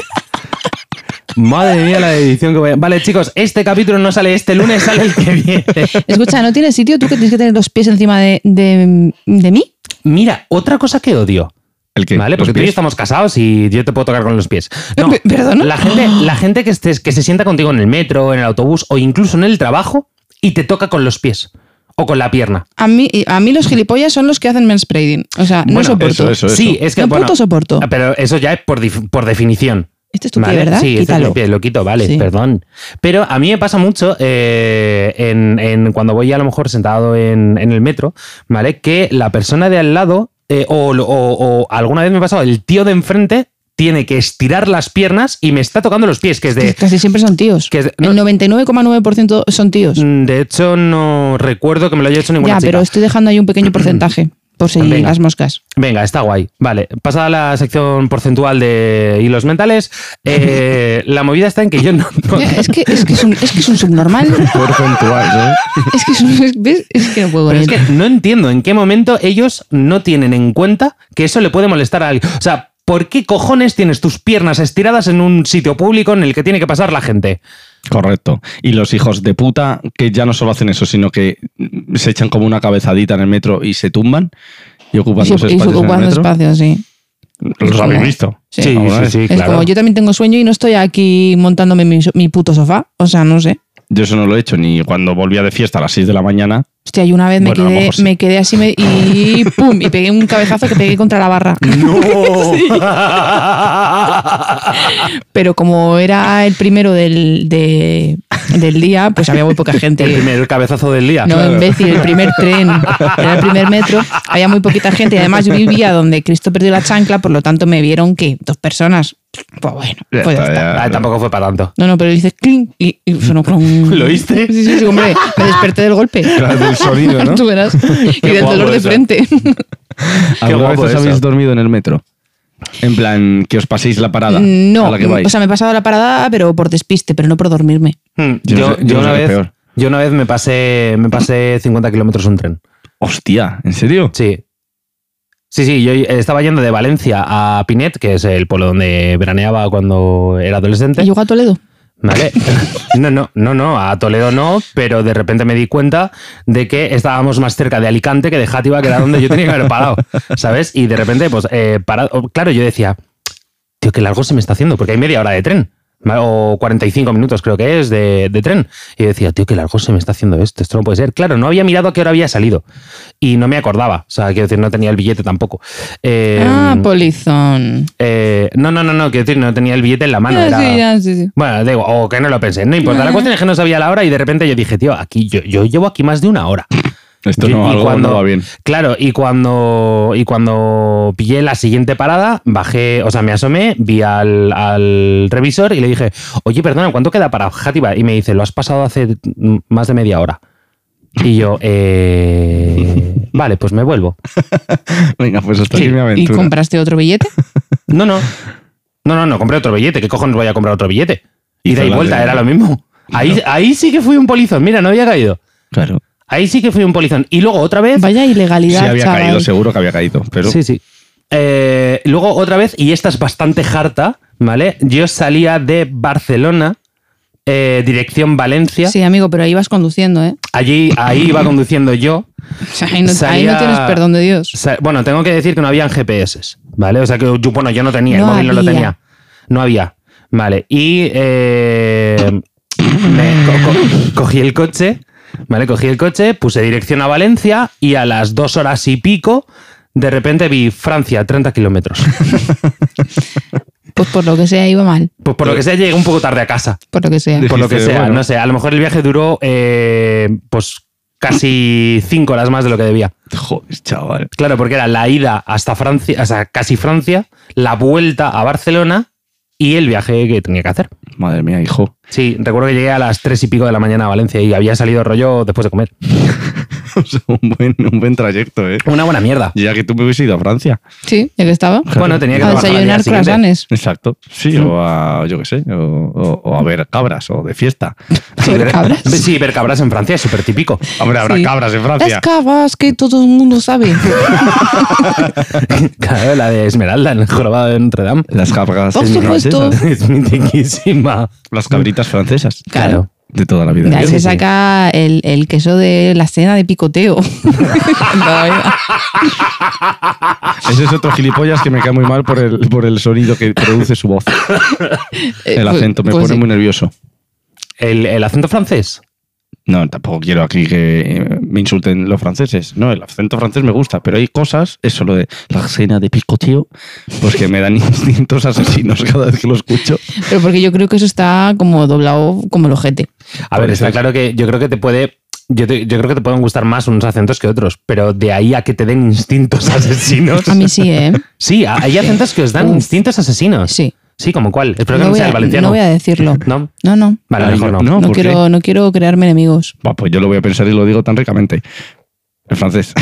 Speaker 2: Madre mía la de edición que voy a... Vale, chicos, este capítulo no sale este lunes, sale el que viene.
Speaker 1: Escucha, ¿no tienes sitio tú que tienes que tener los pies encima de, de, de mí?
Speaker 2: Mira, otra cosa que odio.
Speaker 3: ¿El qué?
Speaker 2: ¿Vale?
Speaker 3: ¿Los
Speaker 2: Porque tú y yo
Speaker 3: pies?
Speaker 2: estamos casados y yo te puedo tocar con los pies. No,
Speaker 1: Eh, Pe- ¿perdona?
Speaker 2: La gente, la gente que, estés- que se sienta contigo en el metro, en el autobús o incluso en el trabajo y te toca con los pies o con la pierna.
Speaker 1: A mí, a mí los gilipollas son los que hacen manspreading. O sea, no
Speaker 2: Bueno,
Speaker 1: soporto.
Speaker 3: Eso, eso,
Speaker 2: Sí,
Speaker 3: eso.
Speaker 2: es que.
Speaker 1: No
Speaker 2: bueno,
Speaker 1: puto soporto.
Speaker 2: Ah, Pero eso ya es por, dif- por definición.
Speaker 1: Este es tu pie,
Speaker 2: ¿vale?
Speaker 1: ¿verdad?
Speaker 2: Sí, este es mi
Speaker 1: Quítalo.
Speaker 2: pie, lo quito, vale,
Speaker 1: Sí.
Speaker 2: perdón. Pero a mí me pasa mucho eh, en, en cuando voy a lo mejor sentado en, en el metro, ¿vale? Que la persona de al lado, eh, o, lo- o- o alguna vez me ha pasado, el tío de enfrente tiene que estirar las piernas y me está tocando los pies, que es de.
Speaker 1: Casi siempre son tíos.
Speaker 2: este Que es de- no-
Speaker 1: El 99,9% son tíos.
Speaker 2: mm, de hecho, no recuerdo que me lo haya hecho ninguna
Speaker 1: Ya,
Speaker 2: chica.
Speaker 1: pero estoy dejando ahí un pequeño porcentaje por si
Speaker 2: Venga.
Speaker 1: las moscas.
Speaker 2: Venga, está guay. Vale, pasada la sección porcentual de hilos mentales, eh, la movida está en que yo no... no-
Speaker 1: Ya, Es que es, que es, un, es que es un subnormal.
Speaker 3: Porcentual, ¿eh?
Speaker 1: Es que es un. es- ¿ves? Es que no puedo con
Speaker 2: Pero es
Speaker 1: él.
Speaker 2: que no entiendo en qué momento ellos no tienen en cuenta que eso le puede molestar a alguien. O sea, ¿por qué cojones tienes tus piernas estiradas en un sitio público en el que tiene que pasar la gente?
Speaker 3: Correcto. Y los hijos de puta que ya no solo hacen eso, sino que se echan como una cabezadita en el metro y se tumban y ocupan
Speaker 1: Y
Speaker 3: los
Speaker 1: se- y se
Speaker 3: espacios en el
Speaker 1: ocupan
Speaker 3: metro.
Speaker 1: espacio, sí.
Speaker 3: Los habéis
Speaker 1: Como-
Speaker 3: visto.
Speaker 1: Sí.
Speaker 2: Sí,
Speaker 3: Alguna
Speaker 2: sí,
Speaker 3: vez.
Speaker 2: sí,
Speaker 1: Es
Speaker 2: claro.
Speaker 1: como yo también tengo sueño y no estoy aquí montándome mi, so- mi puto sofá. O sea, no sé.
Speaker 3: Yo eso no lo he hecho ni cuando volvía de fiesta a las 6 de la mañana.
Speaker 1: Hostia, y una vez me,
Speaker 3: Bueno, a lo
Speaker 1: quedé,
Speaker 3: mejor sí.
Speaker 1: me quedé así me- y pum, y pegué un cabezazo que pegué contra la barra.
Speaker 2: ¡No!
Speaker 1: Pero como era el primero del, de- del día, pues había muy poca gente.
Speaker 2: El primer cabezazo del día.
Speaker 3: Ah,
Speaker 1: No, imbécil, el primer tren, era el primer metro, había muy poquita gente y además yo vivía donde Cristo perdió la chancla, por lo tanto me vieron que dos personas, pues bueno,
Speaker 3: Ya
Speaker 1: pues ya
Speaker 3: está,
Speaker 1: está.
Speaker 3: ya.
Speaker 2: Ah, tampoco fue para tanto.
Speaker 1: No, no, pero hice clink y y sonó con...
Speaker 2: ¿Lo oíste?
Speaker 1: Sí, sí, sí, hombre, me desperté del golpe.
Speaker 3: Claro, del sonido, ¿no?
Speaker 1: Tú verás. Y del
Speaker 2: guapo
Speaker 1: dolor de
Speaker 2: eso.
Speaker 1: frente.
Speaker 3: ¿Alguna vez
Speaker 2: guapo
Speaker 3: os
Speaker 2: eso.
Speaker 3: habéis dormido en el metro? En plan, que os paséis la parada.
Speaker 1: No,
Speaker 3: A la que vais.
Speaker 1: o sea, me he pasado la parada, pero por despiste, pero no por dormirme.
Speaker 2: Hmm,
Speaker 3: Yo no
Speaker 2: Yo,
Speaker 3: sé- yo
Speaker 2: yo
Speaker 3: no sé
Speaker 2: una
Speaker 3: qué es
Speaker 2: vez,
Speaker 3: peor.
Speaker 2: yo una vez me pasé, me pasé 50 kilómetros en tren.
Speaker 3: Hostia, ¿en serio?
Speaker 2: Sí. Sí, sí, yo estaba yendo de Valencia a Pinet, que es el pueblo donde veraneaba cuando era adolescente.
Speaker 1: Y llegó a Toledo.
Speaker 2: Vale. No, no, no, no, a Toledo no, pero de repente me di cuenta de que estábamos más cerca de Alicante que de Játiva, que era donde yo tenía que haber parado, ¿sabes? Y de repente, pues, eh, parado. Claro, yo decía, tío, qué largo se me está haciendo, porque hay media hora de tren, o 45 minutos creo que es de, de tren. Y yo decía, tío, qué largo se me está haciendo esto, esto no puede ser. Claro, no había mirado a qué hora había salido y no me acordaba, o sea, quiero decir, no tenía el billete tampoco. Eh,
Speaker 1: ah, polizón.
Speaker 2: eh, no, no, no, no, quiero decir, no tenía el billete en la mano.
Speaker 1: Ya,
Speaker 2: era-
Speaker 1: sí, ya, sí, sí.
Speaker 2: Bueno, digo, o que no lo pensé, no importa. La cuestión es que no sabía la hora y de repente yo dije, tío, aquí yo, yo llevo aquí más de una hora.
Speaker 3: Esto
Speaker 2: Yo-
Speaker 3: no,
Speaker 2: y
Speaker 3: algo
Speaker 2: cuando-
Speaker 3: no va bien.
Speaker 2: Claro, y cuando, y cuando pillé la siguiente parada, bajé, o sea, me asomé, vi al, al revisor y le dije, oye, perdona, ¿cuánto queda para Játiva? Y me dice, lo has pasado hace mm, más de media hora. Y yo, eh, vale, pues me vuelvo.
Speaker 3: Venga, pues hasta
Speaker 2: Sí,
Speaker 3: aquí mi
Speaker 1: ¿Y
Speaker 3: aventura.
Speaker 1: compraste otro billete?
Speaker 2: No, no. No, no, no, compré otro billete. ¿Qué cojones voy a comprar otro billete? Y
Speaker 3: Y
Speaker 2: de
Speaker 3: fue
Speaker 2: ahí
Speaker 3: la
Speaker 2: vuelta,
Speaker 3: de-
Speaker 2: era lo mismo. Ahí, ahí sí que fui un polizón, mira, no había caído.
Speaker 3: Claro.
Speaker 2: Ahí sí que fui un polizón. Y luego otra vez.
Speaker 1: Vaya
Speaker 3: Sí,
Speaker 1: ilegalidad,
Speaker 3: había
Speaker 1: chaval.
Speaker 3: caído, seguro que había caído. Pero
Speaker 2: Sí, sí. Eh, luego otra vez, y esta es bastante harta, ¿vale? Yo salía de Barcelona, eh, dirección Valencia.
Speaker 1: Sí, amigo, pero ahí vas conduciendo, ¿eh?
Speaker 2: Allí, ahí iba conduciendo yo.
Speaker 1: O sea, ahí, no, ahí
Speaker 2: Salía-
Speaker 1: no tienes perdón de Dios.
Speaker 2: O sea, Bueno, tengo que decir que no habían GPS, ¿vale? O sea, que yo, bueno, yo no tenía,
Speaker 1: No
Speaker 2: el móvil no lo
Speaker 1: había.
Speaker 2: tenía. No había. Vale, y eh, me co- co- cogí el coche, ¿vale? Cogí el coche, puse dirección a Valencia y a las dos horas y pico, de repente vi Francia, 30 kilómetros.
Speaker 1: Pues por lo que sea iba mal,
Speaker 2: Pues por lo que sea, llegué un poco tarde a casa.
Speaker 1: por lo que sea.
Speaker 3: De-
Speaker 2: Por lo que
Speaker 3: Dijiste,
Speaker 2: sea,
Speaker 3: bueno.
Speaker 2: no sé. A lo mejor el viaje duró eh, pues casi cinco horas más de lo que debía.
Speaker 3: Joder, chaval.
Speaker 2: Claro, porque era la ida hasta Francia, o sea, casi Francia, la vuelta a Barcelona y el viaje que tenía que hacer.
Speaker 3: Madre mía, hijo.
Speaker 2: Sí, recuerdo que llegué a las tres y pico de la mañana a Valencia y había salido rollo después de comer.
Speaker 3: O sea, un, buen, un buen trayecto, ¿eh?
Speaker 2: Una buena mierda.
Speaker 3: Ya que tú me hubieses ido a Francia.
Speaker 1: Sí, ya que estaba.
Speaker 2: Bueno, tenía que
Speaker 1: A
Speaker 2: trabajar al día
Speaker 1: desayunar
Speaker 2: siguiente.
Speaker 1: croissants.
Speaker 3: Exacto. Sí, o a, yo qué sé, o, o- o a ver cabras, o de fiesta.
Speaker 2: Sí,
Speaker 1: ¿Ver
Speaker 2: ver-
Speaker 1: cabras?
Speaker 2: Sí, ver cabras en Francia es súper típico.
Speaker 3: Hombre, habrá
Speaker 1: Sí.
Speaker 3: cabras en
Speaker 1: Las
Speaker 3: Francia.
Speaker 1: cabas que todo el mundo sabe.
Speaker 2: Claro, la de Esmeralda en el jorobado de Notre Dame.
Speaker 3: Las cabras
Speaker 1: Por
Speaker 3: en
Speaker 1: supuesto.
Speaker 3: francesas.
Speaker 2: Es mitiquísima.
Speaker 3: Las cabritas francesas.
Speaker 2: Claro.
Speaker 3: De toda la vida.
Speaker 1: De ahí
Speaker 2: Sí,
Speaker 1: se
Speaker 2: sí.
Speaker 1: saca el, el queso de la cena de picoteo. No, eh.
Speaker 3: Ese es otro gilipollas que me cae muy mal por el, por el sonido que produce su voz. El
Speaker 1: Eh,
Speaker 3: acento me
Speaker 1: pues
Speaker 3: pone
Speaker 1: sí.
Speaker 3: muy nervioso.
Speaker 2: El, el acento francés.
Speaker 3: No, tampoco quiero aquí que eh, me insulten los franceses. No, el acento francés me gusta, pero hay cosas, eso lo de la cena de picoteo, pues que me dan instintos asesinos cada vez que lo escucho.
Speaker 1: Pero porque yo creo que eso está como doblado como el ojete.
Speaker 2: A ver,
Speaker 3: Puede
Speaker 2: está
Speaker 3: ser.
Speaker 2: claro que yo creo que te puede. Yo, te- yo creo que te pueden gustar más unos acentos que otros, pero de ahí a que te den instintos asesinos.
Speaker 1: A mí sí, ¿eh?
Speaker 2: Sí, a- hay acentos que os dan
Speaker 1: Uf.
Speaker 2: instintos asesinos.
Speaker 1: Sí.
Speaker 2: Sí, como cuál. Espero que
Speaker 1: No
Speaker 2: no
Speaker 1: voy,
Speaker 2: sea
Speaker 1: a,
Speaker 2: el valenciano.
Speaker 1: no voy a decirlo.
Speaker 2: No.
Speaker 1: No, no.
Speaker 2: Vale,
Speaker 3: Ah,
Speaker 2: mejor
Speaker 3: no,
Speaker 2: no.
Speaker 3: no.
Speaker 1: No
Speaker 3: ¿por qué?
Speaker 1: quiero, no quiero crearme enemigos.
Speaker 3: Buah, pues yo lo voy a pensar y lo digo tan ricamente. En francés.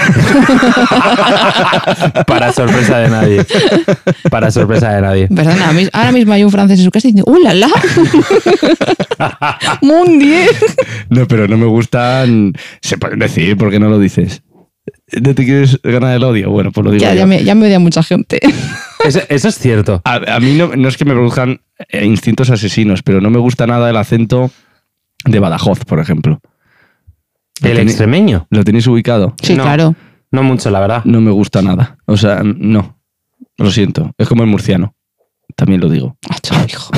Speaker 2: Para sorpresa de nadie. Para sorpresa de nadie.
Speaker 1: Perdona, a mí- ahora mismo hay un francés en su casa y dice, ¡Uh, la, la! ¡Mon Dieu!
Speaker 3: No, pero no me gustan. Se pueden decir, ¿por qué no lo dices? ¿No te quieres ganar el odio? Bueno, pues lo digo.
Speaker 1: Ya,
Speaker 3: yo.
Speaker 1: ya, me, ya me odia mucha gente.
Speaker 2: Eso, eso es cierto.
Speaker 3: A, a mí no, no es que me produzcan eh, instintos asesinos, pero no me gusta nada el acento de Badajoz, por ejemplo. Lo
Speaker 2: El
Speaker 3: tiene-
Speaker 2: extremeño.
Speaker 3: ¿Lo tenéis ubicado?
Speaker 1: Sí,
Speaker 2: No.
Speaker 1: claro.
Speaker 2: No mucho, la verdad.
Speaker 3: No me gusta nada. O sea, no. Lo siento. Es como el murciano. También lo digo.
Speaker 1: Ah, chaval, hijo.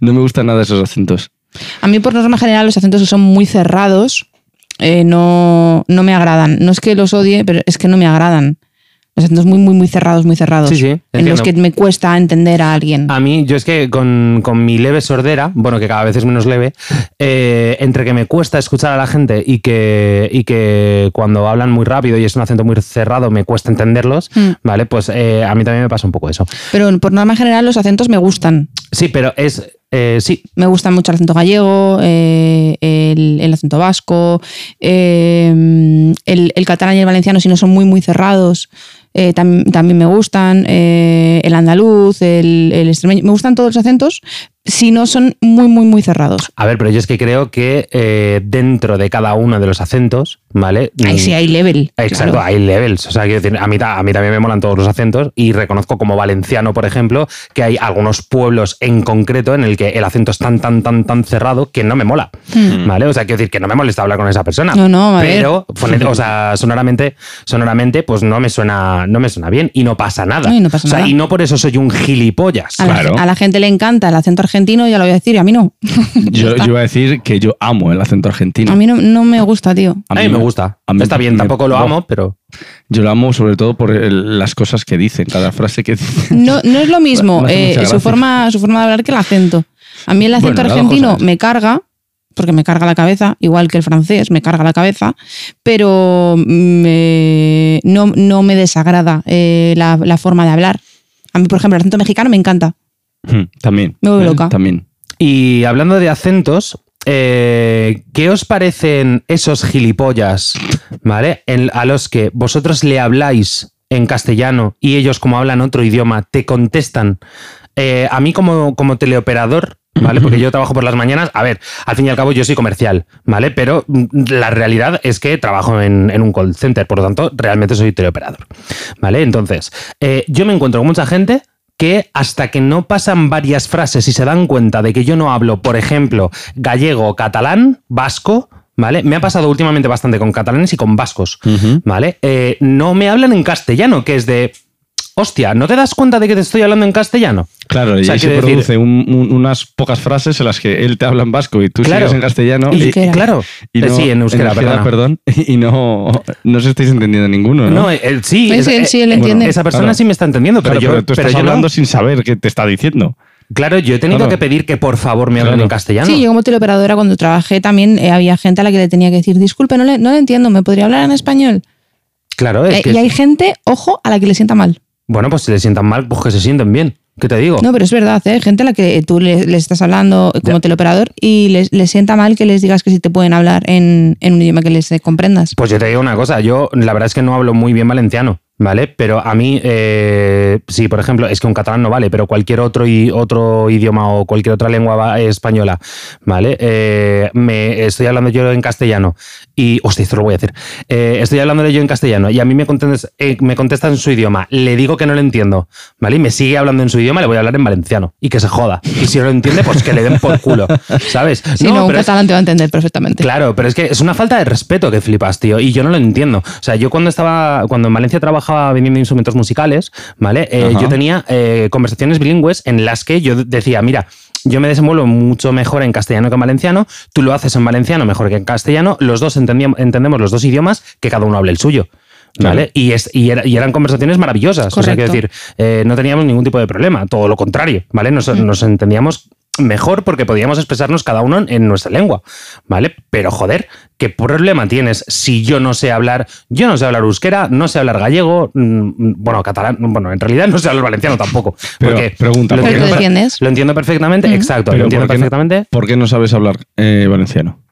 Speaker 3: No me gustan nada esos acentos.
Speaker 1: A mí, por norma general, los acentos que son muy cerrados eh, no, no me agradan. No es que los odie, pero es que no me agradan. Los acentos muy, muy, muy cerrados, muy cerrados.
Speaker 2: Sí, sí,
Speaker 1: En los
Speaker 2: entiendo. Ah.
Speaker 1: que me cuesta entender a alguien.
Speaker 2: A mí, yo es que con, con mi leve sordera, bueno, que cada vez es menos leve, eh, entre que me cuesta escuchar a la gente y que, y que cuando hablan muy rápido y es un acento muy cerrado me cuesta entenderlos,
Speaker 1: Mm.
Speaker 2: ¿vale? Pues eh, a mí también me pasa un poco eso.
Speaker 1: Pero por norma general, los acentos me gustan.
Speaker 2: Sí, pero es... eh, sí,
Speaker 1: Me gusta mucho el acento gallego, eh, el, el acento vasco, eh, el, el catalán y el valenciano, si no son muy, muy cerrados, eh, tam- también me gustan, eh, el andaluz, el, el extremeño. Me gustan todos los acentos si no son muy, muy, muy cerrados.
Speaker 2: a ver, pero yo es que creo que eh, dentro de cada uno de los acentos, ¿vale?
Speaker 1: Mm. Ahí sí hay level.
Speaker 2: Exacto,
Speaker 1: claro.
Speaker 2: hay levels. O sea, quiero decir, a mí, ta- a mí también me molan todos los acentos y reconozco como valenciano, por ejemplo, que hay algunos pueblos en concreto en el que el acento es tan, tan, tan, tan cerrado que no me mola. ¿Vale? O sea, quiero decir que no me molesta hablar con esa persona.
Speaker 1: Hmm. No, no, a ver.
Speaker 2: Pero, fone- o sea, sonoramente, sonoramente, pues no me suena, suena, no me suena bien y no pasa nada.
Speaker 1: No, y no pasa
Speaker 2: o sea,
Speaker 1: nada.
Speaker 2: y no por eso soy un gilipollas.
Speaker 1: A, la-
Speaker 3: Claro.
Speaker 1: a la, gente le encanta el acento argentino, ya lo voy a decir, y a mí no.
Speaker 3: Yo, yo iba a decir que yo amo el acento argentino.
Speaker 1: A mí no, no me gusta, tío.
Speaker 2: A mí, me gusta.
Speaker 3: a mí
Speaker 2: Está bien,
Speaker 3: me-
Speaker 2: tampoco lo
Speaker 3: no.
Speaker 2: amo, pero
Speaker 3: Yo lo amo sobre todo por el- las cosas que dicen, cada frase que dicen.
Speaker 1: No, no es lo mismo
Speaker 3: Me hace
Speaker 1: eh,
Speaker 3: mucha gracia.
Speaker 1: su, forma, su forma de hablar que el acento. A mí el acento
Speaker 3: Bueno, las dos
Speaker 1: argentino
Speaker 3: cosas.
Speaker 1: me carga, porque me carga la cabeza, igual que el francés, me carga la cabeza, pero me- no, no me desagrada eh, la, la forma de hablar. A mí, por ejemplo, el acento mexicano me encanta.
Speaker 3: Hmm, También.
Speaker 1: Me vuelvo
Speaker 3: ¿eh?
Speaker 1: loca.
Speaker 3: También.
Speaker 2: Y hablando de acentos, eh, ¿qué os parecen esos gilipollas, ¿vale? En- a los que vosotros le habláis en castellano y ellos, como hablan otro idioma, te contestan. Eh, a mí, como, como teleoperador, ¿vale? Porque yo trabajo por las mañanas. A ver, al fin y al cabo, yo soy comercial, ¿vale? Pero mm, la realidad es que trabajo en, en un call center, por lo tanto, realmente soy teleoperador, ¿vale? Entonces, eh, yo me encuentro con mucha gente que hasta que no pasan varias frases y se dan cuenta de que yo no hablo, por ejemplo, gallego, catalán, vasco, ¿vale? Me ha pasado últimamente bastante con catalanes y con vascos, ¿vale? Eh, no me hablan en castellano, que es de... Hostia, ¿no te das cuenta de que te estoy hablando en castellano?
Speaker 3: Claro, y
Speaker 2: sea,
Speaker 3: ahí se
Speaker 2: quiero decir-
Speaker 3: produce un- un- unas pocas frases en las que él te habla en vasco y tú
Speaker 2: Claro.
Speaker 3: sigues en castellano.
Speaker 2: Y-
Speaker 3: Y,
Speaker 1: Euskera.
Speaker 2: claro,
Speaker 3: y
Speaker 2: Eh,
Speaker 3: no-
Speaker 2: sí, en euskera, perdona.
Speaker 3: perdón. Y no, no os estáis entendiendo ninguno, ¿no?
Speaker 2: No, eh, eh, sí,
Speaker 1: Sí,
Speaker 2: es-
Speaker 1: sí,
Speaker 2: eh,
Speaker 1: sí, él
Speaker 2: bueno,
Speaker 1: entiende.
Speaker 2: esa persona
Speaker 3: Claro.
Speaker 2: sí me está entendiendo, pero
Speaker 3: Claro,
Speaker 2: yo,
Speaker 3: tú
Speaker 2: pero
Speaker 3: estás
Speaker 2: yo no.
Speaker 3: hablando sin saber qué te está diciendo.
Speaker 2: claro, yo he tenido
Speaker 3: Claro.
Speaker 2: que pedir que por favor me hablen
Speaker 3: Claro.
Speaker 2: en castellano.
Speaker 1: Sí, yo como teleoperadora cuando trabajé también eh, había gente a la que le tenía que decir, disculpe, no le, no le entiendo, ¿me podría hablar en español?
Speaker 2: Claro, es
Speaker 1: Eh,
Speaker 2: que
Speaker 1: y hay gente, ojo, a la que le sienta mal.
Speaker 2: bueno, pues si le sientan mal, pues que se sienten bien. ¿Qué te digo?
Speaker 1: No, pero es verdad, ¿eh? hay gente a la que tú le- les estás hablando como teleoperador y les, les sienta mal que les digas que si te pueden hablar en, en un idioma que les eh, comprendas.
Speaker 2: Pues yo te digo una cosa, yo la verdad es que no hablo muy bien valenciano, ¿vale? Pero a mí, eh, sí, por ejemplo, es que un catalán no vale, pero cualquier otro, i- otro idioma o cualquier otra lengua va- española, ¿vale? Eh, me estoy hablando yo en castellano y, hostia, esto lo voy a decir, Eh, estoy hablando yo en castellano y a mí me contestan, me contestan en su idioma, le digo que no lo entiendo, ¿vale? Y me sigue hablando en su idioma, le voy a hablar en valenciano y que se joda. Y si no lo entiende, pues que le den por culo, ¿sabes?
Speaker 1: Si no, un
Speaker 2: pero es-
Speaker 1: catalán te va a entender perfectamente.
Speaker 2: Claro, pero es que es una falta de respeto que flipas, tío. Y yo no lo entiendo. O sea, yo cuando estaba, cuando en Valencia trabajaba vendiendo instrumentos musicales, ¿vale? Eh,
Speaker 3: Ajá.
Speaker 2: yo tenía eh, conversaciones bilingües en las que yo decía, mira, yo me desenvuelvo mucho mejor en castellano que en valenciano, tú lo haces en valenciano mejor que en castellano, los dos entendíam- entendemos los dos idiomas, que cada uno hable el suyo. ¿Vale? Y, es, y, era- y eran conversaciones maravillosas. O sea, quiero
Speaker 1: Correcto.
Speaker 2: decir, eh, no teníamos ningún tipo de problema, todo lo contrario, ¿vale? Nos,
Speaker 1: Mm.
Speaker 2: nos entendíamos mejor porque podíamos expresarnos cada uno en nuestra lengua, ¿vale? Pero joder, ¿qué problema tienes si yo no sé hablar, yo no sé hablar euskera, no sé hablar gallego, mm, bueno, catalán, bueno, en realidad no sé hablar valenciano tampoco.
Speaker 3: Pero,
Speaker 2: porque
Speaker 3: pregunta,
Speaker 2: lo
Speaker 3: ¿por qué
Speaker 1: Pero Mm. te
Speaker 2: entiendo,
Speaker 3: no
Speaker 2: per-
Speaker 1: defiendes.
Speaker 2: lo entiendo perfectamente, exacto,
Speaker 3: Pero
Speaker 2: lo entiendo
Speaker 3: ¿por qué no?
Speaker 2: perfectamente.
Speaker 3: ¿Por qué no sabes hablar eh, valenciano?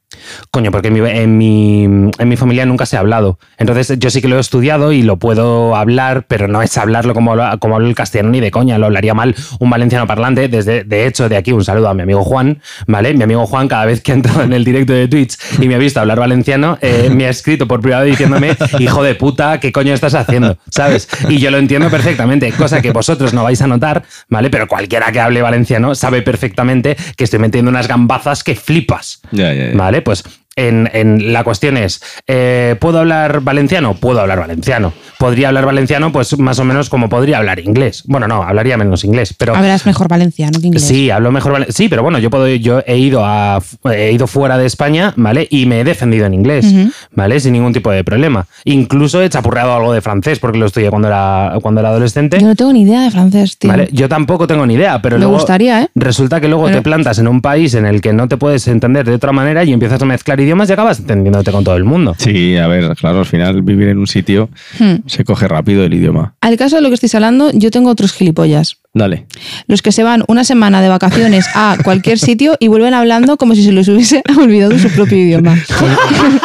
Speaker 2: Coño, porque en mi, en, mi, en mi familia nunca se ha hablado. Entonces yo sí que lo he estudiado y lo puedo hablar, pero no es hablarlo como, habla- como hablo el castellano ni de coña. Lo hablaría mal un valenciano parlante. Desde, de hecho, de aquí un saludo a mi amigo Juan, ¿vale? Mi amigo Juan, cada vez que ha entrado en el directo de Twitch y me ha visto hablar valenciano, eh, me ha escrito por privado diciéndome, hijo de puta, ¿qué coño estás haciendo? ¿Sabes? Y yo lo entiendo perfectamente, cosa que vosotros no vais a notar, ¿vale? Pero cualquiera que hable valenciano sabe perfectamente que estoy metiendo unas gambazas que flipas.
Speaker 3: Ya, ya, ya.
Speaker 2: Vale, pues en, en- la cuestión es, eh, ¿puedo hablar valenciano? Puedo hablar valenciano. ¿Podría hablar valenciano? Pues más o menos como podría hablar inglés. Bueno, no, hablaría menos inglés, pero...
Speaker 1: Hablarás mejor valenciano que inglés.
Speaker 2: Sí, hablo mejor vale- Sí, pero bueno, yo puedo, yo he ido a he ido fuera de España, ¿vale? Y me he defendido en inglés,
Speaker 1: Ujú.
Speaker 2: ¿vale? Sin ningún tipo de problema. Incluso he chapurreado algo de francés porque lo estudié cuando era cuando era adolescente.
Speaker 1: Yo no tengo ni idea de francés, tío.
Speaker 2: ¿eh? ¿Vale? Yo tampoco tengo ni idea, pero
Speaker 1: Me
Speaker 2: luego
Speaker 1: gustaría, ¿eh?
Speaker 2: resulta que luego
Speaker 1: Pero-
Speaker 2: te plantas en un país en el que no te puedes entender de otra manera y empiezas a mezclar idiomas y acabas entendiéndote con todo el mundo.
Speaker 3: Sí, a ver, claro, al final vivir en un sitio
Speaker 1: Hmm.
Speaker 3: se coge rápido el idioma.
Speaker 1: Al caso de lo que estáis hablando, yo tengo otros gilipollas.
Speaker 3: Dale.
Speaker 1: Los que se van una semana de vacaciones a cualquier sitio y vuelven hablando como si se los hubiese olvidado su propio idioma.
Speaker 3: Con el,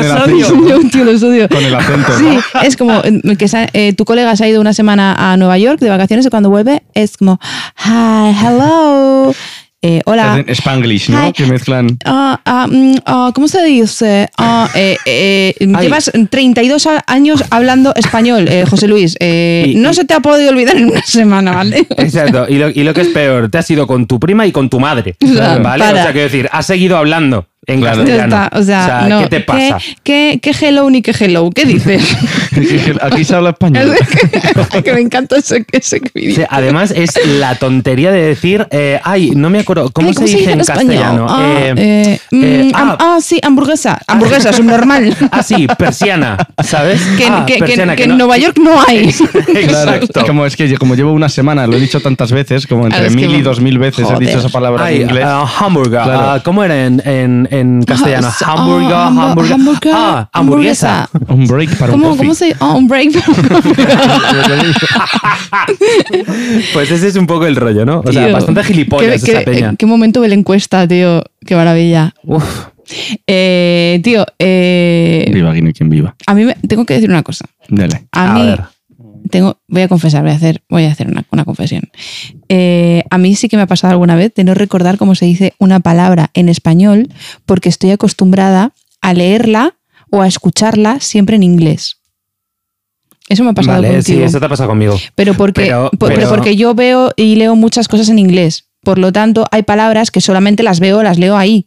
Speaker 3: el acento.
Speaker 1: Yo, tío, los odio.
Speaker 3: Con el acento. ¿no?
Speaker 1: Sí, es como eh, que se- eh, tu colega se ha ido una semana a Nueva York de vacaciones y cuando vuelve es como, hi, hello, eh, hola.
Speaker 3: Hacen Spanglish, ¿no?
Speaker 1: Ay.
Speaker 3: Que mezclan.
Speaker 1: Ah, ah, mm, ah, ¿Cómo se dice? Ah, eh, eh, llevas 32 a- años hablando español, eh, José Luis. Eh,
Speaker 2: Y-
Speaker 1: no se te ha podido olvidar en una semana, ¿vale?
Speaker 2: Exacto. Y lo, y lo que es peor, te has ido con tu prima y con tu madre.
Speaker 1: O sea,
Speaker 2: ¿Vale? O
Speaker 1: para.
Speaker 2: sea, quiero decir, has seguido hablando. en
Speaker 3: Claro.
Speaker 1: Ya
Speaker 2: castellano.
Speaker 1: está, o sea, no.
Speaker 2: ¿qué te pasa?
Speaker 1: ¿Qué, qué- qué hello ni qué hello? ¿Qué dices?
Speaker 3: Aquí se habla español.
Speaker 1: que me encanta ese, ese
Speaker 2: O
Speaker 1: vídeo.
Speaker 2: sea, además, es la tontería de decir, eh, ay, no me acuerdo, ¿cómo,
Speaker 1: Ay,
Speaker 2: se, dice en castellano?
Speaker 1: Ah,
Speaker 2: Eh,
Speaker 1: eh,
Speaker 2: eh,
Speaker 1: mm,
Speaker 2: ah.
Speaker 1: am- ah, sí, hamburguesa. Hamburguesa, es un normal.
Speaker 2: Ah, sí, persiana, ¿sabes?
Speaker 1: Que,
Speaker 2: Ah,
Speaker 1: que- que-
Speaker 2: persiana,
Speaker 1: que
Speaker 2: no-
Speaker 1: en Nueva York no hay.
Speaker 3: Claro,
Speaker 2: Exacto.
Speaker 3: Como es que yo- como llevo una semana, lo he dicho tantas veces, como entre
Speaker 1: Ah, es que
Speaker 3: mil y
Speaker 1: bueno.
Speaker 3: dos mil veces
Speaker 1: Joder.
Speaker 3: he dicho esa palabra
Speaker 2: Ay,
Speaker 3: en inglés.
Speaker 2: ah, hamburger.
Speaker 3: Claro.
Speaker 2: Ah, ¿Cómo era en, en, en castellano?
Speaker 1: Ah,
Speaker 2: Hamburger,
Speaker 1: ah, hambu-
Speaker 2: hamburger.
Speaker 1: hamburger,
Speaker 2: Ah, hamburguesa.
Speaker 3: un break para un
Speaker 1: ¿Cómo,
Speaker 3: coffee.
Speaker 1: ¿Cómo se Ah, un break.
Speaker 2: Pues ese es un poco el rollo, ¿no? O sea,
Speaker 1: Tío,
Speaker 2: bastante gilipollas
Speaker 1: qué-
Speaker 2: esa
Speaker 1: qué- eh,
Speaker 2: peña.
Speaker 1: Qué momento de la encuesta, tío. Qué maravilla.
Speaker 2: Uf,
Speaker 1: Eh, tío, eh,
Speaker 3: Viva Guinea quien viva.
Speaker 1: a mí me, tengo que decir una cosa.
Speaker 3: Dale.
Speaker 1: A,
Speaker 2: A
Speaker 1: mí
Speaker 2: ver.
Speaker 1: tengo, voy a confesar, voy a hacer, voy a hacer una, una confesión. Eh, a mí sí que me ha pasado alguna vez de no recordar cómo se dice una palabra en español porque estoy acostumbrada a leerla o a escucharla siempre en inglés. Eso me ha pasado
Speaker 2: vale, sí,
Speaker 1: contigo.
Speaker 2: eso te ha pasado conmigo.
Speaker 1: Pero porque,
Speaker 2: Pero-
Speaker 1: por- pero
Speaker 2: pero-
Speaker 1: porque yo veo y leo muchas cosas en inglés. Por lo tanto, hay palabras que solamente las veo, las leo ahí.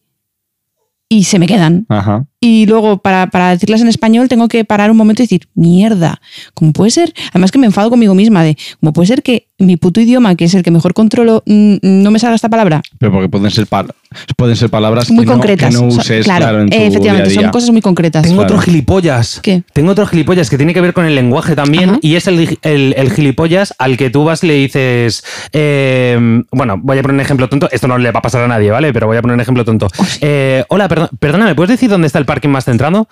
Speaker 1: Y se me quedan.
Speaker 3: Ajá.
Speaker 1: Y luego, para, para decirlas en español, tengo que parar un momento y decir, mierda, ¿cómo puede ser? Además que me enfado conmigo misma de, ¿cómo puede ser que mi puto idioma, que es el que mejor controlo, mm, no me salga esta palabra?
Speaker 3: Pero porque pueden ser, pal- pueden ser palabras
Speaker 1: Muy
Speaker 3: que, no-
Speaker 1: concretas.
Speaker 3: que no,
Speaker 1: Son-
Speaker 3: uses,
Speaker 1: claro,
Speaker 3: claro, en tu
Speaker 1: eh, efectivamente,
Speaker 3: día a
Speaker 1: son
Speaker 3: día.
Speaker 1: cosas muy concretas.
Speaker 2: Tengo
Speaker 3: Claro.
Speaker 2: otro gilipollas.
Speaker 1: ¿Qué?
Speaker 2: Tengo otro gilipollas que tiene que ver con el lenguaje también
Speaker 1: Ajá.
Speaker 2: y es el, el- el gilipollas al que tú vas le dices, eh, bueno, voy a poner un ejemplo tonto, esto no le va a pasar a nadie, ¿vale? Pero voy a poner un ejemplo tonto.
Speaker 1: Oh,
Speaker 2: Eh, hola, perdón- perdóname, ¿puedes decir dónde está el parking más centrado?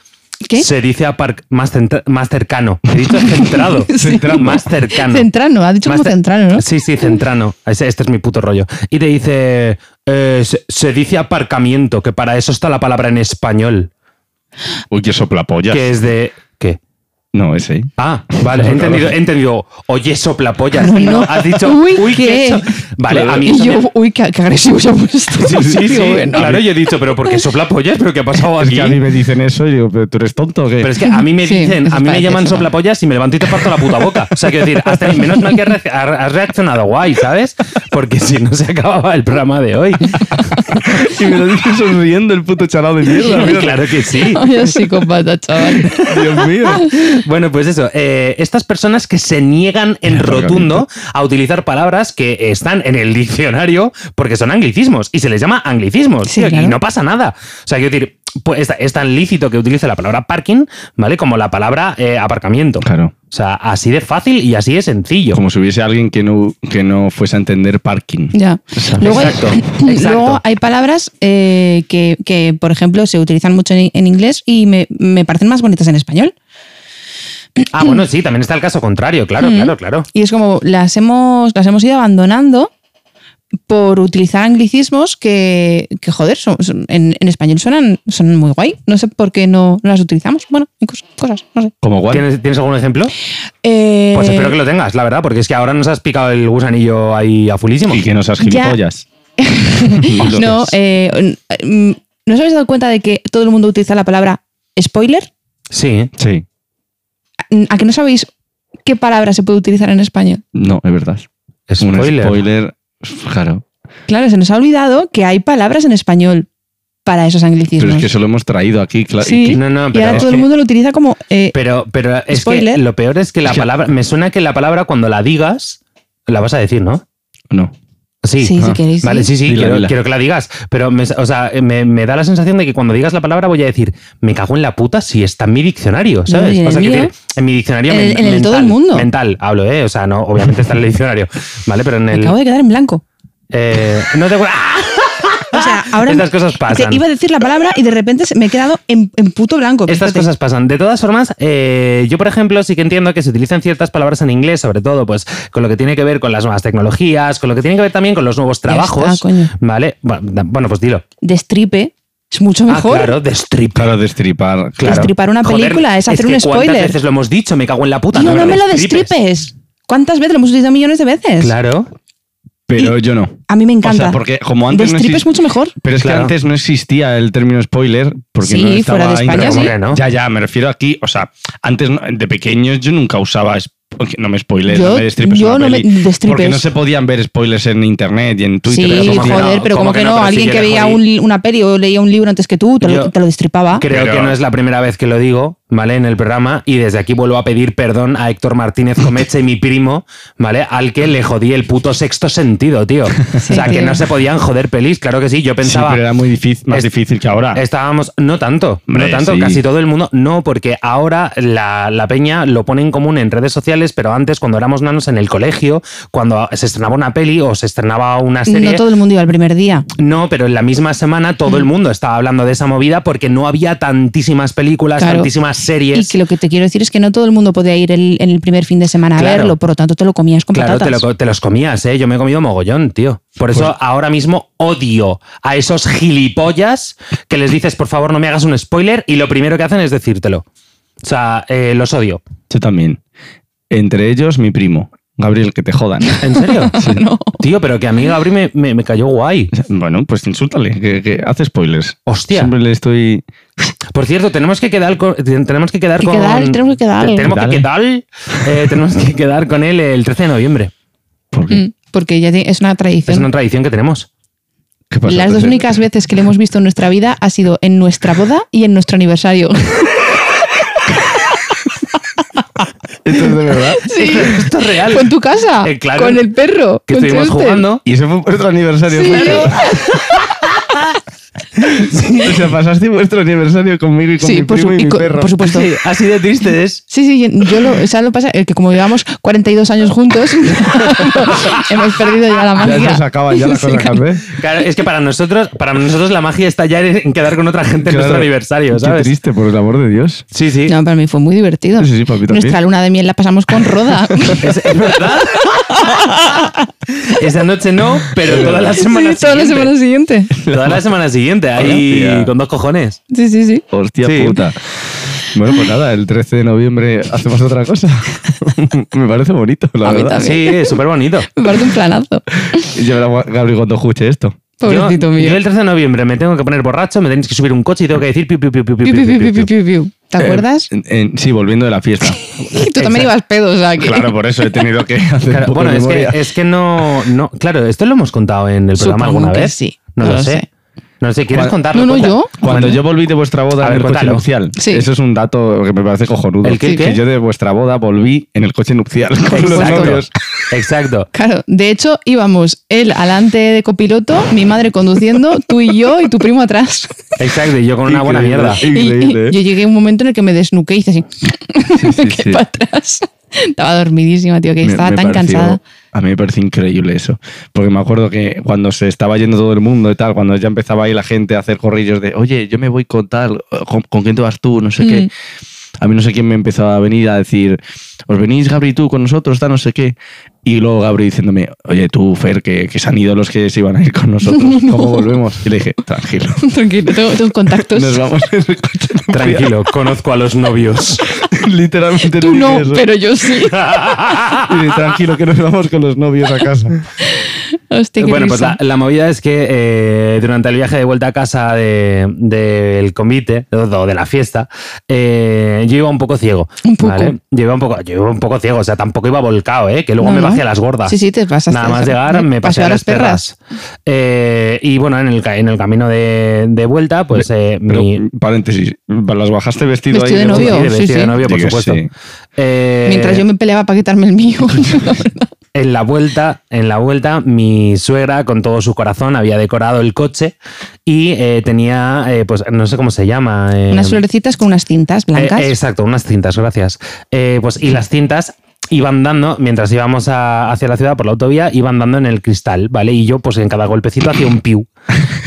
Speaker 1: ¿Qué?
Speaker 2: Se dice a park más, centra- más cercano. He dicho centrado. Centrado. Más cercano.
Speaker 1: Centrano, ha dicho
Speaker 2: Más
Speaker 1: como
Speaker 2: ce-
Speaker 1: centrano, ¿no?
Speaker 2: Sí, sí, centrano. Ese- Este es mi puto rollo. Y te dice, eh, se, se dice aparcamiento, que para eso está la palabra en español,
Speaker 3: Uy, que soplapollas.
Speaker 2: que es de... ¿Qué?
Speaker 3: No, ese.
Speaker 2: Ah, vale, he
Speaker 3: Claro.
Speaker 2: entendido, he entendido. Oye, soplapollas.
Speaker 1: No,
Speaker 2: y
Speaker 1: no.
Speaker 2: Has dicho,
Speaker 1: Uy,
Speaker 2: uy,
Speaker 1: ¿qué?
Speaker 2: qué. so-". Vale, a mí
Speaker 1: Y
Speaker 2: eso
Speaker 1: yo,
Speaker 2: me-
Speaker 1: uy, qué, qué agresivo se ha puesto.
Speaker 2: Sí, sí, sí.
Speaker 1: Digo, bueno.
Speaker 2: Claro, yo he dicho, pero ¿por qué soplapollas? ¿Pero qué ha pasado
Speaker 3: Es
Speaker 2: aquí?
Speaker 3: que a mí me dicen eso y digo, pero tú eres tonto o qué?
Speaker 2: Pero es que a mí me
Speaker 1: Sí,
Speaker 2: dicen,
Speaker 1: eso
Speaker 2: a mí me
Speaker 1: parece,
Speaker 2: llaman
Speaker 1: eso.
Speaker 2: soplapollas y me levanto y te parto la puta boca. O sea, quiero decir, hasta menos mal que has re- has reaccionado guay, ¿sabes? Porque si no se acababa el programa de hoy.
Speaker 3: Y me lo dices sonriendo el puto charado de mierda. mira.
Speaker 2: Claro que sí.
Speaker 1: Vaya psicópata, chaval.
Speaker 3: Dios mío.
Speaker 2: Bueno, pues eso. eh, estas personas que se niegan en rotundo a utilizar palabras que están en el diccionario porque son anglicismos y se les llama anglicismos.
Speaker 1: Sí,
Speaker 2: tío,
Speaker 1: claro.
Speaker 2: Y no pasa nada. O sea, quiero decir, pues es- es tan lícito que utilice la palabra parking, ¿vale? Como la palabra eh, aparcamiento.
Speaker 3: Claro.
Speaker 2: O sea, así de fácil y así de sencillo.
Speaker 3: Como si hubiese alguien que no, que no fuese a entender parking.
Speaker 1: Ya. Luego hay,
Speaker 2: Exacto, exacto.
Speaker 1: luego hay palabras eh, que, que, por ejemplo, se utilizan mucho en, en inglés y me, me parecen más bonitas en español.
Speaker 2: Ah, bueno, sí, también está el caso contrario, claro,
Speaker 1: Mm.
Speaker 2: claro, claro.
Speaker 1: Y es como las hemos, las hemos ido abandonando por utilizar anglicismos que, que, joder, son- son- en, en español suenan, son muy guay. No sé por qué no, no las utilizamos. Bueno, hay cos- cosas, no sé.
Speaker 3: Como guay.
Speaker 2: ¿Tienes, ¿Tienes algún ejemplo?
Speaker 1: Eh,
Speaker 2: Pues espero que lo tengas, la verdad, porque es que ahora nos has picado el gusanillo ahí a fulísimo.
Speaker 3: Y que no seas
Speaker 1: Ya.
Speaker 3: gilipollas. Lo
Speaker 1: no,
Speaker 3: que es.
Speaker 1: eh, mm, ¿no os habéis dado cuenta de que todo el mundo utiliza la palabra spoiler?
Speaker 2: Sí. ¿eh?
Speaker 3: Sí.
Speaker 1: ¿A que no sabéis qué palabra se puede utilizar en español?
Speaker 3: No, es verdad.
Speaker 2: Es
Speaker 3: Un
Speaker 2: spoiler.
Speaker 3: spoiler. Claro.
Speaker 1: Claro, se nos ha olvidado que hay palabras en español para esos
Speaker 3: Pero
Speaker 1: anglicismos.
Speaker 3: es que eso lo hemos traído aquí. cla-
Speaker 1: Sí.
Speaker 3: y-
Speaker 2: No, no,
Speaker 1: y
Speaker 2: pero
Speaker 1: ahora
Speaker 2: es
Speaker 1: todo el
Speaker 2: que-
Speaker 1: mundo lo utiliza como... eh,
Speaker 2: Pero, pero es
Speaker 1: Spoiler.
Speaker 2: que lo peor es que la
Speaker 3: Es que-
Speaker 2: palabra. Me suena que la palabra cuando la digas, la vas a decir, ¿no?
Speaker 3: No.
Speaker 2: Sí.
Speaker 1: sí, si
Speaker 3: ah,
Speaker 1: queréis. sí.
Speaker 2: Vale, sí, sí,
Speaker 3: Dila,
Speaker 2: quiero,
Speaker 3: dila.
Speaker 2: quiero que la digas. Pero me, o sea, me, me da la sensación de que cuando digas la palabra voy a decir, me cago en la puta si está en mi diccionario, ¿sabes?
Speaker 1: y en
Speaker 2: o sea,
Speaker 1: el
Speaker 2: quiero
Speaker 1: mío.
Speaker 2: decir, en mi diccionario
Speaker 1: En el-
Speaker 2: men-
Speaker 1: en el
Speaker 2: mental,
Speaker 1: todo el mundo.
Speaker 2: mental, hablo, ¿eh? O sea, no, obviamente está en el diccionario. Vale, pero en
Speaker 1: Me
Speaker 2: el.
Speaker 1: acabo de quedar en blanco.
Speaker 2: eh, no te acuerdas. ¡Ah!
Speaker 1: O sea, ahora...
Speaker 2: Estas cosas
Speaker 1: o sea,
Speaker 2: pasan.
Speaker 1: iba a decir la palabra y de repente se- me he quedado en, en puto blanco.
Speaker 2: Estas
Speaker 1: fíjate.
Speaker 2: cosas pasan. De todas formas, eh, yo, por ejemplo, sí que entiendo que se utilizan ciertas palabras en inglés, sobre todo, pues, con lo que tiene que ver con las nuevas tecnologías, con lo que tiene que ver también con los nuevos
Speaker 1: Ya
Speaker 2: trabajos.
Speaker 1: está, coño.
Speaker 2: ¿Vale? Bueno, da- bueno, pues dilo.
Speaker 1: De stripe es mucho mejor.
Speaker 2: Ah, claro, destripar.
Speaker 3: Claro, destripar. Claro.
Speaker 1: Destripar una
Speaker 2: Joder,
Speaker 1: película es hacer
Speaker 2: que
Speaker 1: un spoiler.
Speaker 2: ¿Cuántas veces lo hemos dicho? Me cago en la puta.
Speaker 1: Tío, no, me lo
Speaker 2: destripes.
Speaker 1: destripes. ¿Cuántas veces lo hemos utilizado millones de veces?
Speaker 2: Claro.
Speaker 3: Pero yo no.
Speaker 1: A mí me
Speaker 3: O
Speaker 1: encanta.
Speaker 3: sea, porque como antes no
Speaker 1: Destripe
Speaker 3: exist-
Speaker 1: es mucho mejor.
Speaker 3: Pero es que
Speaker 2: Claro.
Speaker 3: antes no existía el término spoiler porque
Speaker 1: Sí,
Speaker 3: no estaba
Speaker 1: fuera de España,
Speaker 2: Pero
Speaker 3: integrado.
Speaker 2: ¿cómo
Speaker 1: sí.
Speaker 2: que no?
Speaker 3: Ya, ya, me refiero aquí, o sea, antes no- de pequeños yo nunca usaba es- Porque No me spoilees,
Speaker 1: Yo-
Speaker 3: no me destripes
Speaker 1: yo
Speaker 3: una
Speaker 1: no me
Speaker 3: peli.
Speaker 1: destripes.
Speaker 3: Porque no se podían ver spoilers en internet y en Twitter.
Speaker 1: sí,
Speaker 3: Era como que no,
Speaker 1: joder, pero como que no,
Speaker 2: pero sí
Speaker 1: alguien
Speaker 2: que
Speaker 1: que
Speaker 2: le
Speaker 1: veía
Speaker 2: jodí.
Speaker 1: un- una peli o leía un libro antes que tú, te,
Speaker 2: Yo-
Speaker 1: lo, te lo destripaba.
Speaker 2: Ah. Creo
Speaker 3: Pero-
Speaker 2: que no es la primera vez que lo digo, ¿vale? En el programa. Y desde aquí vuelvo a pedir perdón a Héctor Martínez Comeche, mi primo, ¿vale? Al que le jodí el puto sexto sentido, tío. o sea, que
Speaker 1: tío.
Speaker 2: no se podían joder pelis, claro que sí. Yo
Speaker 3: Sí,
Speaker 2: pensaba.
Speaker 3: pero era muy difícil, más
Speaker 2: Es-
Speaker 3: difícil que ahora.
Speaker 2: Estábamos, no tanto,
Speaker 3: Hombre,
Speaker 2: no tanto,
Speaker 3: sí.
Speaker 2: casi todo el mundo, no, porque ahora la, la peña lo pone en común en redes sociales, pero antes cuando éramos nanos en el colegio, cuando se estrenaba una peli o se estrenaba una serie,
Speaker 1: No todo el mundo iba el primer día.
Speaker 2: no, pero en la misma semana todo el mundo estaba hablando de esa movida porque no había tantísimas películas,
Speaker 1: Claro.
Speaker 2: tantísimas
Speaker 1: Y
Speaker 2: series.
Speaker 1: que lo que te quiero decir es que no todo el mundo podía ir el, el primer fin de semana a
Speaker 2: Claro.
Speaker 1: verlo, por lo tanto te lo comías con
Speaker 2: Claro, te,
Speaker 1: patatas.
Speaker 2: lo- te los comías, ¿eh? Yo me he comido mogollón, tío. Por eso
Speaker 3: Pues-
Speaker 2: ahora mismo odio a esos gilipollas que les dices, por favor, no me hagas un spoiler, y lo primero que hacen es decírtelo. O sea, eh, los odio.
Speaker 3: Yo también. Entre ellos, mi primo. Gabriel, que te jodan.
Speaker 2: ¿En serio? Tío, pero que a mí Gabriel me, me- me cayó guay.
Speaker 3: Bueno, pues insúltale, que, que hace spoilers.
Speaker 2: Hostia.
Speaker 3: Siempre le estoy.
Speaker 2: Por cierto, tenemos que quedar con. Tenemos que quedar
Speaker 1: Que
Speaker 2: con.
Speaker 1: quedar, tenemos que quedar.
Speaker 2: te- Tenemos que
Speaker 3: Dale.
Speaker 2: quedar. eh, tenemos que quedar con él el 13 de noviembre.
Speaker 3: ¿Por qué?
Speaker 1: Mm, Porque ya te- es una tradición.
Speaker 2: Es una tradición que tenemos.
Speaker 3: ¿Qué pasa? Pues,
Speaker 1: Las dos únicas veces que le hemos visto en nuestra vida ha sido en nuestra boda y en nuestro aniversario.
Speaker 3: Esto es de verdad.
Speaker 1: Sí,
Speaker 2: Esto es real.
Speaker 1: fue en tu casa,
Speaker 2: Eh, claro.
Speaker 1: con el perro.
Speaker 2: Que
Speaker 1: con este.
Speaker 2: estuvimos
Speaker 1: Chester.
Speaker 2: jugando.
Speaker 3: Y ese fue vuestro aniversario.
Speaker 1: Sí.
Speaker 3: Julio. O sea, pasaste vuestro aniversario conmigo y con
Speaker 1: Sí,
Speaker 3: mi
Speaker 1: por,
Speaker 3: primo
Speaker 1: su-
Speaker 3: y,
Speaker 1: y
Speaker 3: mi
Speaker 1: co-
Speaker 3: perro.
Speaker 1: por supuesto.
Speaker 2: Sí, Así de triste es.
Speaker 1: Sí, sí, yo- yo lo, o sea, lo pasa eh, que como llevamos 42 años juntos, hemos perdido ya la
Speaker 3: ya
Speaker 1: magia.
Speaker 3: se os acaba ya la
Speaker 1: Sí,
Speaker 3: cosa,
Speaker 1: claro.
Speaker 3: Carmen.
Speaker 2: Claro, es que para nosotros, para nosotros la magia está ya en quedar con otra gente en
Speaker 3: Claro.
Speaker 2: nuestro aniversario,
Speaker 3: Qué
Speaker 2: ¿sabes?
Speaker 3: triste, por el amor de Dios.
Speaker 2: Sí, sí.
Speaker 1: No, para mí fue muy divertido.
Speaker 3: Sí, sí, para mí también.
Speaker 1: Nuestra luna de miel la pasamos con Roda.
Speaker 2: Es, es verdad. Esa noche no, pero todas las semanas.
Speaker 1: Sí, toda la semana siguiente.
Speaker 2: Toda la semana siguiente, ahí
Speaker 3: Hostia.
Speaker 2: con dos cojones.
Speaker 1: Sí, sí, sí.
Speaker 3: Hostia
Speaker 2: Sí.
Speaker 3: puta. Bueno, pues nada, el 13 de noviembre hacemos otra cosa. Me parece bonito, la
Speaker 1: A mí
Speaker 3: verdad.
Speaker 1: también.
Speaker 2: Sí, es súper bonito.
Speaker 1: Me parece un planazo.
Speaker 3: Yo verá Gabriel cuando escuche esto.
Speaker 1: Pobrecito
Speaker 2: yo,
Speaker 1: mío.
Speaker 2: yo el 13 de noviembre me tengo que poner borracho, me tenéis que subir un coche y tengo que decir piu, piu, piu, piu, piu,
Speaker 1: Piu,
Speaker 2: piu,
Speaker 1: piu, piu,
Speaker 2: piu, Eh,
Speaker 1: piu,
Speaker 2: piu.
Speaker 1: piu. ¿Te acuerdas?
Speaker 3: En- en- sí, volviendo de la fiesta.
Speaker 1: Tú también
Speaker 2: eh,
Speaker 1: ibas pedo, o sea que.
Speaker 3: Claro, por eso he tenido que hacer
Speaker 2: Claro,
Speaker 3: un poco
Speaker 2: bueno,
Speaker 3: de
Speaker 2: es que,
Speaker 3: memoria.
Speaker 2: es que no, no. Claro, esto lo hemos contado en el programa
Speaker 1: Supongo
Speaker 2: alguna
Speaker 1: que
Speaker 2: vez.
Speaker 1: sí,
Speaker 2: No lo sé. No lo sé, ¿quieres
Speaker 3: Cuando-
Speaker 2: contarlo?
Speaker 1: No, no,
Speaker 2: Cuenta.
Speaker 1: yo.
Speaker 3: Cuando yo volví de vuestra boda
Speaker 2: eh, A ver,
Speaker 3: en el coche
Speaker 2: cuéntalo.
Speaker 3: nupcial.
Speaker 1: Sí.
Speaker 3: Eso es un dato que me parece cojonudo.
Speaker 2: ¿El qué,
Speaker 3: Que
Speaker 2: qué?
Speaker 3: yo de vuestra boda volví en el coche nupcial con los
Speaker 2: Exacto.
Speaker 3: novios.
Speaker 2: Exacto.
Speaker 1: Claro, de hecho íbamos él alante de copiloto, mi madre conduciendo, tú y yo y tu primo atrás.
Speaker 2: Exacto, y yo con una buena
Speaker 3: Increíble,
Speaker 2: mierda.
Speaker 1: Y-
Speaker 3: Increíble.
Speaker 2: ¿eh?
Speaker 1: y yo llegué a un momento en el que me desnuqué y hice así,
Speaker 3: Sí, sí,
Speaker 1: me quedé
Speaker 3: sí.
Speaker 1: para atrás. Estaba dormidísima, tío, que
Speaker 3: Me-
Speaker 1: estaba
Speaker 3: me
Speaker 1: tan
Speaker 3: pareció-
Speaker 1: cansada.
Speaker 3: A mí me parece increíble eso. Porque me acuerdo que cuando se estaba yendo todo el mundo y tal, cuando ya empezaba ahí la gente a hacer corrillos de, oye, yo me voy con tal, ¿con, con quién te vas tú? No sé
Speaker 1: Mm.
Speaker 3: qué. A mí no sé quién me empezó a venir a decir, os venís Gabri tú con nosotros, tal, no sé qué. Y luego Gabri diciéndome, oye tú, Fer, que, que se han ido los que se iban a ir con nosotros, ¿cómo volvemos? Y le dije, tranquilo,
Speaker 1: Tranquilo, tengo tus contactos.
Speaker 3: nos vamos en el coche.
Speaker 2: Tranquilo, conozco a los novios.
Speaker 3: Literalmente
Speaker 1: Tú
Speaker 3: le dije
Speaker 1: no,
Speaker 3: eso.
Speaker 1: pero yo sí.
Speaker 3: Y dije, tranquilo, que nos vamos con los novios a casa.
Speaker 1: Hostia, qué
Speaker 2: bueno, pues
Speaker 1: risa.
Speaker 2: la, la movida es que eh, durante el viaje de vuelta a casa de- del convite, o de, la fiesta, eh, yo iba un poco ciego.
Speaker 1: Un poco.
Speaker 2: Yo, iba un poco yo iba un poco ciego, o sea, tampoco iba volcado, ¿eh? que luego
Speaker 1: No,
Speaker 2: me
Speaker 1: no.
Speaker 2: bajé a las gordas.
Speaker 1: Sí, sí, te pasaste.
Speaker 2: Nada más
Speaker 1: eh,
Speaker 2: llegar, me pasé a las perras. Eh, y bueno, en el, ca- en el camino de, de vuelta, pues eh,
Speaker 3: Pero,
Speaker 2: mi.
Speaker 3: paréntis, las bajaste vestido,
Speaker 1: Vestido
Speaker 3: ahí.
Speaker 1: de novio.
Speaker 2: Sí,
Speaker 1: sí,
Speaker 2: vestido de
Speaker 1: sí.
Speaker 2: novio, por
Speaker 3: Digo,
Speaker 2: supuesto.
Speaker 3: sí.
Speaker 2: Eh,
Speaker 1: Mientras yo me peleaba para quitarme el mío.
Speaker 2: En la vuelta, en la vuelta, mi suegra con todo su corazón había decorado el coche y eh, tenía, eh, pues no sé cómo se llama. eh,
Speaker 1: unas florecitas con unas cintas blancas.
Speaker 2: eh, exacto, unas cintas, gracias. Eh, pues y las cintas iban dando, mientras íbamos a- hacia la ciudad por la autovía, iban dando en el cristal, ¿vale? Y yo, pues en cada golpecito hacía un piu,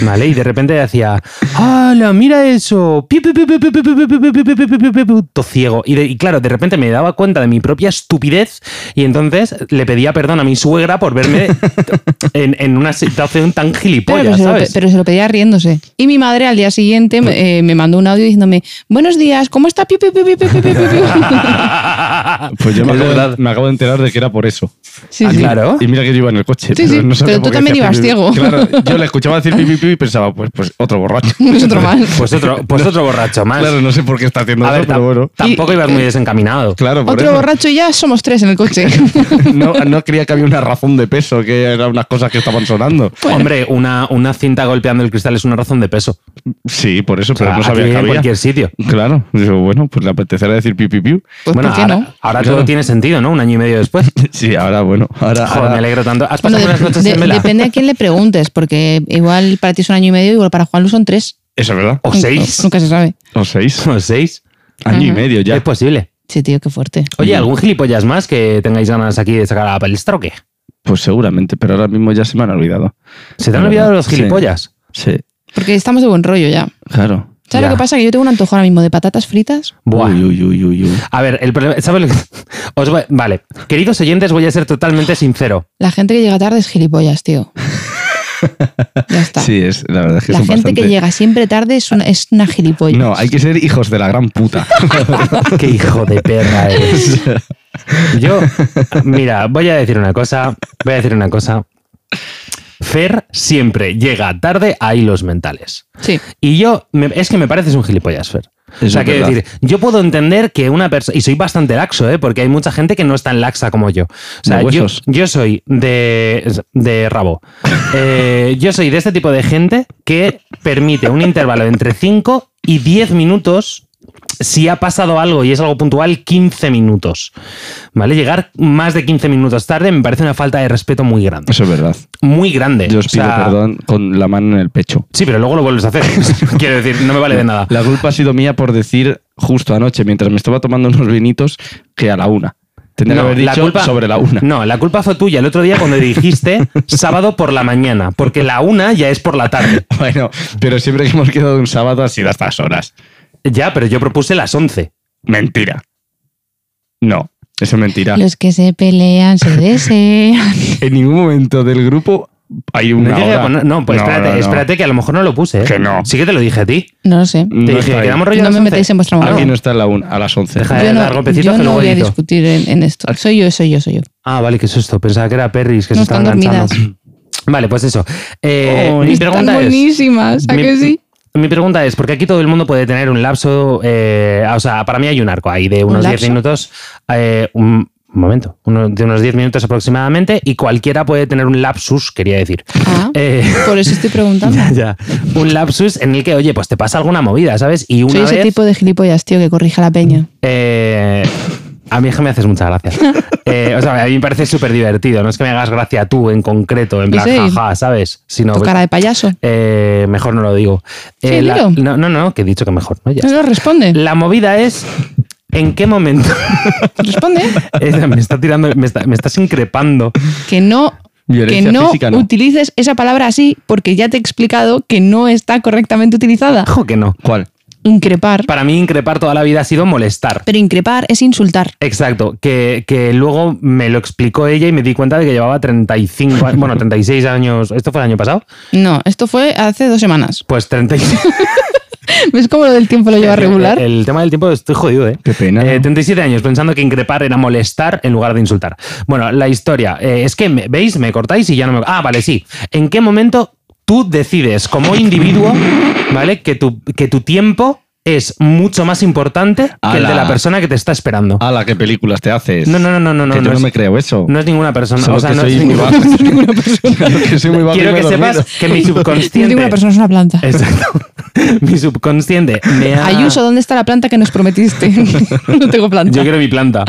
Speaker 2: ¿vale? Y de repente decía, ¡Hala, mira eso! Piu, piu, piu, piu, piu, piu, piu, piu, piu, piu, piu, piu, piu, piu, piu, Todo ciego. Y, de- y claro, de repente me daba cuenta de mi propia estupidez y entonces le pedía perdón a mi suegra por verme en, en una situación tan
Speaker 1: Claro,
Speaker 2: gilipollas,
Speaker 1: pero, se lo,
Speaker 2: ¿sabes?
Speaker 1: pero se lo pedía riéndose. Y mi madre al día siguiente me, eh, me mandó un audio diciéndome, buenos días, ¿cómo está? Piu, piu, piu, piu, piu, piu, piu,
Speaker 2: Ah,
Speaker 1: piu".
Speaker 3: Pues yo me
Speaker 2: Es
Speaker 3: acabo,
Speaker 2: verdad.
Speaker 3: de, me acabo de enterar de que era por eso.
Speaker 1: Sí,
Speaker 2: Ah,
Speaker 1: sí.
Speaker 2: claro.
Speaker 3: Y mira que yo iba en el coche.
Speaker 1: Sí, sí,
Speaker 3: no sabía
Speaker 1: pero tú
Speaker 3: por qué
Speaker 1: también
Speaker 3: hacía
Speaker 1: ibas
Speaker 3: pipi.
Speaker 1: ciego.
Speaker 3: Claro, yo la escuchaba decir pipi pipi pensaba, pues, pues otro borracho.
Speaker 1: Es otro más.
Speaker 2: Pues otro, pues otro borracho más.
Speaker 3: Claro, no sé por qué está haciendo
Speaker 2: A
Speaker 3: eso,
Speaker 2: ver,
Speaker 3: pero
Speaker 2: tam-
Speaker 3: bueno.
Speaker 2: tampoco ibas muy desencaminado.
Speaker 3: Claro, por
Speaker 1: Otro
Speaker 3: eso.
Speaker 1: borracho y ya somos tres en el coche.
Speaker 2: Pues
Speaker 3: No, no creía que había una razón de peso, que eran unas cosas que estaban sonando.
Speaker 2: Hombre, una, una cinta golpeando el cristal es una razón de peso.
Speaker 3: Sí, por eso,
Speaker 2: O sea,
Speaker 3: pero no
Speaker 2: aquí
Speaker 3: sabía que
Speaker 2: en
Speaker 3: había.
Speaker 2: cualquier sitio.
Speaker 3: Claro, digo, bueno, pues le apetecerá decir pipi piu.
Speaker 1: Pues
Speaker 2: bueno,
Speaker 1: ¿por qué
Speaker 2: ahora,
Speaker 1: no?
Speaker 2: ahora
Speaker 3: Claro.
Speaker 2: todo tiene sentido, ¿no? Un año y medio después.
Speaker 3: Sí, ahora bueno, ahora,
Speaker 2: Joder,
Speaker 3: ahora-
Speaker 2: me alegro tanto. ¿Has
Speaker 1: Bueno,
Speaker 2: pasado buenas
Speaker 1: de-
Speaker 2: noches
Speaker 1: de-
Speaker 2: en vela?
Speaker 1: depende a quién le preguntes, porque igual para ti es un año y medio, igual para Juan Lu son tres.
Speaker 3: Eso es verdad.
Speaker 2: ¿O seis?
Speaker 1: Nunca se sabe.
Speaker 3: O seis.
Speaker 2: ¿O seis?
Speaker 3: Año y
Speaker 1: Ajá.
Speaker 3: medio ya. Mm.
Speaker 2: Es posible.
Speaker 1: Sí, tío, qué fuerte.
Speaker 2: Oye, ¿algún gilipollas más que tengáis ganas aquí de sacar a la palestra o qué?
Speaker 3: Pues seguramente, pero ahora mismo ya se me han olvidado.
Speaker 2: ¿Se te han
Speaker 3: Claro,
Speaker 2: olvidado los
Speaker 3: sí.
Speaker 2: gilipollas?
Speaker 3: Sí,
Speaker 1: Porque estamos de buen rollo ya.
Speaker 3: claro.
Speaker 1: ¿Sabes
Speaker 2: Ya.
Speaker 1: lo que pasa? Que yo tengo un antojo ahora mismo de patatas fritas.
Speaker 2: Buah.
Speaker 3: Uy, uy, uy, uy, uy.
Speaker 2: A ver, el problema. ¿Sabes lo que.? Os voy- vale. Queridos oyentes, voy a ser totalmente sincero.
Speaker 1: La gente que llega tarde es gilipollas, tío. ya está.
Speaker 3: Sí, es, la verdad es que
Speaker 1: la
Speaker 3: son
Speaker 1: gente
Speaker 3: bastante-
Speaker 1: que llega siempre tarde es una, es una gilipollas.
Speaker 3: No, hay que ser hijos de la gran puta.
Speaker 2: Qué hijo de perra eres. Yo, mira, voy a decir una cosa. Voy a decir una cosa. Fer siempre llega tarde a hilos mentales.
Speaker 1: Sí.
Speaker 2: Y yo, me- es que me pareces un gilipollas, Fer. o
Speaker 3: Eso
Speaker 2: sea,
Speaker 3: es
Speaker 2: quiero
Speaker 3: verdad.
Speaker 2: decir, yo puedo entender que una persona, y soy bastante laxo, ¿eh? porque hay mucha gente que no es tan laxa como yo. O sea,
Speaker 3: De
Speaker 2: yo,
Speaker 3: huesos.
Speaker 2: yo soy de, de rabo. Eh, yo soy de este tipo de gente que permite un intervalo entre 5 y 10 minutos. Si ha pasado algo y es algo puntual, 15 minutos. ¿Vale? Llegar más de 15 minutos tarde me parece una falta de respeto muy grande.
Speaker 3: Eso es verdad.
Speaker 2: Muy grande.
Speaker 3: Yo os
Speaker 2: O
Speaker 3: pido
Speaker 2: sea,
Speaker 3: perdón con la mano en el pecho.
Speaker 2: Sí, pero luego lo vuelves a hacer. Quiero decir, no me vale de nada.
Speaker 3: La culpa ha sido mía por decir justo anoche, mientras me estaba tomando unos vinitos, que a la una. Tendría
Speaker 2: No,
Speaker 3: que haber
Speaker 2: la
Speaker 3: dicho
Speaker 2: culpa-
Speaker 3: sobre la una.
Speaker 2: No, la culpa fue tuya el otro día cuando dijiste sábado por la mañana, porque la una ya es por la tarde.
Speaker 3: Bueno, pero siempre que hemos quedado un sábado ha sido a estas horas.
Speaker 2: Ya, pero yo propuse las once.
Speaker 3: Mentira. No, eso es mentira.
Speaker 1: Los que se pelean se desean.
Speaker 3: En ningún momento del grupo hay una
Speaker 2: No, llegué
Speaker 3: hora.
Speaker 2: a poner- no, pues
Speaker 3: No,
Speaker 2: espérate,
Speaker 3: no, no.
Speaker 2: espérate, que a lo mejor no lo puse. ¿eh?
Speaker 3: Que no.
Speaker 2: Sí que te lo dije a ti.
Speaker 1: No lo sé.
Speaker 2: Te
Speaker 3: No
Speaker 2: dije,
Speaker 3: está ahí.
Speaker 2: quedamos rollo a
Speaker 1: No
Speaker 2: las
Speaker 1: me
Speaker 2: once?".
Speaker 1: metáis en vuestra
Speaker 3: Aquí
Speaker 1: moral.
Speaker 3: no está a la una, a las once.
Speaker 2: Deja-
Speaker 1: Yo
Speaker 2: Largo
Speaker 1: no,
Speaker 2: pecito
Speaker 1: yo
Speaker 2: que
Speaker 1: no
Speaker 2: luego
Speaker 1: voy a
Speaker 2: edito.
Speaker 1: discutir en, en esto. Soy yo, soy yo, soy yo.
Speaker 2: Ah, vale, qué susto. Pensaba que era Perris que
Speaker 1: No
Speaker 2: se estaba
Speaker 1: están
Speaker 2: enganchando.
Speaker 1: dormidas.
Speaker 2: Vale, pues eso. Eh,
Speaker 3: Oh,
Speaker 2: mi
Speaker 1: Están
Speaker 2: pregunta es.
Speaker 1: buenísimas, ¿a
Speaker 2: mi-
Speaker 1: que sí?
Speaker 2: Mi pregunta es, porque aquí todo el mundo puede tener un lapso, eh, o sea, para mí hay un arco ahí de
Speaker 1: ¿Un
Speaker 2: unos
Speaker 1: lapso?
Speaker 2: 10 minutos, eh, un un momento, uno- de unos 10 minutos aproximadamente, y cualquiera puede tener un lapsus, quería decir.
Speaker 1: Ah,
Speaker 2: Eh,
Speaker 1: por eso estoy preguntando.
Speaker 2: ya, ya. Un lapsus en el que, oye, pues te pasa alguna movida, ¿sabes? Y una
Speaker 1: Soy ese
Speaker 2: vez,
Speaker 1: tipo de gilipollas, tío, que corrija la peña.
Speaker 2: eh, a mí es que me haces mucha gracia. Eh, o sea, a mí me parece súper divertido, no es que me hagas gracia tú en concreto, en plan,
Speaker 1: Sí.
Speaker 2: jaja, ¿sabes? Sino, pues,
Speaker 1: Tu cara de payaso.
Speaker 2: eh, mejor no lo digo.
Speaker 1: Sí,
Speaker 2: Eh, la-
Speaker 1: dilo.
Speaker 2: no, no, no, que he dicho que mejor, ¿no? Ya
Speaker 1: No lo responde.
Speaker 2: La movida es en qué momento.
Speaker 1: Responde
Speaker 2: Ella me está tirando, me, está- me estás increpando.
Speaker 1: que no, que
Speaker 3: Violencia
Speaker 1: no
Speaker 3: física no.
Speaker 1: utilices esa palabra así porque ya te he explicado que no está correctamente utilizada.
Speaker 2: Ojo que no.
Speaker 3: ¿Cuál?
Speaker 1: Increpar.
Speaker 2: Para mí, increpar toda la vida ha sido molestar.
Speaker 1: Pero increpar es insultar.
Speaker 2: Exacto, que, que luego me lo explicó ella y me di cuenta de que llevaba 35, a- bueno, 36 años. ¿Esto fue el año pasado?
Speaker 1: No, esto fue hace dos semanas.
Speaker 2: Pues 36.
Speaker 1: ¿Ves cómo lo del tiempo lo lleva regular?
Speaker 2: Eh, El, tema del tiempo estoy jodido, ¿eh?
Speaker 3: Qué pena.
Speaker 2: Eh, 37 años pensando que increpar era molestar en lugar de insultar. Bueno, la historia eh, es que, me- ¿veis? Me cortáis y ya no me. Ah, vale, sí. ¿En qué momento tú decides como individuo, ¿vale? Que tu, que tu tiempo es mucho más importante que el de
Speaker 3: Ala.
Speaker 2: la persona que te está esperando.
Speaker 3: Ala, qué películas te haces.
Speaker 2: No, no, no, no, no.
Speaker 3: Ah, que
Speaker 2: no,
Speaker 3: yo no
Speaker 2: es,
Speaker 3: me creo eso.
Speaker 2: no es ninguna persona.
Speaker 3: Solo
Speaker 2: o sea,
Speaker 3: que
Speaker 2: no
Speaker 3: soy
Speaker 2: es
Speaker 3: muy
Speaker 2: ninguna-
Speaker 3: bajo. Solo que soy muy bajo y
Speaker 2: Quiero
Speaker 3: me
Speaker 2: que
Speaker 3: he
Speaker 2: sepas
Speaker 3: dormido.
Speaker 2: que mi
Speaker 1: No digo una
Speaker 2: subconsciente.
Speaker 1: persona, es una planta.
Speaker 2: Exacto. Mi subconsciente me ha.
Speaker 1: Ayuso, ¿dónde está la planta que nos prometiste? no tengo planta.
Speaker 2: Yo quiero mi planta.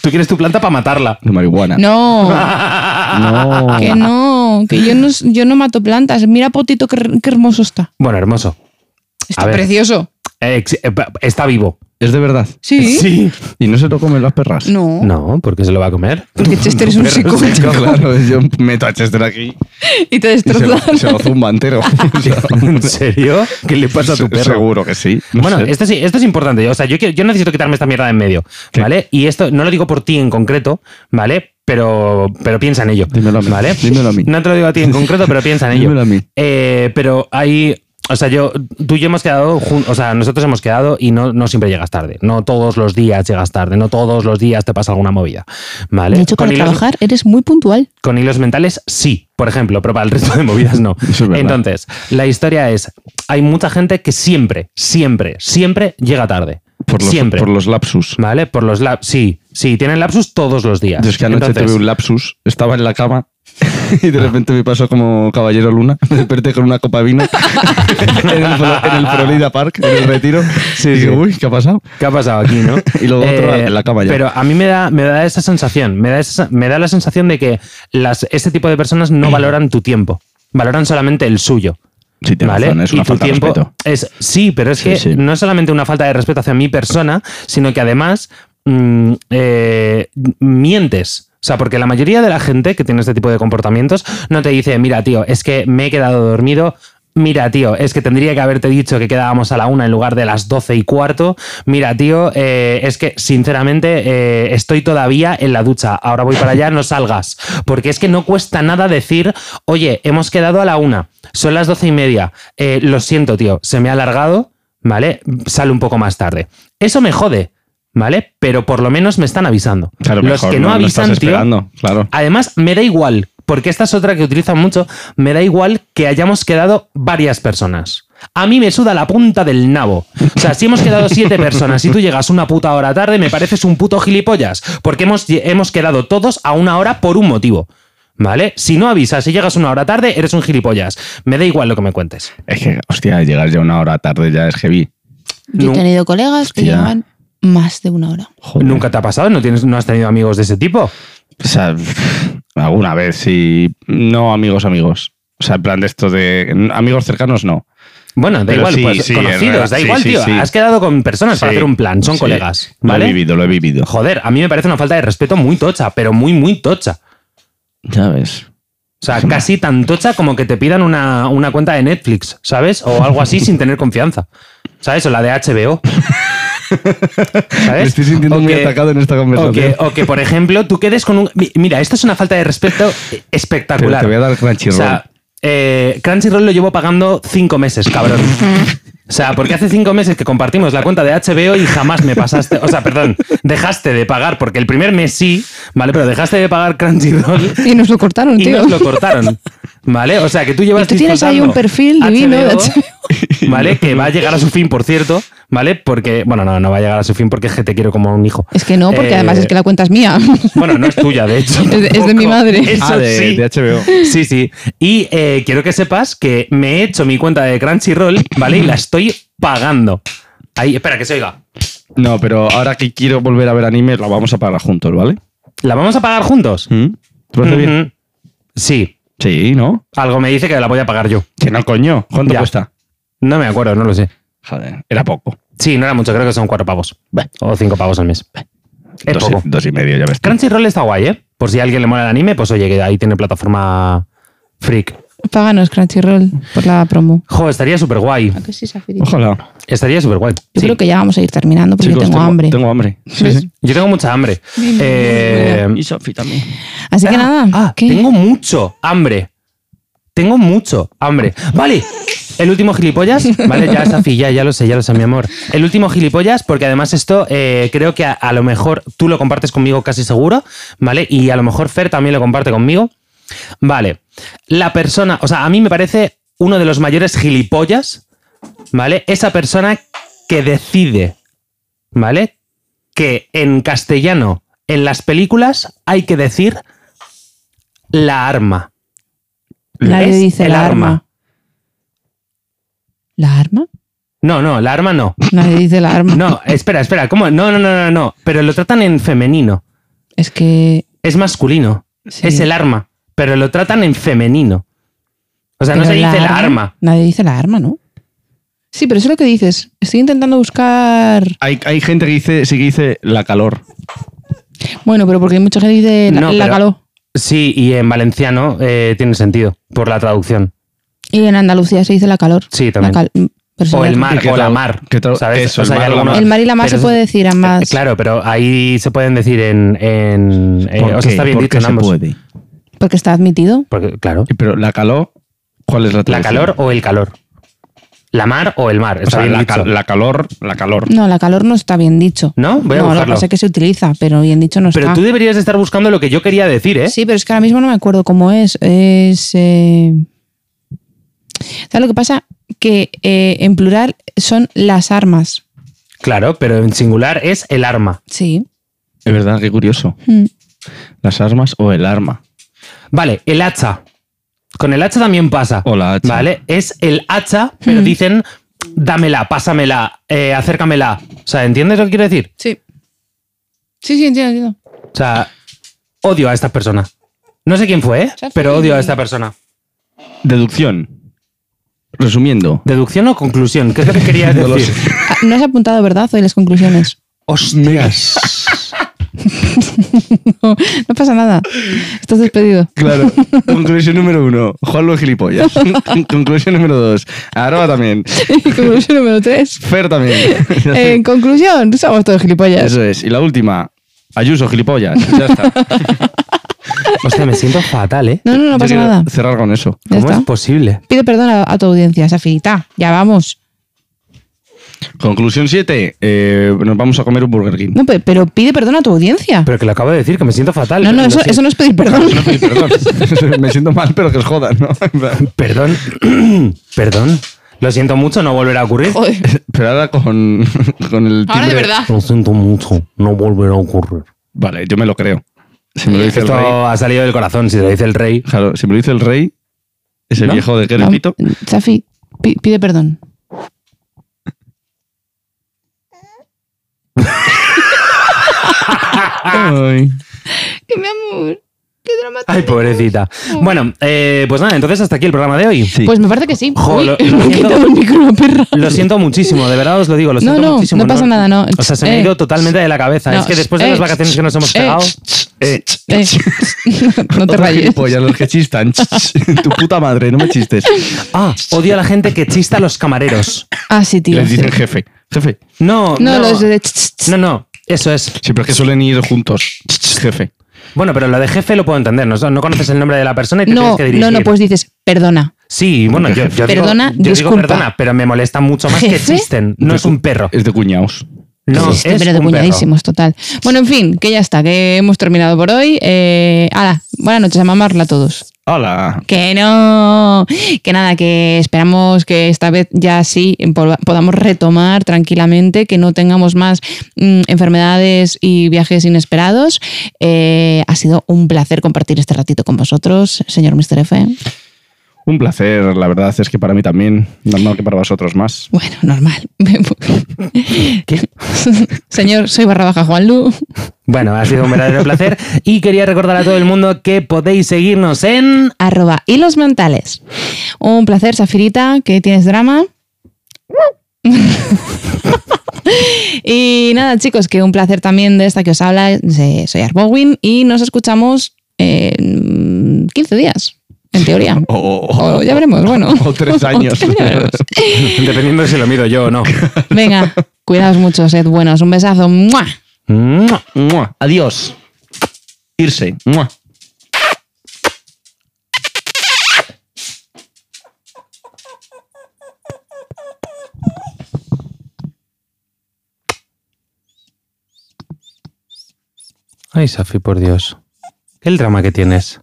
Speaker 2: Tú quieres tu planta para matarla.
Speaker 3: De marihuana.
Speaker 1: No,
Speaker 3: No.
Speaker 1: que no, que yo no, yo no mato plantas. Mira Potito, qué, qué hermoso está.
Speaker 2: Bueno, hermoso.
Speaker 1: Está
Speaker 2: ver.
Speaker 1: precioso.
Speaker 2: Eh, ex- eh, pa- está vivo.
Speaker 3: Es de verdad.
Speaker 1: Sí.
Speaker 3: Y no se lo comen las perras.
Speaker 1: No.
Speaker 2: No, porque se lo va a comer.
Speaker 1: Porque Chester es un
Speaker 2: Pero sí,
Speaker 1: psicópata
Speaker 3: Claro, yo meto a Chester aquí
Speaker 1: y te
Speaker 3: y se,
Speaker 1: destroza.
Speaker 3: lo- se lo zumba entero. O sea,
Speaker 2: ¿En serio? ¿Qué le pasa a tu
Speaker 3: se-
Speaker 2: perro?
Speaker 3: Seguro que sí. No
Speaker 2: Bueno,
Speaker 3: sé.
Speaker 2: esto, sí, esto es importante. O sea, yo, quiero- yo necesito quitarme esta mierda de en medio,
Speaker 3: Sí.
Speaker 2: ¿vale? Y esto no lo digo por ti en concreto, ¿vale? Pero, pero piensa en ello.
Speaker 3: Dímelo a mí.
Speaker 2: ¿Vale?
Speaker 3: Dímelo a mí.
Speaker 2: No te lo digo a ti en concreto, pero piensa en ello.
Speaker 3: Dímelo a mí.
Speaker 2: Eh, pero hay O sea, yo, tú y yo hemos quedado juntos, o sea, nosotros hemos quedado y no, no siempre llegas tarde. No todos los días llegas tarde, no todos los días te pasa alguna movida. ¿Vale?
Speaker 1: De hecho, para
Speaker 2: hilos,
Speaker 1: trabajar eres muy puntual.
Speaker 2: con hilos mentales, sí, por ejemplo, pero para el resto de movidas no.
Speaker 3: Eso es verdad.
Speaker 2: Entonces, la historia es: hay mucha gente que siempre, siempre, siempre llega tarde.
Speaker 3: Por los,
Speaker 2: siempre.
Speaker 3: Por los lapsus.
Speaker 2: ¿Vale? Por los lapsus. Sí, sí, tienen lapsus todos los días.
Speaker 3: Yo es que anoche
Speaker 2: Entonces,
Speaker 3: tuve un lapsus, estaba en la cama y de repente me pasó como caballero luna, me desperté con una copa de vino en, el, Flo- en el Florida Park, en el retiro.
Speaker 2: Sí,
Speaker 3: y dije,
Speaker 2: sí.
Speaker 3: uy, ¿qué ha pasado?
Speaker 2: ¿Qué ha pasado aquí, no? Eh,
Speaker 3: Y luego otro en la cama ya.
Speaker 2: Pero a mí me da, me da esa sensación, me da, esa- me da la sensación de que las, este tipo de personas no valoran tu tiempo, valoran solamente el suyo.
Speaker 3: Sí, tienes
Speaker 2: ¿Vale?
Speaker 3: razón, es una
Speaker 2: y tu
Speaker 3: falta de
Speaker 2: tiempo
Speaker 3: respeto.
Speaker 2: es sí, pero es
Speaker 3: Sí,
Speaker 2: que
Speaker 3: sí.
Speaker 2: no es solamente una falta de respeto hacia mi persona, sino que además mm, eh, mientes. O sea, porque la mayoría de la gente que tiene este tipo de comportamientos no te dice, mira, tío, es que me he quedado dormido. Mira, tío, es que tendría que haberte dicho que quedábamos a la una en lugar de las doce y cuarto. Mira, tío, eh, es que sinceramente eh, estoy todavía en la ducha. Ahora voy para allá, no salgas. Porque es que no cuesta nada decir, oye, hemos quedado a la una, son las doce y media. Eh, lo siento, tío, se me ha alargado, ¿vale? Sale un poco más tarde. Eso me jode, ¿vale? Pero por lo menos me están avisando.
Speaker 3: Claro,
Speaker 2: Los
Speaker 3: mejor,
Speaker 2: que no,
Speaker 3: lo
Speaker 2: avisan,
Speaker 3: estás
Speaker 2: tío.
Speaker 3: esperando, claro.
Speaker 2: Además, me da igual, porque esta es otra que utilizan mucho, me da igual que hayamos quedado varias personas. A mí me suda la punta del nabo. O sea, si hemos quedado siete personas y tú llegas una puta hora tarde, me pareces un puto gilipollas, porque hemos, hemos quedado todos a una hora por un motivo. ¿Vale? Si no avisas y llegas una hora tarde, eres un gilipollas. Me da igual lo que me cuentes.
Speaker 3: Es que, hostia, llegar ya una hora tarde ya es heavy.
Speaker 1: Yo
Speaker 2: No.
Speaker 1: he tenido colegas que
Speaker 3: Hostia.
Speaker 1: llevan más de una hora.
Speaker 3: Joder.
Speaker 2: ¿Nunca te ha pasado? ¿No, tienes, ¿No has tenido amigos de ese tipo?
Speaker 3: O sea, alguna vez, sí. No amigos, amigos. O sea, en plan de esto de amigos cercanos, no.
Speaker 2: Bueno, da
Speaker 3: Pero
Speaker 2: igual,
Speaker 3: sí,
Speaker 2: pues
Speaker 3: sí, en
Speaker 2: conocidos,
Speaker 3: realidad,
Speaker 2: da
Speaker 3: sí,
Speaker 2: igual,
Speaker 3: sí,
Speaker 2: tío.
Speaker 3: sí.
Speaker 2: Has quedado con personas para
Speaker 3: Sí,
Speaker 2: hacer un plan, son
Speaker 3: sí.
Speaker 2: colegas,
Speaker 3: Lo he
Speaker 2: ¿vale?
Speaker 3: vivido, lo he vivido.
Speaker 2: Joder, a mí me parece una falta de respeto muy tocha, pero muy, muy tocha.
Speaker 3: Ya ves.
Speaker 2: O sea, casi tan tocha como que te pidan una, una cuenta de Netflix, ¿sabes? O algo así sin tener confianza. ¿Sabes? O la de HBO.
Speaker 3: Me
Speaker 2: ¿Sabes?
Speaker 3: estoy sintiendo
Speaker 2: O
Speaker 3: muy
Speaker 2: que-
Speaker 3: atacado en esta
Speaker 2: o
Speaker 3: conversación.
Speaker 2: que, o que, por ejemplo, tú quedes con un... mi- Mira, esto es una falta de respeto
Speaker 3: Pero
Speaker 2: espectacular.
Speaker 3: te voy a dar
Speaker 2: O
Speaker 3: Crunchyroll.
Speaker 2: sea, eh, Crunchyroll lo llevo pagando cinco meses, cabrón. O sea, porque hace cinco meses que compartimos la cuenta de HBO y jamás me pasaste. O sea, perdón, dejaste de pagar, porque el primer mes sí, ¿vale? Pero dejaste de pagar Crunchyroll
Speaker 1: Y nos lo cortaron,
Speaker 2: y
Speaker 1: tío.
Speaker 2: nos lo cortaron. ¿Vale? O sea, que tú llevas.
Speaker 1: Y tú tienes ahí
Speaker 2: disfrutando
Speaker 1: un perfil divino de
Speaker 2: ¿Vale? Que va a llegar a su fin, por cierto. ¿Vale? Porque. Bueno, no, no va a llegar a su fin porque es que te quiero como a un hijo.
Speaker 1: Es que no, porque
Speaker 2: Eh,
Speaker 1: además es que la cuenta es mía.
Speaker 2: Bueno, no es tuya, de hecho.
Speaker 1: Es de- es de mi
Speaker 2: tampoco.
Speaker 1: madre.
Speaker 2: Eso
Speaker 3: ah, de,
Speaker 2: sí.
Speaker 3: de HBO.
Speaker 2: Sí, sí. Y eh, quiero que sepas que me he hecho mi cuenta de Crunchyroll, ¿vale? Y la estoy pagando. Ahí, espera, que se oiga.
Speaker 3: No, pero ahora que quiero volver a ver anime, la vamos a pagar juntos, ¿vale?
Speaker 2: ¿La vamos a pagar juntos?
Speaker 3: ¿Mm? ¿Te parece bien?
Speaker 2: Ujú. Sí.
Speaker 3: Sí, ¿no?
Speaker 2: Algo me dice que la voy a pagar yo.
Speaker 3: Que no, coño. ¿Cuánto
Speaker 2: Ya.
Speaker 3: cuesta?
Speaker 2: No me acuerdo, no lo sé.
Speaker 3: Joder, era poco.
Speaker 2: Sí, no era mucho, creo que son cuatro pavos.
Speaker 3: Bah.
Speaker 2: O cinco pavos al mes. Es
Speaker 3: dos,
Speaker 2: poco.
Speaker 3: Y, dos y medio, ya ves. tú.
Speaker 2: Crunchyroll está guay, ¿eh? Por si a alguien le mola el anime, pues oye, que ahí tiene plataforma freak.
Speaker 1: Páganos Crunchyroll por la promo.
Speaker 2: Jo, estaría súper guay.
Speaker 1: ¿A que sí, Safiri?
Speaker 3: Ojalá.
Speaker 2: Estaría súper guay.
Speaker 1: Yo creo que ya vamos a ir terminando porque
Speaker 3: Chicos,
Speaker 1: tengo, hambre.
Speaker 3: Tengo hambre. Sí,
Speaker 1: ¿Ves?
Speaker 3: sí.
Speaker 2: Yo tengo mucha hambre. Eh,
Speaker 3: Y Sofi también.
Speaker 1: Así que
Speaker 2: Ah,
Speaker 1: nada,
Speaker 2: ah,
Speaker 1: ¿qué?
Speaker 2: tengo mucho hambre. Tengo mucho hambre. Vale. El último gilipollas, vale, ya está ya, ya lo sé, ya lo sé, mi amor. El último gilipollas, porque además esto eh, creo que a, a lo mejor tú lo compartes conmigo casi seguro, ¿vale? Y a lo mejor Fer también lo comparte conmigo. Vale. La persona, o sea, a mí me parece uno de los mayores gilipollas, ¿vale? Esa persona que decide, ¿vale? Que en castellano, en las películas, hay que decir la arma.
Speaker 1: Nadie
Speaker 2: ¿Ves?
Speaker 1: dice
Speaker 2: El
Speaker 1: la arma.
Speaker 2: arma.
Speaker 1: ¿La arma?
Speaker 2: No, no, la arma no.
Speaker 1: Nadie dice la arma.
Speaker 2: No, espera, espera, ¿cómo? No, no, no, no, no. Pero lo tratan en femenino.
Speaker 1: Es que.
Speaker 2: Es masculino.
Speaker 1: sí.
Speaker 2: Es el arma. Pero lo tratan en femenino. O sea, no
Speaker 1: Pero
Speaker 2: se dice la arma.
Speaker 1: Nadie dice la arma, ¿no? Sí, pero eso es lo que dices. Estoy intentando buscar.
Speaker 3: Hay, hay gente que dice, sí que dice la calor.
Speaker 1: Bueno, pero porque hay mucha gente que dice la,
Speaker 2: No,
Speaker 1: la
Speaker 2: pero-
Speaker 1: caló.
Speaker 2: Sí, y en valenciano eh, tiene sentido, por la traducción.
Speaker 1: Y en Andalucía se dice la calor.
Speaker 2: Sí,
Speaker 1: La
Speaker 2: también.
Speaker 1: cal- pero sí,
Speaker 2: O el
Speaker 1: la-
Speaker 2: mar,
Speaker 3: ¿Y qué
Speaker 2: o la
Speaker 3: tal?
Speaker 2: mar.
Speaker 3: ¿Qué tal?
Speaker 2: ¿Sabes?
Speaker 3: Eso,
Speaker 2: o sea,
Speaker 3: el
Speaker 2: hay
Speaker 3: mar, la
Speaker 2: algunos-
Speaker 3: mar.
Speaker 1: El mar y la mar
Speaker 2: pero
Speaker 1: se
Speaker 2: eso-
Speaker 1: puede decir ambas.
Speaker 2: Eh, Claro, pero ahí se pueden decir en. en- eh,
Speaker 3: ¿Por
Speaker 2: o sea,
Speaker 3: qué?
Speaker 2: está bien
Speaker 3: ¿Por
Speaker 2: dicho
Speaker 3: qué
Speaker 2: en
Speaker 3: se
Speaker 2: ambos.
Speaker 3: puede?
Speaker 1: Porque está admitido.
Speaker 2: Porque, claro.
Speaker 3: Y Pero la calor, ¿cuál es la
Speaker 2: La
Speaker 3: traducción?
Speaker 2: calor o el calor. La mar o el mar.
Speaker 3: O
Speaker 2: Está
Speaker 3: sea,
Speaker 2: bien
Speaker 3: la,
Speaker 2: dicho.
Speaker 3: cal- la calor, la calor.
Speaker 1: No, la calor no está bien dicho.
Speaker 2: ¿No? Voy a
Speaker 1: no, lo que
Speaker 2: buscarlo.
Speaker 1: pasa es que se utiliza, pero bien dicho no
Speaker 2: Pero
Speaker 1: está.
Speaker 2: tú deberías de estar buscando lo que yo quería decir, ¿eh?
Speaker 1: Ah. Sí, pero es que ahora mismo no me acuerdo cómo es. Es. eh, ¿Sabes lo que pasa? Que eh, en plural son las armas.
Speaker 2: Claro, pero en singular es el arma.
Speaker 1: Sí.
Speaker 3: Es verdad, qué curioso.
Speaker 1: Mm.
Speaker 3: Las armas o el arma.
Speaker 2: Vale, el hacha. Con el hacha también pasa.
Speaker 3: O la hacha.
Speaker 2: Vale, es el hacha, pero
Speaker 1: Hmm.
Speaker 2: dicen dámela, pásamela, eh, acércamela. O sea, ¿entiendes lo que quiero decir?
Speaker 1: Sí. Sí, sí, entiendo, entiendo.
Speaker 2: O sea, odio a esta persona. No sé quién fue, ¿eh?
Speaker 1: sea,
Speaker 2: pero
Speaker 1: fue-
Speaker 2: odio a esta persona.
Speaker 3: Deducción. Resumiendo.
Speaker 2: ¿Deducción o conclusión? ¿Qué es lo que querías
Speaker 3: No lo
Speaker 2: decir?
Speaker 3: sé.
Speaker 1: Ah, No has apuntado, ¿verdad? Hoy las conclusiones.
Speaker 3: Hostias.
Speaker 1: No pasa nada. Estás despedido.
Speaker 3: Claro. Conclusión número uno. Juan los gilipollas. Conclusión número dos. Aroa también.
Speaker 1: Conclusión número 3.
Speaker 3: Fer también.
Speaker 1: En conclusión, somos todos gilipollas.
Speaker 3: Eso es. Y la última. Ayuso, gilipollas. Ya está.
Speaker 2: Hostia, me siento fatal, ¿eh?
Speaker 1: No, no,
Speaker 3: Yo
Speaker 1: no pasa
Speaker 3: quiero
Speaker 1: nada.
Speaker 3: Cerrar con eso.
Speaker 1: Ya
Speaker 2: ¿Cómo es
Speaker 1: está.
Speaker 2: posible?
Speaker 1: Pide perdón a, a tu audiencia, Safirita. Ya vamos.
Speaker 3: Conclusión 7. nos vamos a comer un Burger King.
Speaker 1: No, pe- pero, pide perdón a tu audiencia.
Speaker 2: Pero que lo acabo de decir, que me siento fatal.
Speaker 1: no, no,
Speaker 2: Lo
Speaker 1: eso,
Speaker 2: siento.
Speaker 1: eso no es pedir perdón.
Speaker 3: No, sí, perdón. Me siento mal, pero que os jodan, ¿no?
Speaker 2: Perdón, perdón. Lo siento mucho, no volverá a ocurrir.
Speaker 1: Joder.
Speaker 3: Pero ahora con, con el
Speaker 1: Ahora de
Speaker 3: timbre-
Speaker 1: verdad.
Speaker 2: Lo siento mucho, no volverá a ocurrir.
Speaker 3: Vale, yo me lo creo. Si me lo dice el
Speaker 2: Esto
Speaker 3: rey.
Speaker 2: ha salido del corazón, si lo dice el rey.
Speaker 3: Claro, si me lo dice el rey, ese
Speaker 2: ¿No?
Speaker 3: viejo de Gerpito.
Speaker 1: Vam- Safi, pi- pide perdón. Ah.
Speaker 3: Ay.
Speaker 1: Que mi amor, qué dramático.
Speaker 2: Ay, pues pobrecita. Bueno, eh, pues nada, entonces hasta aquí el programa de hoy.
Speaker 3: Sí.
Speaker 1: Pues me parece que sí.
Speaker 2: Jo,
Speaker 1: Uy,
Speaker 2: lo-
Speaker 1: me
Speaker 2: lo
Speaker 1: he
Speaker 2: siento.
Speaker 1: quitado el micro, perra.
Speaker 2: Lo siento muchísimo, de verdad os lo digo, lo
Speaker 1: Pues- No,
Speaker 2: siento
Speaker 1: no,
Speaker 2: muchísimo.
Speaker 1: no pasa nada, no.
Speaker 2: O sea, se me ha
Speaker 1: Eh,
Speaker 2: ido totalmente de la cabeza.
Speaker 1: no,
Speaker 2: es que después de
Speaker 1: eh,
Speaker 2: las vacaciones que nos hemos
Speaker 1: eh,
Speaker 2: pegado,
Speaker 3: Eh,
Speaker 1: Eh, no te
Speaker 3: Otra
Speaker 1: rayes.
Speaker 3: gilipollas, los que chistan. tu puta madre, no me chistes.
Speaker 2: ah, odio a la gente que chista a los camareros.
Speaker 1: Ah, sí,
Speaker 3: Y
Speaker 1: tío.
Speaker 3: les
Speaker 1: sí.
Speaker 3: dicen jefe. Jefe.
Speaker 2: No,
Speaker 1: No,
Speaker 2: no,
Speaker 1: los de... ch- ch- ch-
Speaker 2: no, no, eso es.
Speaker 3: Siempre es que suelen ir juntos. Jefe.
Speaker 2: Bueno, pero lo de jefe lo puedo entender. No, no conoces el nombre de la persona y te
Speaker 1: No,
Speaker 2: tienes que dirigir.
Speaker 1: no, no, pues dices, perdona.
Speaker 2: Sí, bueno, yo, yo digo-
Speaker 1: Perdona,
Speaker 2: yo digo,
Speaker 1: disculpa.
Speaker 2: perdona, pero me molesta mucho más que
Speaker 1: ¿Jefe?
Speaker 2: chisten. No es un perro.
Speaker 3: Es de cuñados.
Speaker 2: No,
Speaker 1: Sí,
Speaker 2: es
Speaker 1: pero de
Speaker 2: un perro.
Speaker 1: puñadísimos, total. Bueno, en fin, que ya está, que hemos terminado por hoy. Eh, ala, buenas noches, a mamarla a todos.
Speaker 3: Hola.
Speaker 1: Que no, que nada, que esperamos que esta vez ya sí po- podamos retomar tranquilamente, que no tengamos más mm, enfermedades y viajes inesperados. Eh, ha sido un placer compartir este ratito con vosotros, señor Mr. F.
Speaker 3: Un placer, la verdad es que para mí también, normal que para vosotros más.
Speaker 1: Bueno, normal. Señor, soy barra baja Juanlu.
Speaker 2: Bueno, ha sido un verdadero placer. Y quería recordar a todo el mundo que podéis seguirnos en.
Speaker 1: Arroba hilos mentales. Un placer, Safirita, que tienes drama. y nada, chicos, que un placer también de esta que os habla. eh, Soy Arbowin y nos escuchamos en 15 días, en teoría.
Speaker 3: O, o-
Speaker 1: O ya veremos, bueno.
Speaker 3: o oh, tres años.
Speaker 1: Ya veremos.
Speaker 2: Dependiendo de si lo mido yo o no.
Speaker 1: Venga, cuidaos mucho, sed buenos. Un besazo. ¡Mua!
Speaker 2: ¡Mua!
Speaker 3: Mua. Adiós. Irse. Mua.
Speaker 2: Ay, Safi, por Dios. Qué el drama que tienes.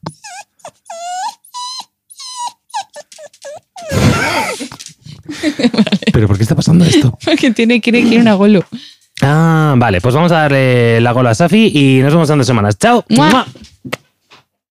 Speaker 2: ¿Pero por qué está pasando esto?
Speaker 1: Que tiene, quiere, quiere una golo.
Speaker 2: Ah, vale, pues vamos a darle la gola a Safi y nos vemos en dos semanas. ¡Chao!
Speaker 1: ¡Mua!
Speaker 2: ¡Mua!